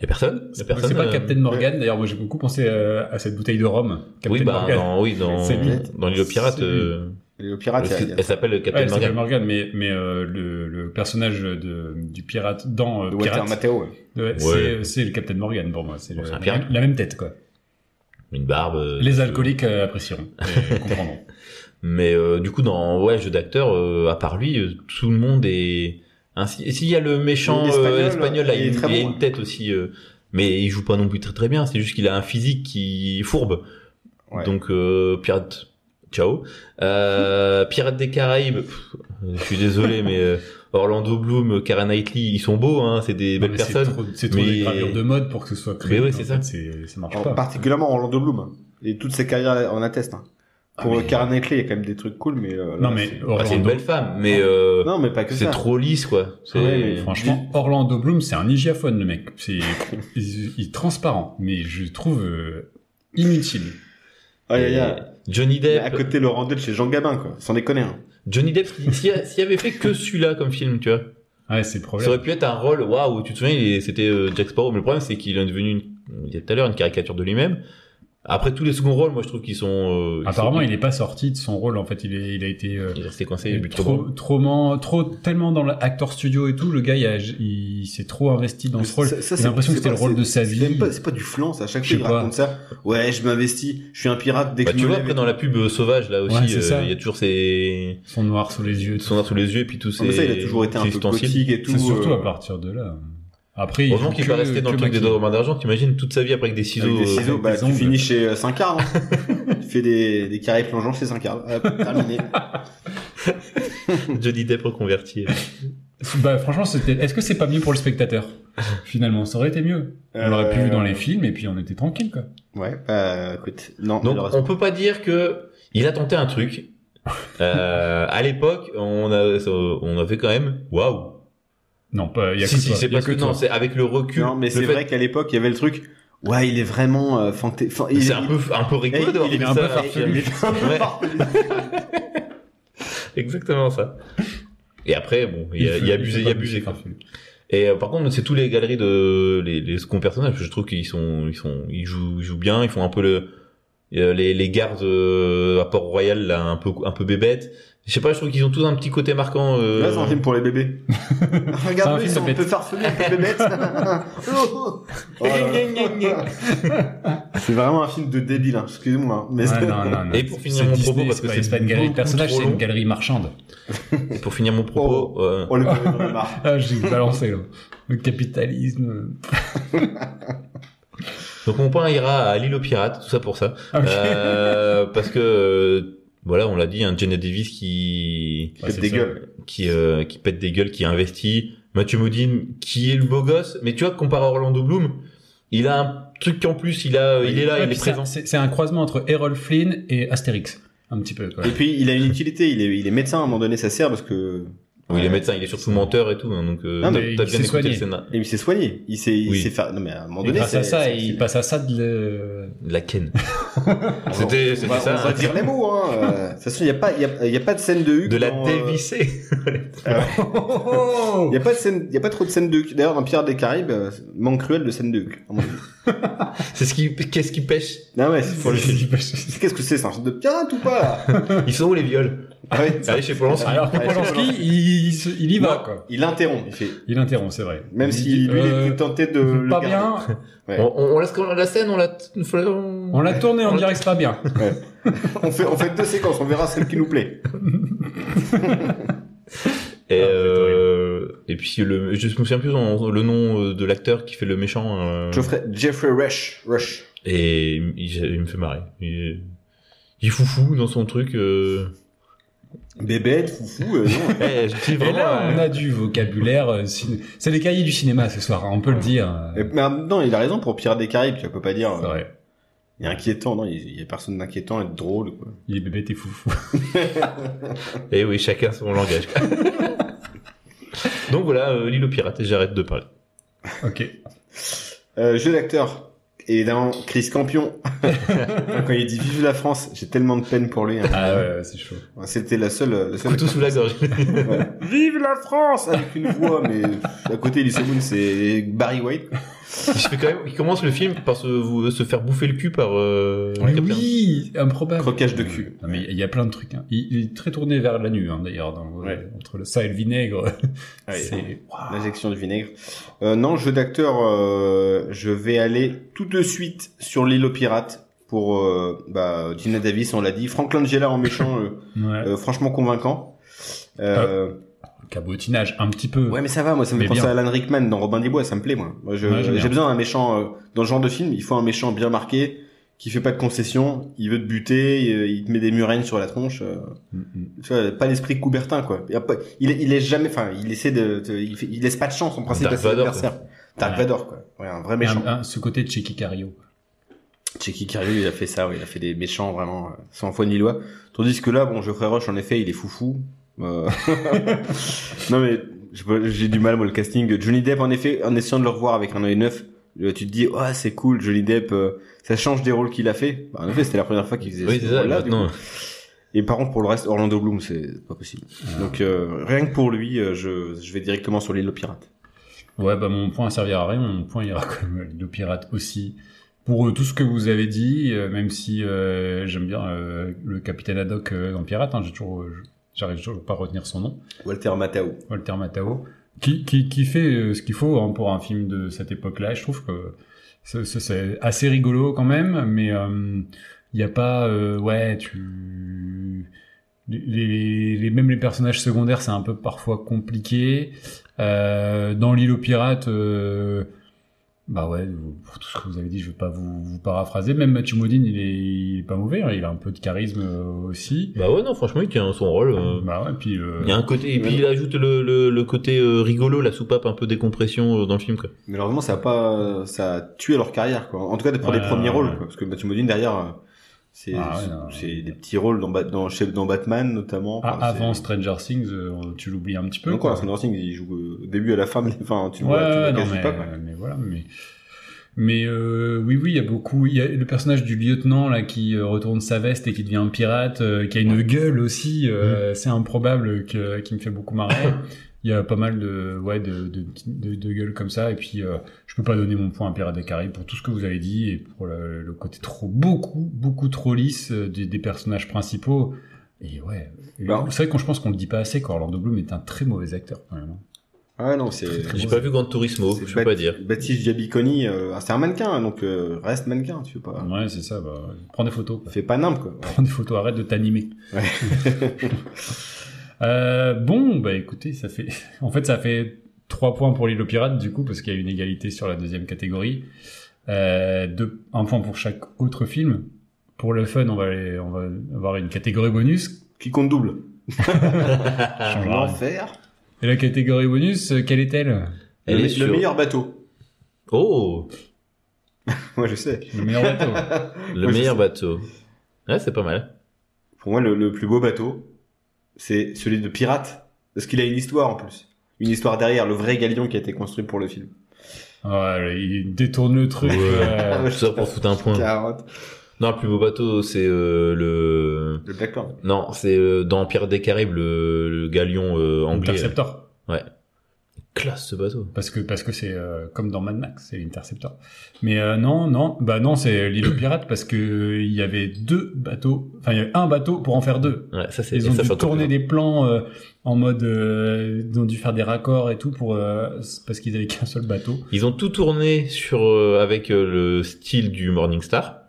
C: y a personne Y a personne
B: C'est pas
C: euh,
B: Captain Morgan, d'ailleurs, moi j'ai beaucoup pensé euh, à cette bouteille de rhum. Captain
C: Oui, bah,
B: Morgan.
C: dans, oui, dans,
B: C'est lui.
C: dans l'île aux pirates,
B: C'est lui.
C: euh,
A: Et le pirate, il y a- il y a-
C: elle s'appelle
B: Ouais,
C: Captain
B: elle s'appelle
C: Morgan.
B: Morgan, mais, mais euh, le, le personnage de, du pirate dans euh,
A: de Walter
B: Pirate,
A: Matteo. ouais.
B: ouais, c'est- c'est le Captain Morgan pour moi. C'est
C: Bon,
B: le-
C: c'est un pirate.
B: la même tête, quoi.
C: Une barbe. euh,
B: Les
C: euh,
B: alcooliques euh, apprécieront et comprendront.
C: Mais, euh, du coup, dans, ouais, jeu d'acteur, euh, à part lui, euh, tout le monde est ainsi. Et s'il y a le méchant
A: Oui,
C: euh,
A: l'Espagnol,
C: espagnol, là,
A: il
C: il,
A: est très
C: il a
A: bon,
C: une
A: ouais.
C: tête aussi, euh, mais il joue pas non plus très très bien. C'est juste qu'il a un physique qui est fourbe.
A: Ouais.
C: Donc, euh, pirate. Ciao. Euh, Pirates des Caraïbes. pff, euh, je suis désolé, mais euh, Orlando Bloom, Karen Knightley, ils sont beaux, hein. C'est des
B: Non,
C: belles
B: mais C'est
C: personnes.
B: trop, c'est trop
C: Mais-
B: des gravures de mode pour que ce soit créé.
C: Mais ouais,
B: en
C: c'est
B: fait,
C: ça.
B: c'est- Ça marche
A: Alors,
B: pas.
A: particulièrement Orlando Bloom. Et toutes ses carrières en attestent. hein.
C: Ah,
A: Pour
C: mais-
A: euh, Karen Eckley, il y a quand même des trucs cool, mais... euh,
B: Non,
A: là,
B: mais
A: c'est-
C: Ah, c'est une
B: Orlando,
C: belle femme, mais euh,
A: Non, mais pas que
C: c'est
A: ça. Ah
C: trop lisse, quoi. C'est
A: Ouais, mais
B: franchement, Orlando Bloom, c'est un hygiaphone, le mec. C'est, il, il est transparent, mais je le trouve euh, inutile.
A: Aïe, aïe, aïe.
C: Johnny
A: Mais à
C: Depp.
A: côté, Laurent Dutch chez Jean Gabin, quoi. Sans déconner. Hein.
C: Johnny Depp, s'il s'il y a- s'il y avait fait que celui-là comme film, tu vois,
B: Ouais, c'est le
C: ça
B: problème.
C: aurait pu être un rôle. Waouh, tu te souviens, il est- c'était euh, Jack Sparrow. Mais le problème, c'est qu'il est devenu, une, on disait tout à l'heure, une caricature de lui-même. Après tous les seconds rôles, moi, je trouve qu'ils sont. euh, ils
B: Apparemment,
C: sont-
B: il n'est pas sorti de son rôle. En fait, il, est- il a été euh,
C: il est resté coincé. il est plus trop
B: trop,
C: bon.
B: trop, man- trop tellement dans l'actor studio et tout. Le gars, il, a- il s'est trop investi dans ce rôle.
A: Ça- ça,
B: J'ai
A: c'est-
B: l'impression que
A: c'est
B: c'était le
A: pas-
B: rôle de sa
A: c'est même
B: vie.
A: pas- C'est pas du flan, ça. À chaque
B: Je
A: fois,
B: sais
A: il
B: pas.
A: raconte ça. Ouais, je m'investis. Je suis un pirate dès
C: Bah,
A: que
C: tu
A: je me
C: vois,
A: lève
C: après,
A: et
C: dans
A: tout.
C: la pub euh, sauvage, là aussi,
B: c'est
C: euh, il
B: ça.
C: y a toujours ces.
B: Son noir sous les yeux. tout
C: Son noir sous les yeux et puis tous
A: Non,
C: ces.
A: Ah, mais ça, il a toujours été un
C: ces
A: peu
C: ustensiles.
A: gothique et tout.
B: C'est surtout
A: euh,
B: à partir de là. Après, il
C: Heureusement
B: joue
C: qu'il
B: que-
C: n'est pas resté dans le
B: que
C: truc des
B: maquillé.
C: demandes d'argent. T'imagines toute sa vie après avec des ciseaux.
A: Avec des
C: euh,
A: ciseaux, bah,
B: des
A: tu
B: ongles.
A: finis chez 5 quarts. tu fais des, des carrés plongeants chez 5 quarts. Hop, terminé.
C: euh, Johnny Depp reconverti.
B: Bah, franchement, c'était. Est-ce que c'est pas mieux pour le spectateur Finalement, ça aurait été mieux. On l'aurait pu
A: Euh,
B: vu dans les films et puis on était tranquille, quoi.
A: Ouais, bah, écoute. Non,
C: Donc
A: malheureusement.
C: on peut pas dire que il a tenté un truc. Euh, à l'époque, on a euh, on a fait quand même waouh.
B: Non, pas. Il y a
C: Si
B: que
C: si,
B: toi,
C: c'est
B: il y a
C: parce que,
B: toi.
C: non, c'est avec le recul.
A: Non, mais
C: le
A: c'est
C: fait-
A: vrai qu'à l'époque, il y avait le truc. Ouais, il est vraiment euh, fanta- fan- il-
C: C'est un
A: il-
C: peu un peu rigolo
A: Eh, il-
C: d'avoir
A: il est
C: fait
B: un
C: ça.
B: peu
C: avec-
B: farfelu.
C: Ouais. Exactement ça. Et après bon, il y a, il y a abusé, il y a abusé. quoi. Et euh, par contre, c'est tous les galeries de les, les seconds personnages. Je trouve qu'ils sont, ils sont, ils jouent, ils jouent bien. Ils font un peu le euh, les, les gardes euh, à Port Royal là, un peu un peu bébête. Je sais pas, je trouve qu'ils ont tous un petit côté marquant. euh,
A: Là, c'est un film pour les bébés. Regarde,
B: C'est un
A: ils
B: film
A: sont
B: de
A: un peu
B: bête.
A: farfelus, un peu bébêtes. Oh, oh. c'est vraiment un film de débile, hein. excusez-moi. hein. Mais
B: Ouais, non, non, non.
C: Et pour finir
B: C'est
C: mon
B: Disney,
C: propos, parce que
B: pas-
C: c'est
B: pas une galerie de
C: beaucoup
B: personnages,
C: trop
B: c'est une
C: long.
B: galerie marchande.
C: Et pour finir mon propos,
A: Oh.
C: euh,
A: on le met dans le bar.
B: Ah, j'ai balancé là. Le capitalisme.
C: donc mon point ira à l'île aux pirates, tout ça pour ça,
B: Ah, ok.
C: Euh, parce que euh, voilà, on l'a dit, un Jenna Davis qui
B: Ouais, c'est
A: des
B: ça.
A: gueules.
C: qui euh, qui pète des gueules, qui investit, Mathieu Modine qui est le beau gosse, mais tu vois comparé à Orlando Bloom, Il a un truc en plus, il a, il est là,
B: Ouais,
C: il
B: puis
C: est
B: c'est-
C: présent.
B: C'est c'est un croisement entre Errol Flynn et Astérix. Un petit peu, quoi.
A: Et puis il a une utilité, il est, il est médecin à un moment donné, ça sert parce que
C: Oui, il est médecin, il est surtout menteur et tout, hein, donc euh,
A: Ah,
C: t'as
A: mais
C: t'as
B: il
C: bien
B: s'est
C: écouté hein.
B: soigné.
C: le Sénat.
A: Et il s'est soigné, il s'est,
C: Oui.
A: il s'est fait. Non mais à un moment
B: Et
A: donné,
B: grâce à
A: c'est-
B: ça,
A: c'est-
B: il
A: c'est-
B: passe à ça de le...
C: De La Ken. c'était
A: On
C: c'était
A: va,
C: ça.
A: bah, on va dire les mots. Hein. Euh, De toute façon, il n'y a pas, il y a, il y a pas de scène de Hugues.
C: de la
A: dans, euh,
C: dévissée.
A: Il y a pas de scène, il y a pas trop de scène de Hugues. D'ailleurs, dans Pirates des Caraïbes, euh, manque cruel de scène de Hugues. à mon avis.
C: C'est ce qui, qu'est-ce qui pêche
A: Non mais c'est-
B: Ah Pour le-
A: qu'est-ce que c'est, c'est un film de pirate ou pas là
C: Ils sont où les viols
A: Ah ouais.
C: Allez chez Polanski.
B: Alors que
A: Ouais, c'est
B: Polanski,
A: Polanski.
B: il, il se- il y va,
A: Non,
B: quoi.
A: Il interrompt, il fait.
B: Il interrompt, c'est vrai.
A: Même
B: Il
A: si
B: dit,
A: lui, il
B: euh,
A: était tenté de le
B: Pas
A: garder.
B: bien,
A: Ouais.
C: On, on, on laisse quand- la scène, on la, on-
B: on l'a tourné, on dirait que c'est pas bien.
A: On fait, on fait deux séquences, on verra celle qui nous plaît.
C: Et,
B: Ah, c'est
C: euh, et puis le, je me souviens plus en- le nom euh, de l'acteur qui fait le méchant. euh,
A: Geoffrey, Jeffrey Rush, Rush.
C: et il, il- il me fait marrer. Il, il foufou dans son truc. Euh...
A: Bébête, foufou, euh, non.
C: Eh, je dis
B: Et
C: vraiment.
B: là, on
C: euh,
B: a du vocabulaire. euh, ciné- C'est les cahiers du cinéma ce soir, hein, on peut le dire.
A: Et- Mais en même temps, il a raison pour Pirates des Caraïbes, tu peux pas dire.
B: C'est
A: euh,
B: vrai.
A: Il est inquiétant, non, il il y a personne d'inquiétant et de drôle, quoi.
B: Il est bébé, t'es foufou.
C: Et Eh oui, chacun son langage. quoi. Donc voilà, euh, l'île aux pirates. Et j'arrête de parler.
B: ok.
A: Euh, jeu d'acteur. Évidemment, Chris Campion. Quand il dit Vive la France, j'ai tellement de peine pour lui. hein.
B: Ah ouais, c'est chaud.
A: C'était la seule, la seule.
C: Couteau sous la gorge.
A: Ouais. Vive la France avec une voix, mais à côté, Elise Moon, c'est Barry White.
C: Je fais quand même, il commence le film par se, vous- euh, se faire bouffer le cul par euh, le
B: Mais
C: capitaine.
B: oui, improbable.
A: Croquage de cul.
B: Non, mais il y a plein de trucs. hein. Il, il est très tourné vers la nuit, hein, d'ailleurs, dans-
A: Ouais.
B: entre le ça et le vinaigre.
A: Ouais.
B: c'est Waouh.
A: L'injection du vinaigre. Euh, non, jeu d'acteur, euh, je vais aller tout de suite sur l'île aux pirates pour euh, bah, Gina Davis, on l'a dit. Frank Langella en méchant, euh,
B: Ouais.
A: euh, franchement convaincant. Euh,
B: Cabotinage, un petit peu.
A: Ouais, mais ça va, moi, ça me
B: Hmm. Mais
A: fait penser
B: bien.
A: à Alan Rickman dans Robin des Bois, ça me plaît, moi. Moi, je-
B: Ouais, j'aime
A: j'ai
B: bien.
A: besoin d'un méchant, euh, dans ce genre de film, il faut un méchant bien marqué, qui fait pas de concessions, il veut te buter, il, il te met des murènes sur la tronche, euh,
B: Mm, mm.
A: tu vois, pas l'esprit Coubertin, quoi. Il, a pas- il, il est jamais, enfin, il essaie de, de- il, fait- il laisse pas de chance, en principe,
C: Dark
A: à ses
C: Vador,
A: adversaires. Dark
B: Ouais.
A: Vador, quoi. Ouais, un vrai méchant.
B: Un- un- ce côté de Checky Cario.
A: Checky Cario, il a fait ça, ouais, il a fait des méchants vraiment euh, sans foi ni loi. Tandis que là, bon, Geoffrey Roche, en effet, il est foufou. Euh, non mais je peux- j'ai du mal moi le casting. de Johnny Depp, en effet, en essayant de le revoir avec un œil neuf, euh, tu te dis, oh c'est cool, Johnny Depp, euh, ça change des rôles qu'il a fait. Bah, en effet, c'était la première fois qu'il faisait
C: Oui,
A: ce
C: c'est ça.
A: rôle-là, du
C: Maintenant,
A: coup. Et par contre, pour le reste, Orlando Bloom, c'est pas possible.
C: Ah.
A: Donc euh, rien que pour lui, euh, je, je vais directement sur l'île aux pirates.
B: Ouais, bah mon point servira à rien, mon point ira comme le pirate aussi. Pour euh, tout ce que vous avez dit, euh, même si euh, j'aime bien euh, le capitaine Haddock euh, dans Pirate, hein, j'ai toujours, euh, j'arrive toujours pas à retenir son nom,
A: Walter Matthau.
B: Walter Matthau, qui, qui, qui fait euh, ce qu'il faut hein, pour un film de cette époque-là. Je trouve que c'est- c'est c'est assez rigolo quand même, mais euh, il n'y a pas, euh, ouais, tu, les, les- les- même les personnages secondaires, c'est un peu parfois compliqué. Euh, dans l'île aux pirates, euh, bah ouais, vous- pour tout ce que vous avez dit, je vais pas vous, vous paraphraser. Même Mathieu Modine, il est, il est pas mauvais, hein, il a un peu de charisme euh, aussi.
C: bah ouais, non, franchement, il tient son rôle. euh.
B: Bah ouais, puis euh,
C: Il y a un côté, et puis il ajoute le, le, le côté euh, rigolo, la soupape un peu décompression euh, dans le film, quoi.
A: Mais malheureusement, ça a pas, ça a tué leur carrière, quoi. En tout cas, pour les
B: Ouais,
A: premiers
B: ouais,
A: rôles,
B: ouais.
A: quoi. Parce que Matthew Modine, derrière, euh, c'est,
B: Ah ouais,
A: c'est-
B: non.
A: c'est des petits rôles dans, Ba- dans, chez- dans Batman, notamment.
B: a-
A: Enfin, c'est-
B: Ah, avant Stranger Things, euh, tu l'oublies un petit peu.
A: Donc,
B: quoi.
A: quoi, Stranger Things, il joue euh, au début à la fin, mais enfin, tu le
B: Ouais,
A: vois, tu le vois
B: ouais, non,
A: quasi
B: mais,
A: pas, quoi.
B: mais voilà, mais. Mais euh, oui, oui, il y a beaucoup. Il y a le personnage du lieutenant là qui euh, retourne sa veste et qui devient un pirate, euh, qui a une gueule aussi. euh,
A: Mm.
B: C'est improbable que, qui me fait beaucoup marrer. Il y a pas mal de ouais de de, petites- de, de gueules comme ça. Et puis euh, je peux pas donner mon point à Pirates des Caraïbes pour tout ce que vous avez dit et pour le, le côté trop beaucoup beaucoup trop lisse euh, des, des personnages principaux. Et ouais, Et
A: Bah,
B: c'est vrai qu'on je pense qu'on le dit pas assez. Orlando Bloom est un très mauvais acteur quand même. hein.
A: Ah, non, c'est,
B: très
C: J'ai
B: Ouais.
C: pas vu Grand Turismo,
A: c'est
C: je peux pas
A: Bat-
C: dire.
A: Baptiste Giabiconi, euh, ah, c'est un mannequin, donc, euh, reste mannequin, tu veux pas.
B: Ouais, c'est ça. Bah, prends des photos. quoi.
A: Fais pas nimble, quoi.
B: Prends des photos, arrête de t'animer.
A: Ouais.
B: Euh, bon, bah écoutez, ça fait. En fait, ça fait 3 points pour l'île aux pirates, du coup, parce qu'il y a une égalité sur la deuxième catégorie. Euh, deux, un point pour chaque autre film. Pour le fun, on va, aller- on va avoir une catégorie bonus.
A: Qui compte double.
B: qui changera rien.
A: L'enfer.
B: Et la catégorie bonus, euh, quelle est-elle
A: Le,
C: Elle est
A: le
C: sur-
A: meilleur bateau.
C: Oh
A: Moi, je sais.
B: Le meilleur bateau.
C: Le
A: Ouais,
C: meilleur
A: c'est
C: bateau. Ouais, c'est pas mal.
A: Pour moi, le, le plus beau bateau, c'est celui de pirate. Parce qu'il a une histoire en plus. Une histoire derrière, le vrai galion qui a été construit pour le film.
B: Ouais, Ah, il détourne le truc.
C: Ouais.
B: euh,
A: Ouais,
C: Tout ça pour foutre un point.
A: Carotte.
C: Non, le plus beau bateau, c'est euh, le.
A: Le Black Lord.
C: Non, c'est euh, dans Pierre des Caraïbes, le, le galion euh, anglais.
B: Interceptor.
C: Classe ce bateau.
B: Parce que parce que c'est euh, comme dans Mad Max, c'est l'Interceptor. Mais euh, non, non, bah non, c'est l'île aux pirates parce que euh, il y avait deux bateaux. Enfin, il y avait un bateau pour en faire deux.
C: Ouais, ça c'est.
B: Ils ont
C: ça,
B: dû
C: c'est encore
B: tourner
C: plus
B: des plans euh, en mode, euh, ils ont dû faire des raccords et tout pour euh, parce qu'ils avaient qu'un seul bateau.
C: Ils ont tout tourné sur euh, avec euh, le style du Morningstar.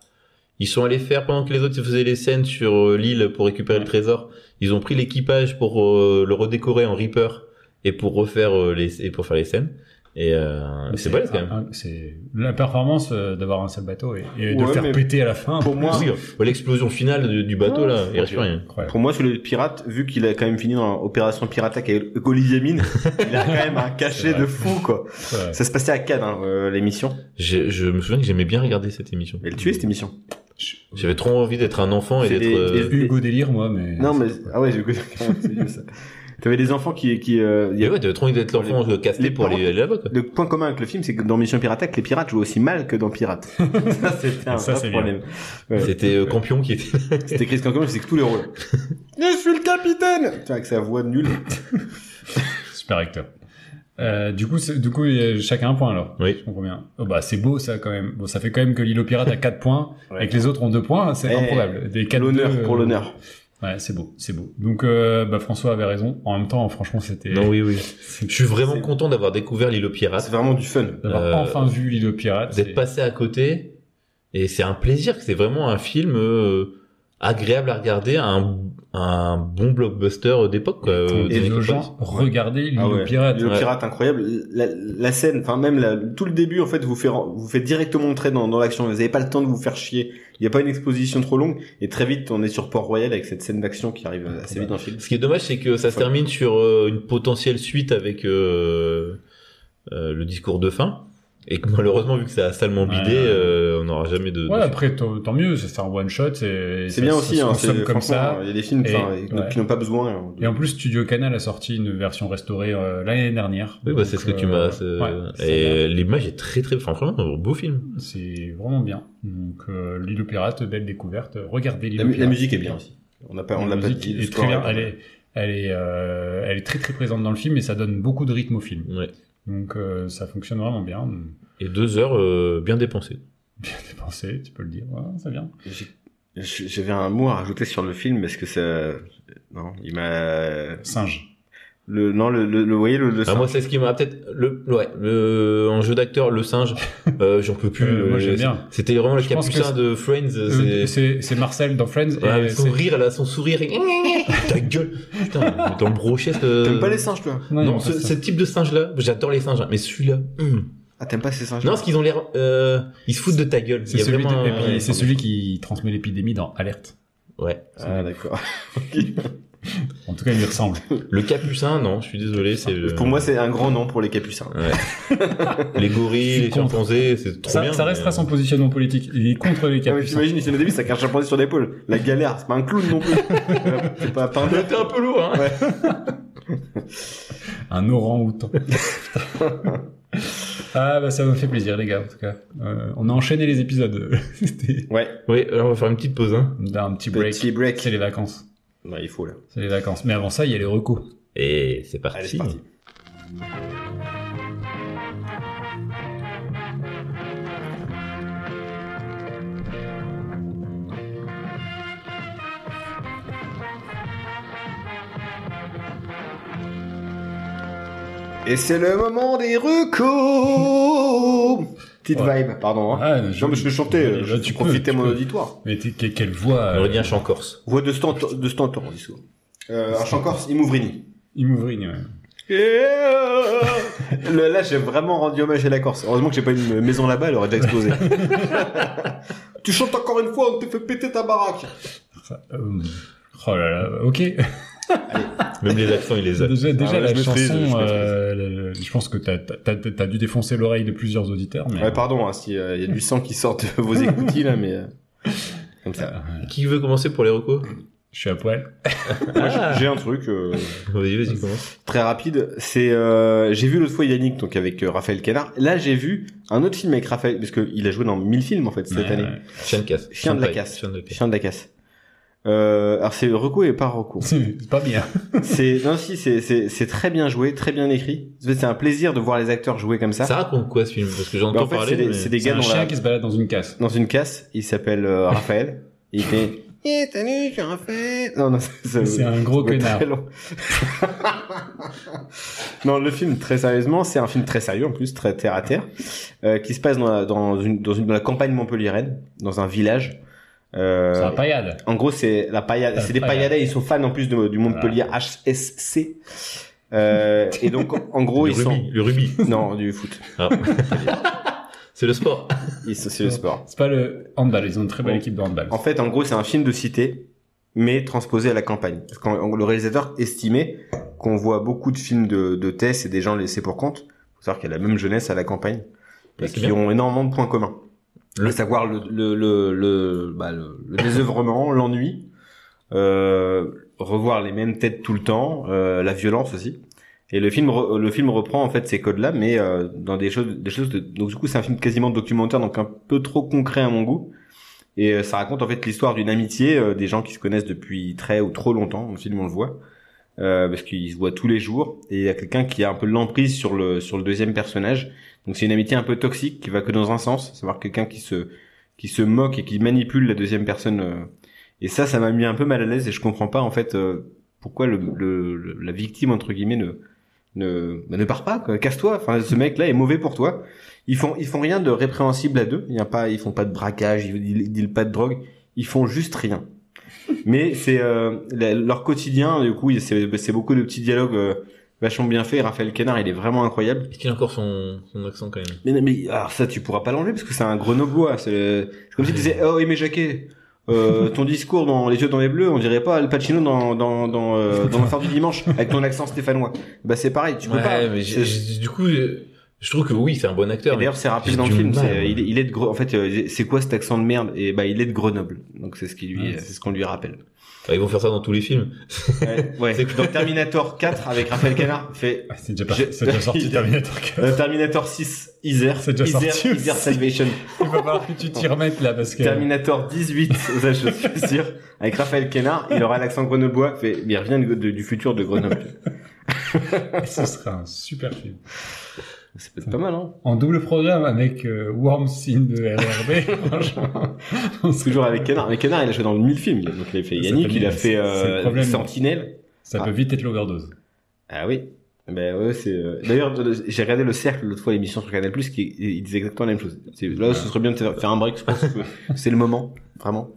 C: Ils sont allés faire pendant que les autres ils faisaient les scènes sur euh, l'île pour récupérer le trésor. Ils ont pris l'équipage pour euh, le redécorer en Reaper et pour refaire euh, les et pour faire les scènes. Et euh, c'est balèze quand même.
B: Ah, un- un- C'est la performance euh, d'avoir un seul bateau et, et de
A: Ouais,
B: faire
A: mais
B: péter à la fin.
A: Pour moi,
C: Oui, euh, l'explosion finale du, du bateau là, il reste plus rien.
B: Incroyable.
A: pour moi, celui de pirate, vu qu'il a quand même fini dans Opération Pirate Attack avec Olivier Mine, il a quand même un cachet
B: vrai.
A: de fou, quoi.
B: Ouais.
A: Ça se passait à Cannes, hein, euh, l'émission.
C: Je, je me souviens que j'aimais bien regarder cette émission.
A: Elle tuait cette émission.
C: J'avais trop envie d'être un enfant et
A: C'est
C: d'être.
A: des-
C: euh,
A: des-
B: Hugo délire moi, mais
A: Non, mais, ah ouais, j'ai c'est vieux, ça. T'avais des enfants qui, qui, euh, il y
C: Ouais,
A: avait-
C: ouais, t'avais trop envie d'être l'enfant euh, casté
A: les
C: pour aller,
A: parents-
C: aller là-bas quoi.
A: Le point commun avec le film, c'est que dans Mission Pirate Attack, les pirates jouent aussi mal que dans Pirates. ça, bah, c'était un
B: Ça,
A: vrai
B: c'est
A: problème. Ouais.
C: C'était euh, Campion qui était.
A: C'était Chris Cancan, il faisait que tous les rôles. Je suis le capitaine! Tu vois, avec sa voix nulle.
B: super acteur. Euh, du coup, c'est- du coup, il y a chacun un point alors.
C: Oui.
B: Je comprends bien. Oh, bah, c'est beau ça quand même. Bon, ça fait quand même que l'île aux pirates a 4 points
A: Ouais.
B: et que les autres ont 2 points. C'est
A: Eh,
B: improbable. Des quatre,
A: L'honneur
B: deux, euh,
A: pour l'honneur.
B: Ouais, c'est beau, c'est beau. Donc, euh, bah, François avait raison. En même temps, franchement, c'était
C: Non, oui, oui. Je suis vraiment
A: c'est-
C: content d'avoir découvert l'île aux
A: Ah, C'est
C: pirates,
A: vraiment du fun.
B: d'avoir
C: Euh,
B: enfin vu l'île aux pirates.
C: d'être
B: C'est-
C: passé à côté. Et c'est un plaisir, c'est vraiment un film euh, agréable à regarder, un, un bon blockbuster d'époque. quoi, euh,
B: Et
C: des
B: nos
C: années
B: gens
C: 90.
B: regardaient l'île
A: Ah ouais.
B: aux pirates.
A: Le
C: ouais.
A: pirate incroyable. La, la scène, enfin même la- tout le début en fait vous fait vous fait directement entrer dans, dans l'action. Vous n'avez pas le temps de vous faire chier. Il n'y a pas une exposition trop longue et très vite on est sur Port Royal avec cette scène d'action qui arrive assez vite dans le film.
C: Ce qui est dommage, c'est que ça se termine sur euh, une potentielle suite avec euh, euh, le discours de fin. Et que malheureusement, vu que ça a salement
B: Ouais.
C: bidé, euh, on n'aura jamais de... de
B: Ouais,
C: suite.
B: après, tant tant mieux. C'est un one shot. C'est
A: C'est bien aussi. Hein, c'est-
B: comme
A: franchement,
B: ça.
A: Il y a des films
B: Et-
A: enfin, qui n'ont-
B: ouais.
A: qui n'ont pas besoin. hein, de-
B: Et en plus, Studio Canal a sorti une version restaurée euh, l'année dernière.
C: Oui, bah,
B: Donc,
C: c'est ce que
B: euh,
C: tu m'as...
B: ouais,
C: c'est-
B: ça m'a-
C: et l'image est très très... Enfin, vraiment, un beau film.
B: C'est vraiment bien. Donc, euh, l'île aux pirates, belle découverte. Regardez l'île
A: la,
B: aux
A: mu-
B: pirates.
A: la musique est bien aussi. On n'a pas on
B: La
A: l'a pas
B: musique
A: dit. hein. le
B: est
A: score
B: très bien.
A: pas
B: Elle
A: mal.
B: est, elle est, euh, elle est très très présente dans le film et ça donne beaucoup de rythme au film.
C: Ouais.
B: Donc, euh, ça fonctionne vraiment bien. Donc,
C: Et deux heures euh, bien dépensées.
B: Bien dépensé, tu peux le dire. Ouais, c'est bien.
A: J'ai- J'avais un mot à rajouter sur le film parce que ça non il m'a
B: Singe.
A: le non le le, le- vous voyez le, le
C: Ah, moi, c'est ce qui m'a peut-être le ouais le en jeu d'acteur le singe. euh, J'en peux plus.
B: Euh, moi,
C: euh,
B: j'aime bien.
C: C'était vraiment le
B: Je pense
C: capucin
B: que
C: de Friends. euh,
B: Euh,
C: c'est-
B: C'est c'est Marcel dans Friends.
C: Ouais,
B: et
C: avec son
B: c'est-
C: rire, elle a son sourire. et- Ta gueule. Putain, mais t'en brochet.
A: T'aimes pas les singes toi
B: Ouais,
C: Non,
B: il
C: ce,
B: reste-
C: ce type de singe là, j'adore les singes, hein, mais celui-là. hum.
A: Ah t'aimes pas ces singes
C: Non, parce qu'ils ont l'air, euh, ils se foutent de ta gueule. Il
B: c'est
C: y a
B: celui,
C: vraiment
B: de- et
C: un-
B: puis, c'est celui qui transmet l'épidémie dans Alerte.
C: Ouais.
A: Ah d'accord.
B: En tout cas, il y ressemble.
C: Le capucin, non, je suis désolé, c'est. euh, le-
A: Pour moi, c'est un grand nom pour les capucins.
C: Les
B: Je
C: gorilles,
B: suis
C: les
B: contre.
C: chimpanzés, c'est trop
B: Ça,
C: bien.
B: ça restera
C: mais- euh,
B: son positionnement politique. Il est contre les
A: Ah, mais
B: capucins.
A: t'imagines, ici au début, ça cache un poing sur l'épaule. La galère, c'est pas un clown non plus. Euh, c'est pas un peintre.
C: T'es un peu lourd, hein.
B: Un orang-outan. ah bah ça me fait plaisir les gars en tout cas. Euh, on a enchaîné les épisodes. C'était
A: Ouais,
C: Oui, alors on va faire une petite pause, hein.
B: on a un petit break.
A: petit break.
B: C'est les vacances.
A: Ouais, il faut là.
B: C'est les vacances. Mais avant ça, il y a les recos.
C: Et c'est parti.
A: Allez, c'est parti. Et c'est le moment des recos Petite
B: Ouais.
A: vibe, pardon. Hein.
B: Ah,
A: non, mais je peux chanter,
B: Là,
A: je
B: tu peux,
A: profitais
B: tu
A: mon
B: peux.
A: auditoire.
B: Mais t'es- que- quelle voix.
C: On
B: euh,
C: revient en Corse.
A: Voix de Stanton, de Stanton, on dit souvent. Euh, un chant corse, Imouvrini.
B: Imouvrini, euh, ouais.
A: Le- là, j'ai vraiment rendu hommage à la Corse. Heureusement que j'ai pas une maison là-bas, elle aurait déjà explosé. tu chantes encore une fois, on te fait péter ta baraque.
B: Ça, euh, Oh là là, ok.
C: Même les accents, il les a.
B: Déjà,
A: Ah
B: déjà
F: ouais,
B: la
F: je
B: chanson,
F: maîtrise, je
B: euh,
F: maîtrise.
B: le- le- je, pense que t'as t'as- t'as- t'as dû défoncer l'oreille de plusieurs auditeurs, mais
A: Ouais, pardon, hein, si euh, y a du sang qui sort de vos écoutilles là, mais euh, comme ça.
C: Qui veut commencer pour les recos
B: je suis à poil.
A: Moi, j'ai-
C: Ah.
A: j'ai un truc euh,
C: Vas-y, vas-y, commence.
A: très rapide. C'est euh, j'ai vu l'autre fois Yannick donc avec euh, Raphaël Canard. Là, j'ai vu un autre film avec Raphaël parce que il a joué dans 1000 films en fait cette
B: Mais,
A: année.
B: euh,
C: Chien de casse.
A: Chien de la
C: paille.
A: casse.
C: Chien de paille.
A: Chien de la casse. Euh, alors c'est Reco et pas Reco.
B: C'est pas bien.
A: c'est non si c'est c'est c'est très bien joué, très bien écrit. C'est un plaisir de voir les acteurs jouer comme ça.
C: Ça raconte quoi ce film Parce que j'entends
A: Bah, en fait,
C: parler.
A: c'est des,
C: mais-
A: c'est des
B: C'est
A: gars
B: un
A: dans
B: chien
A: la-
B: qui se balade dans une casse.
A: dans une casse, il s'appelle euh, Raphaël. Il fait Eh, salut, je Raphaël. Non, non, ça- ça-
B: C'est un gros
A: ça-
B: connard.
A: Euh, très long. non, le film, très sérieusement, c'est un film très sérieux en plus, très terre à terre, euh, qui se passe dans la, dans une, dans une dans la campagne montpelliéraine, dans un village. Euh,
B: C'est un paillade.
A: en gros, c'est la paillade,
B: La
A: c'est des
B: paillade.
A: pailladais, ils sont fans en plus de- du Montpellier
B: Ah.
A: HSC. Euh, et donc, en gros,
C: le
A: ils
C: rubis.
A: sont
C: Le rubis.
A: non du foot,
C: Ah. c'est le sport.
A: ils sont c'est le sport.
B: C'est pas le handball. Ils ont une très belle
A: Bon.
B: équipe de handball.
A: En fait, en gros, c'est un film de cité, mais transposé à la campagne. Parce que en- le réalisateur estimait qu'on voit beaucoup de films de, de Tess et des gens laissés pour compte. Faut savoir qu'il y a la même jeunesse à la campagne. Et
C: Ouais, c'est
A: qui
C: bien.
A: ont énormément de points communs.
C: Le-
A: À savoir le, le, le, le, bah, le, le désœuvrement, l'ennui, euh, revoir les mêmes têtes tout le temps, euh, la violence aussi. Et le film, re- le film reprend en fait ces codes-là, mais euh, dans des choses, des choses. de- donc du coup, c'est un film quasiment documentaire, donc un peu trop concret à mon goût. Et euh, ça raconte en fait l'histoire d'une amitié, euh, des gens qui se connaissent depuis très ou trop longtemps. Dans le film, on le voit, euh, parce qu'ils se voient tous les jours. Et il y a quelqu'un qui a un peu l'emprise sur le sur le deuxième personnage. Donc c'est une amitié un peu toxique qui va que dans un sens, à savoir quelqu'un qui se qui se moque et qui manipule la deuxième personne. euh. Et ça, ça m'a mis un peu mal à l'aise et je comprends pas en fait euh, pourquoi le, le- le- la victime entre guillemets ne ne bah, ne part pas, quoi. casse-toi. Enfin, ce mec-là est mauvais pour toi. Ils font ils font rien de répréhensible à deux. Il y a pas, ils font pas de braquage, ils, ils, ils dealent pas de drogue. Ils font juste rien. Mais c'est euh, la- leur quotidien. Du coup, c'est c'est beaucoup de petits dialogues euh, vachement bien faits. Raphaël Canard, il est vraiment incroyable.
C: Est-ce qu'il a encore son, son accent quand même
A: Mais, non, mais alors ça, tu pourras pas l'enlever parce que c'est un grenoblois. C'est le- c'est comme si tu disais, oh, Aimé Jacquet, euh, ton discours dans Les yeux dans les bleus, on dirait pas Al Pacino dans, dans, dans, euh, dans l'affaire du dimanche avec ton accent stéphanois. Bah, c'est pareil, tu peux
C: Ouais,
A: pas.
C: mais
A: C'est-
C: j'ai- j'ai- du coup, je je trouve que oui, c'est un bon
A: Et
C: acteur. mais-
A: D'ailleurs, c'est rappelé
C: j'ai
A: dans le
C: du
A: film.
C: mal,
A: c'est,
C: ouais.
A: il, est- il est de gros. En fait, euh, c'est quoi cet accent de merde Et bah, il est de Grenoble. Donc, c'est ce qui lui,
B: Ouais.
A: euh, c'est ce qu'on lui rappelle.
C: Bah, ils vont faire ça dans tous les films.
A: Ouais.
C: C'est
A: Dans Terminator 4 avec Raphaël Canard, fait
B: Ah, C'est déjà, pas-
A: Je-
B: c'est déjà sorti Terminator 4.
A: euh, Terminator 6 Isère,
B: C'est déjà
A: Isère,
B: sorti aussi.
A: Isère Salvation.
B: Il va falloir que tu t'y remettes là parce que.
A: Terminator 18, ça je suis sûr, avec Raphaël Kenard, il aura l'accent grenoblois, fait, mais il revient de- de- du futur de Grenoble.
B: Ce serait un super film.
A: C'est peut-être pas mal, hein
B: En double programme avec euh, Worms in de RRB, franchement. on serait-
A: Toujours avec Kenard. Mais Kenard, il a joué dans 1000 films. Donc il a fait
B: Ça
A: Yannick,
B: peut-
A: il a fait
B: c'est le
A: euh,
B: problème.
A: Sentinelle.
B: Ça peut vite être l'overdose.
A: Ah oui. Ben ouais, c'est. euh, D'ailleurs, le- j'ai regardé le cercle l'autre fois l'émission sur Canal Plus qui il disait exactement la même chose. C'est- Là, ce serait bien de faire faire un break. Je pense que c'est le moment, vraiment.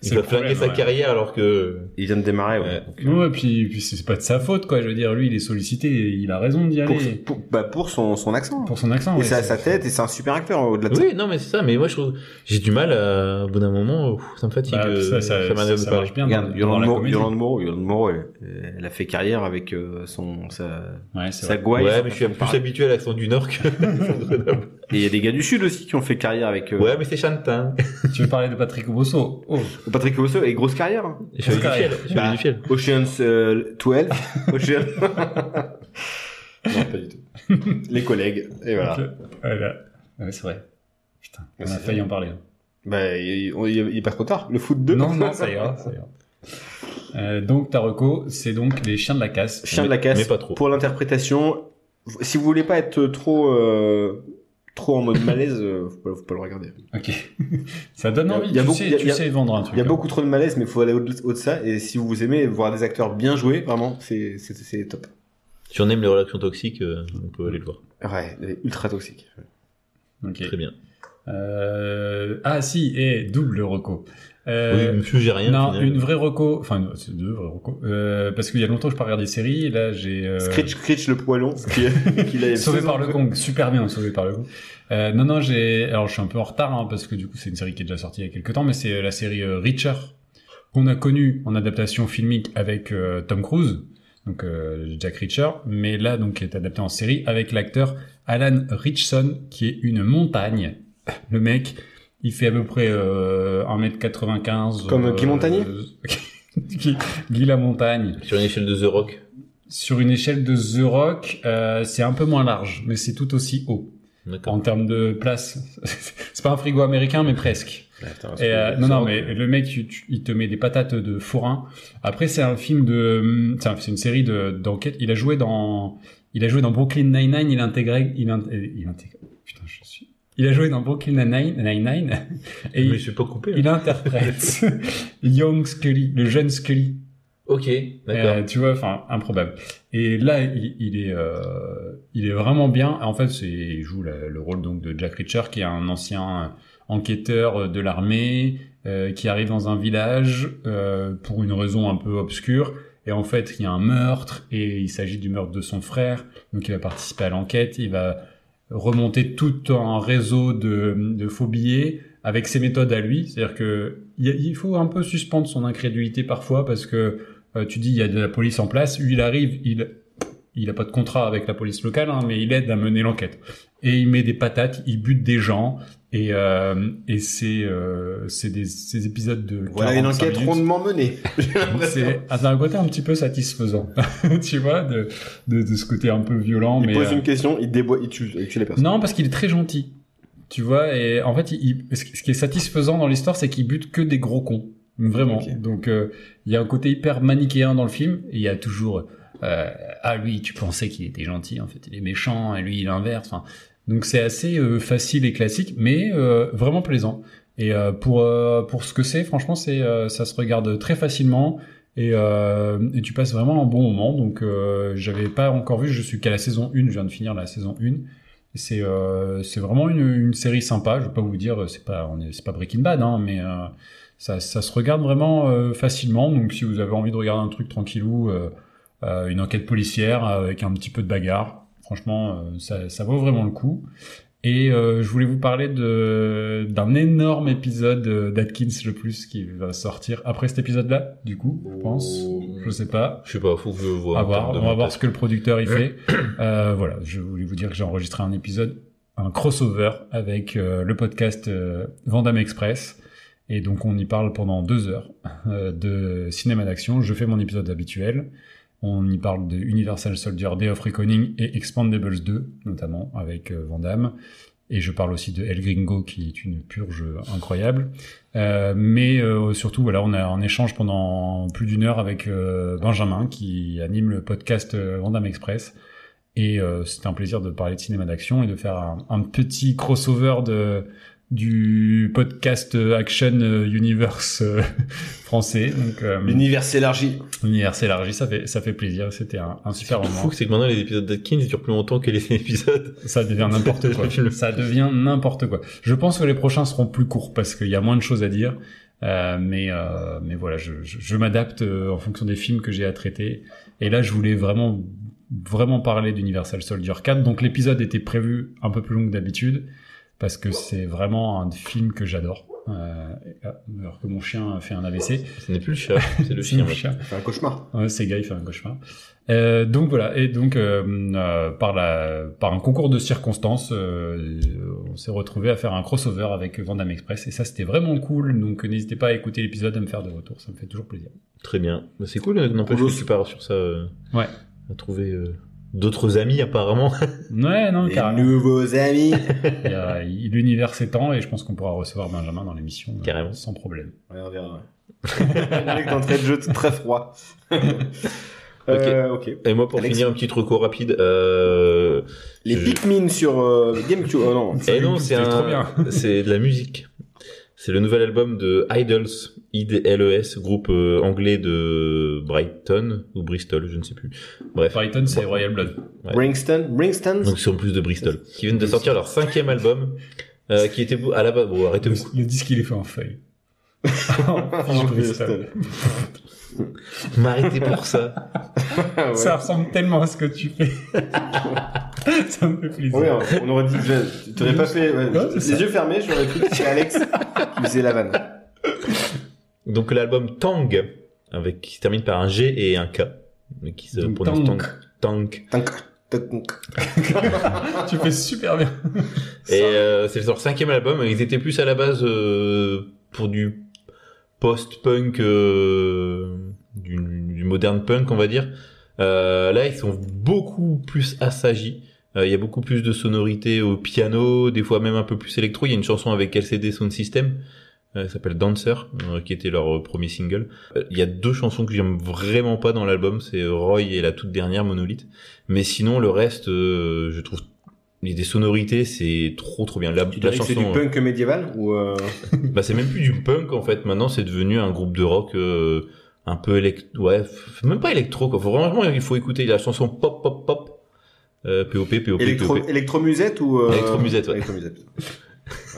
B: C'est
C: Il va
B: le
C: flinguer
B: problème,
C: sa
B: ouais.
C: carrière alors que.
A: Il vient de démarrer. Ouais.
C: Ouais.
A: Donc, euh,
B: Ouais, puis, puis c'est pas de sa faute, quoi. Je veux dire, lui, il est sollicité, et il a raison d'y
A: pour,
B: aller.
A: pour- bah, pour son, son accent.
B: Pour, son accent.
A: et
B: ouais,
A: ça,
B: c'est-
A: sa tête, et c'est un super acteur au-delà de ça.
C: Oui, non, mais c'est ça. Mais moi, je trouve, j'ai du mal à, au bout d'un moment, ouf, ça me fatigue.
B: Bah,
C: euh,
B: ça, ça,
C: ça
B: ça,
C: m'adonne
B: ça
C: pas.
B: marche bien. dans-
A: Regarde,
B: dans
A: Yolande
B: la
A: Moreau,
B: comédie.
A: Yolande Moreau, Yolande Moreau, elle, elle a fait carrière avec euh, son sa,
B: Ouais, c'est
A: sa
B: vrai.
A: gouaille.
C: ouais, mais je suis plus habitué à l'accent du Nord que l'accent de Grenoble.
A: Et il y a des gars du sud aussi qui ont fait carrière avec euh,
C: Ouais, mais c'est Chantin.
B: Tu veux parler de Patrick Rousseau Oh,
A: Patrick Rousseau et grosse carrière. hein.
C: Je suis allé du
B: Oscar.
C: fiel. Je suis allé du fiel.
A: Ocean's euh, 12, Ocean- non, pas du tout. Les collègues et voilà.
B: ok. Voilà. Ouais, c'est vrai. Putain, on
A: Ouais,
B: a
A: c'est
B: failli
A: vrai.
B: en parler. hein.
A: Bah, il, on- il- il est pas trop tard. Le foot 2.
B: Non, non, ça ira, ça ira. Euh, donc, Taroko, c'est donc les chiens de la casse.
A: Chien de la casse.
C: Mais pas trop.
A: Pour l'interprétation, si vous voulez pas être trop euh, trop en mode malaise, euh, faut pas- faut pas le regarder.
B: Ok. ça donne
A: Il y a-
B: envie.
A: il y a
B: tu
A: beaucoup-
B: sais,
A: il y a-
B: tu
A: il y a-
B: sais vendre un truc.
A: Il y a
B: hein.
A: beaucoup trop de malaise, mais il faut aller au-delà au-delà de ça. Et si vous aimez voir des acteurs bien jouer, vraiment, c'est c'est- c'est top.
C: Si on aime les relations toxiques, euh, on peut aller le voir.
A: Ouais, elle est ultra toxique.
B: Ok.
C: Très bien.
B: Euh, ah si, et double reco.
C: Oui,
B: Euh,
C: même si j'ai rien. au
B: non,
C: final.
B: une vraie reco. Enfin, c'est deux vraies reco. Euh, parce qu'il y a longtemps que je peux regarder des séries. Et là, j'ai euh,
A: Scritch, Scritch le poilon, qui, qui a
B: Sauvé par le Kong, super bien Sauvé par le Kong. Euh, non, non, j'ai. Alors, je suis un peu en retard hein, parce que du coup, c'est une série qui est déjà sortie il y a quelques temps, mais c'est euh, la série euh, Reacher qu'on a connu en adaptation filmique avec euh, Tom Cruise, donc euh, Jack Reacher, mais là donc qui est adapté en série avec l'acteur Alan Richson qui est une montagne. Le mec, il fait à peu près euh, 1m95
A: Comme
B: euh,
A: Guy Montagnier
B: Guy, Guy la montagne.
C: Sur une échelle de The Rock.
B: Sur une échelle de The Rock, euh, c'est un peu moins large, mais c'est tout aussi haut
C: D'accord.
B: en termes de place. c'est pas un frigo américain, mais presque.
A: Attends,
B: Et, euh, non, non, mais le mec, tu- tu- il te met des patates de forain. Après, c'est un film de, hum, c'est un- c'est une série de d'enquête. Il a joué dans, il a joué dans Brooklyn Nine Nine. Il intégrait, il, int- euh, il intégrait. Putain, je suis. Il a joué dans Brooklyn Nine Nine, Nine et
C: Mais je
B: il,
C: suis pas coupé. hein. là.
B: il interprète Young Scully, le jeune Scully.
C: Ok,
B: Euh,
C: d'accord.
B: tu vois, enfin, improbable. Et là, il, il est, euh, il est vraiment bien. En fait, c'est, il joue la- le rôle donc de Jack Reacher, qui est un ancien enquêteur de l'armée, euh, qui arrive dans un village euh, pour une raison un peu obscure. Et en fait, il y a un meurtre, et il s'agit du meurtre de son frère. Donc, il va participer à l'enquête. Il va remonter tout un réseau de, de faux billets avec ses méthodes à lui. C'est-à-dire que il y a- il faut un peu suspendre son incrédulité parfois parce que euh, tu dis il y a de la police en place, lui il arrive, il il a pas de contrat avec la police locale, hein, mais il aide à mener l'enquête. Et il met des patates, il bute des gens, et, euh, et c'est euh, c'est des ces épisodes de
A: Voilà une
B: 45
A: enquête
B: minutes.
A: rondement menée.
B: C'est ah, c'est un côté un petit peu satisfaisant, tu vois, de, de de ce côté un peu violent.
A: Il
B: mais
A: pose
B: euh,
A: une question, il déboîte, il tue, il tue les personnes.
B: non, parce qu'il est très gentil. Tu vois, et en fait, il- il- ce qui ce qui est satisfaisant dans l'histoire, c'est qu'il bute que des gros cons. Vraiment.
A: Ok.
B: Donc, euh, il y a un côté hyper manichéen dans le film. Et il y a toujours, euh, ah lui, tu pensais qu'il était gentil, en fait, il est méchant, et lui, il inverse. Enfin, donc, c'est assez euh, facile et classique, mais euh, vraiment plaisant. Et euh, pour, euh, pour ce que c'est, franchement, c'est euh, ça se regarde très facilement. Et, euh, et tu passes vraiment un bon moment. Donc, euh, j'avais pas encore vu, je suis qu'à la saison 1, je viens de finir la saison 1. C'est euh, c'est vraiment une, une série sympa. Je vais pas vous dire, c'est pas on est c'est pas Breaking Bad, hein, mais euh, ça, ça se regarde vraiment euh, facilement. Donc si vous avez envie de regarder un truc tranquillou, euh, euh, une enquête policière avec un petit peu de bagarre, franchement, euh, ça, ça vaut vraiment le coup. Et euh, je voulais vous parler de d'un énorme épisode euh, d'Atkins le plus qui va sortir après cet épisode-là, du coup, je pense. Je sais pas.
C: Je sais pas, faut que je vois.
B: À
C: en
B: voir,
C: termes de
B: on va voir
C: montage.
B: ce que le producteur y fait. Euh, voilà, je voulais vous dire que j'ai enregistré un épisode, un crossover avec euh, le podcast euh, Vandame Express. Et donc on y parle pendant deux heures euh, de cinéma d'action. Je fais mon épisode habituel. On y parle de Universal Soldier, Day of Reckoning et Expandables 2, notamment avec euh, Van Damme. Et je parle aussi de El Gringo, qui est une purge incroyable. Euh, mais euh, surtout, voilà, on a un échange pendant plus d'une heure avec euh, Benjamin, qui anime le podcast euh, Vandame Express. Et euh, c'était un plaisir de parler de cinéma d'action et de faire un, un petit crossover de du podcast euh, Action euh, Universe euh, français. Donc, euh,
A: L'univers s'élargit.
B: l'univers s'élargit, ça fait, ça fait plaisir. C'était un, un super
C: Le
B: moment.
C: fou, c'est que maintenant les épisodes d'Atkins durent plus longtemps que les épisodes.
B: Ça devient n'importe quoi. Ça devient n'importe quoi. Je pense que les prochains seront plus courts parce qu'il y a moins de choses à dire. Euh, mais, euh, mais voilà, je, je, je m'adapte euh, en fonction des films que j'ai à traiter. Et là, je voulais vraiment, vraiment parler d'Universal Soldier 4. Donc l'épisode était prévu un peu plus long que d'habitude parce que c'est vraiment un film que j'adore. Euh, alors que mon chien a fait un AVC.
C: Ce n'est plus le chat, c'est le
B: C'est mon
C: chien.
B: chien.
A: C'est un cauchemar.
B: Ouais, c'est gars, il fait un cauchemar. Euh, donc voilà, et donc euh, euh, par, la, par un concours de circonstances, euh, on s'est retrouvé à faire un crossover avec Vandame Express, et ça c'était vraiment cool, donc euh, n'hésitez pas à écouter l'épisode, à me faire de retour, ça me fait toujours plaisir.
C: Très bien. Bah, C'est cool, euh, n'empêche
A: Cool.
C: que tu pars sur ça. euh,
B: Ouais.
C: À trouver euh, d'autres amis, apparemment.
B: Ouais, non,
A: Les
B: carrément.
A: nouveaux amis.
B: Il y a- il- L'univers s'étend, et je pense qu'on pourra recevoir Benjamin dans l'émission. euh,
C: Carrément.
B: Sans problème.
A: Ouais, on verra. Avec d'entrée de jeu très froid. Euh, ok.
C: Et moi, pour
A: Alex.
C: finir, un petit truc rapide. Euh...
A: Les
C: Je-
A: Pikmin sur euh, GameCube. Oh non.
C: Eh non, c'est
B: trop
C: un...
B: bien.
C: c'est de la musique. C'est le nouvel album de Idols, I-D-L-E-S, groupe euh, anglais de Brighton ou Bristol, je ne sais plus. Bref.
B: Brighton, c'est Royal Blood.
C: Ouais.
A: Bringston. Bringston.
C: Donc c'est en plus de Bristol, qui viennent de sortir leur cinquième album, euh, qui était beau- à la base. Bon, arrêtez
B: Le,
C: vous
B: le disque, il est fait en feuille.
A: En Bristol.
C: M'arrêtez pour ça.
A: Ah ouais.
B: Ça ressemble tellement à ce que tu fais. ça me fait plaisir.
A: Ouais, Ah hein, on aurait dit, je- tu n'aurais pas fait, ouais,
B: Ouais, c'est
A: les
B: ça.
A: yeux fermés, j'aurais cru que c'était Alex qui faisait la vanne.
C: Donc l'album Tang, avec, qui se termine par un G et un K, mais qui se
B: Donc,
C: prononce Tang.
B: Tang.
C: Tang.
A: Tank, tank, tank.
B: Ah, tu fais super bien.
C: Et euh, c'est leur cinquième album. Ils étaient plus à la base euh, pour du post-punk, euh, du, du modern punk, on va dire. Euh, là, ils sont beaucoup plus assagis. Euh, Il y a beaucoup plus de sonorités au piano, des fois même un peu plus électro. Il y a une chanson avec LCD Sound System. euh, qui s'appelle Dancer, euh, qui était leur euh, premier single. Euh, Il y a deux chansons que j'aime vraiment pas dans l'album, c'est euh, Roy et la toute dernière Monolith. Mais sinon, le reste, euh, je trouve les des sonorités, c'est trop trop bien. La,
A: Tu
C: la
A: dirais que
C: chanson,
A: c'est du
C: euh,
A: punk médiéval ou euh,
C: bah c'est même plus du punk en fait. Maintenant, c'est devenu un groupe de rock euh, un peu élect, ouais, f- même pas électro. Quoi. Faut vraiment, il faut écouter la chanson pop pop pop, euh, pop pop pop.
A: électro,
C: pop.
A: électromusette ou euh...
C: Électromusette, ouais.
A: Électromusette.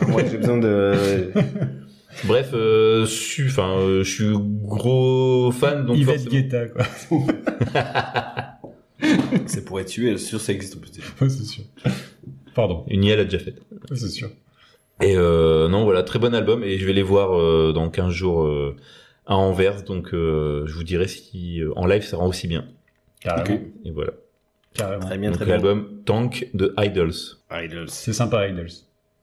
A: Ah, moi, j'ai besoin de.
C: Bref, euh, su, enfin, euh, je suis gros fan donc.
B: Yvette
C: forcément-
B: Guetta, quoi.
A: c'est pour être tué. Sûr, ça existe. peut-être.
B: Ouais, c'est sûr. Pardon,
C: Une IA l'a déjà faite.
B: Ouais, c'est sûr.
C: Et euh, non, voilà, très bon album. Et je vais les voir euh, dans 15 jours euh, à Anvers. Donc, euh, je vous dirai si euh, en live ça rend aussi bien.
B: Carrément.
A: Ok.
C: Et voilà.
B: Carrément.
A: Très bien,
C: Donc
A: très bien.
C: l'album Tank de Idols.
A: Idols.
B: C'est sympa, Idols.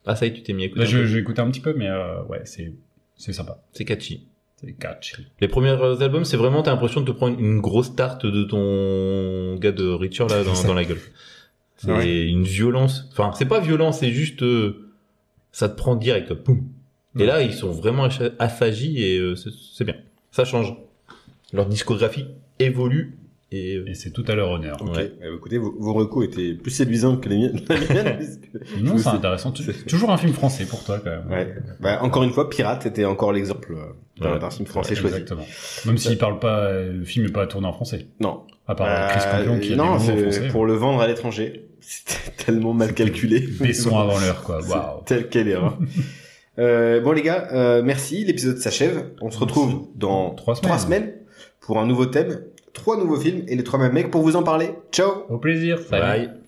C: Ah ça y est, tu t'es mis à écouter.
B: Là,
C: un peu.
B: Bah, je- j'ai écouté un petit peu, mais euh, ouais, c'est c'est sympa.
C: C'est catchy.
B: C'est catchy.
C: Les premiers albums, c'est vraiment, t'as l'impression de te prendre une grosse tarte de ton gars de Richard là dans,
B: C'est ça.
C: dans la gueule. C'est
A: Ouais.
C: une violence. Enfin, c'est pas violent, c'est juste, euh, ça te prend direct. quoi. Poum. Et là, ils sont vraiment acha- affagis et euh, c'est- c'est bien. Ça change. Leur discographie évolue et euh,
B: Et c'est tout à leur honneur.
A: Ok.
C: Ouais.
A: Eh, écoutez, vos, vos recours étaient plus séduisants que les miennes. la mienne, puisque-
B: Non,
A: Je
B: c'est
A: sais.
B: intéressant. Tu-
A: C'est-
B: Toujours un film français pour toi, quand même.
A: ouais. Bah, encore une fois, Pirate était encore l'exemple euh, d'un
C: Ouais.
A: d'un film français choisi.
B: Exactement. Même s'il parle pas, euh, le film est pas tourné en français.
A: Non.
B: À part euh, Chris
A: Euh,
B: Campion qui a
A: non,
B: des noms en
A: c'est
B: français.
A: pour le vendre à l'étranger. C'était tellement mal calculé.
B: Baissons avant l'heure, quoi. Waouh.
A: Telle quelle erreur. Euh, bon les gars, euh, merci. L'épisode s'achève. On se retrouve dans
B: Trois
A: trois semaines pour un nouveau thème, trois nouveaux films et les trois mêmes mecs pour vous en parler. Ciao.
B: Au plaisir. Salut.
C: bye.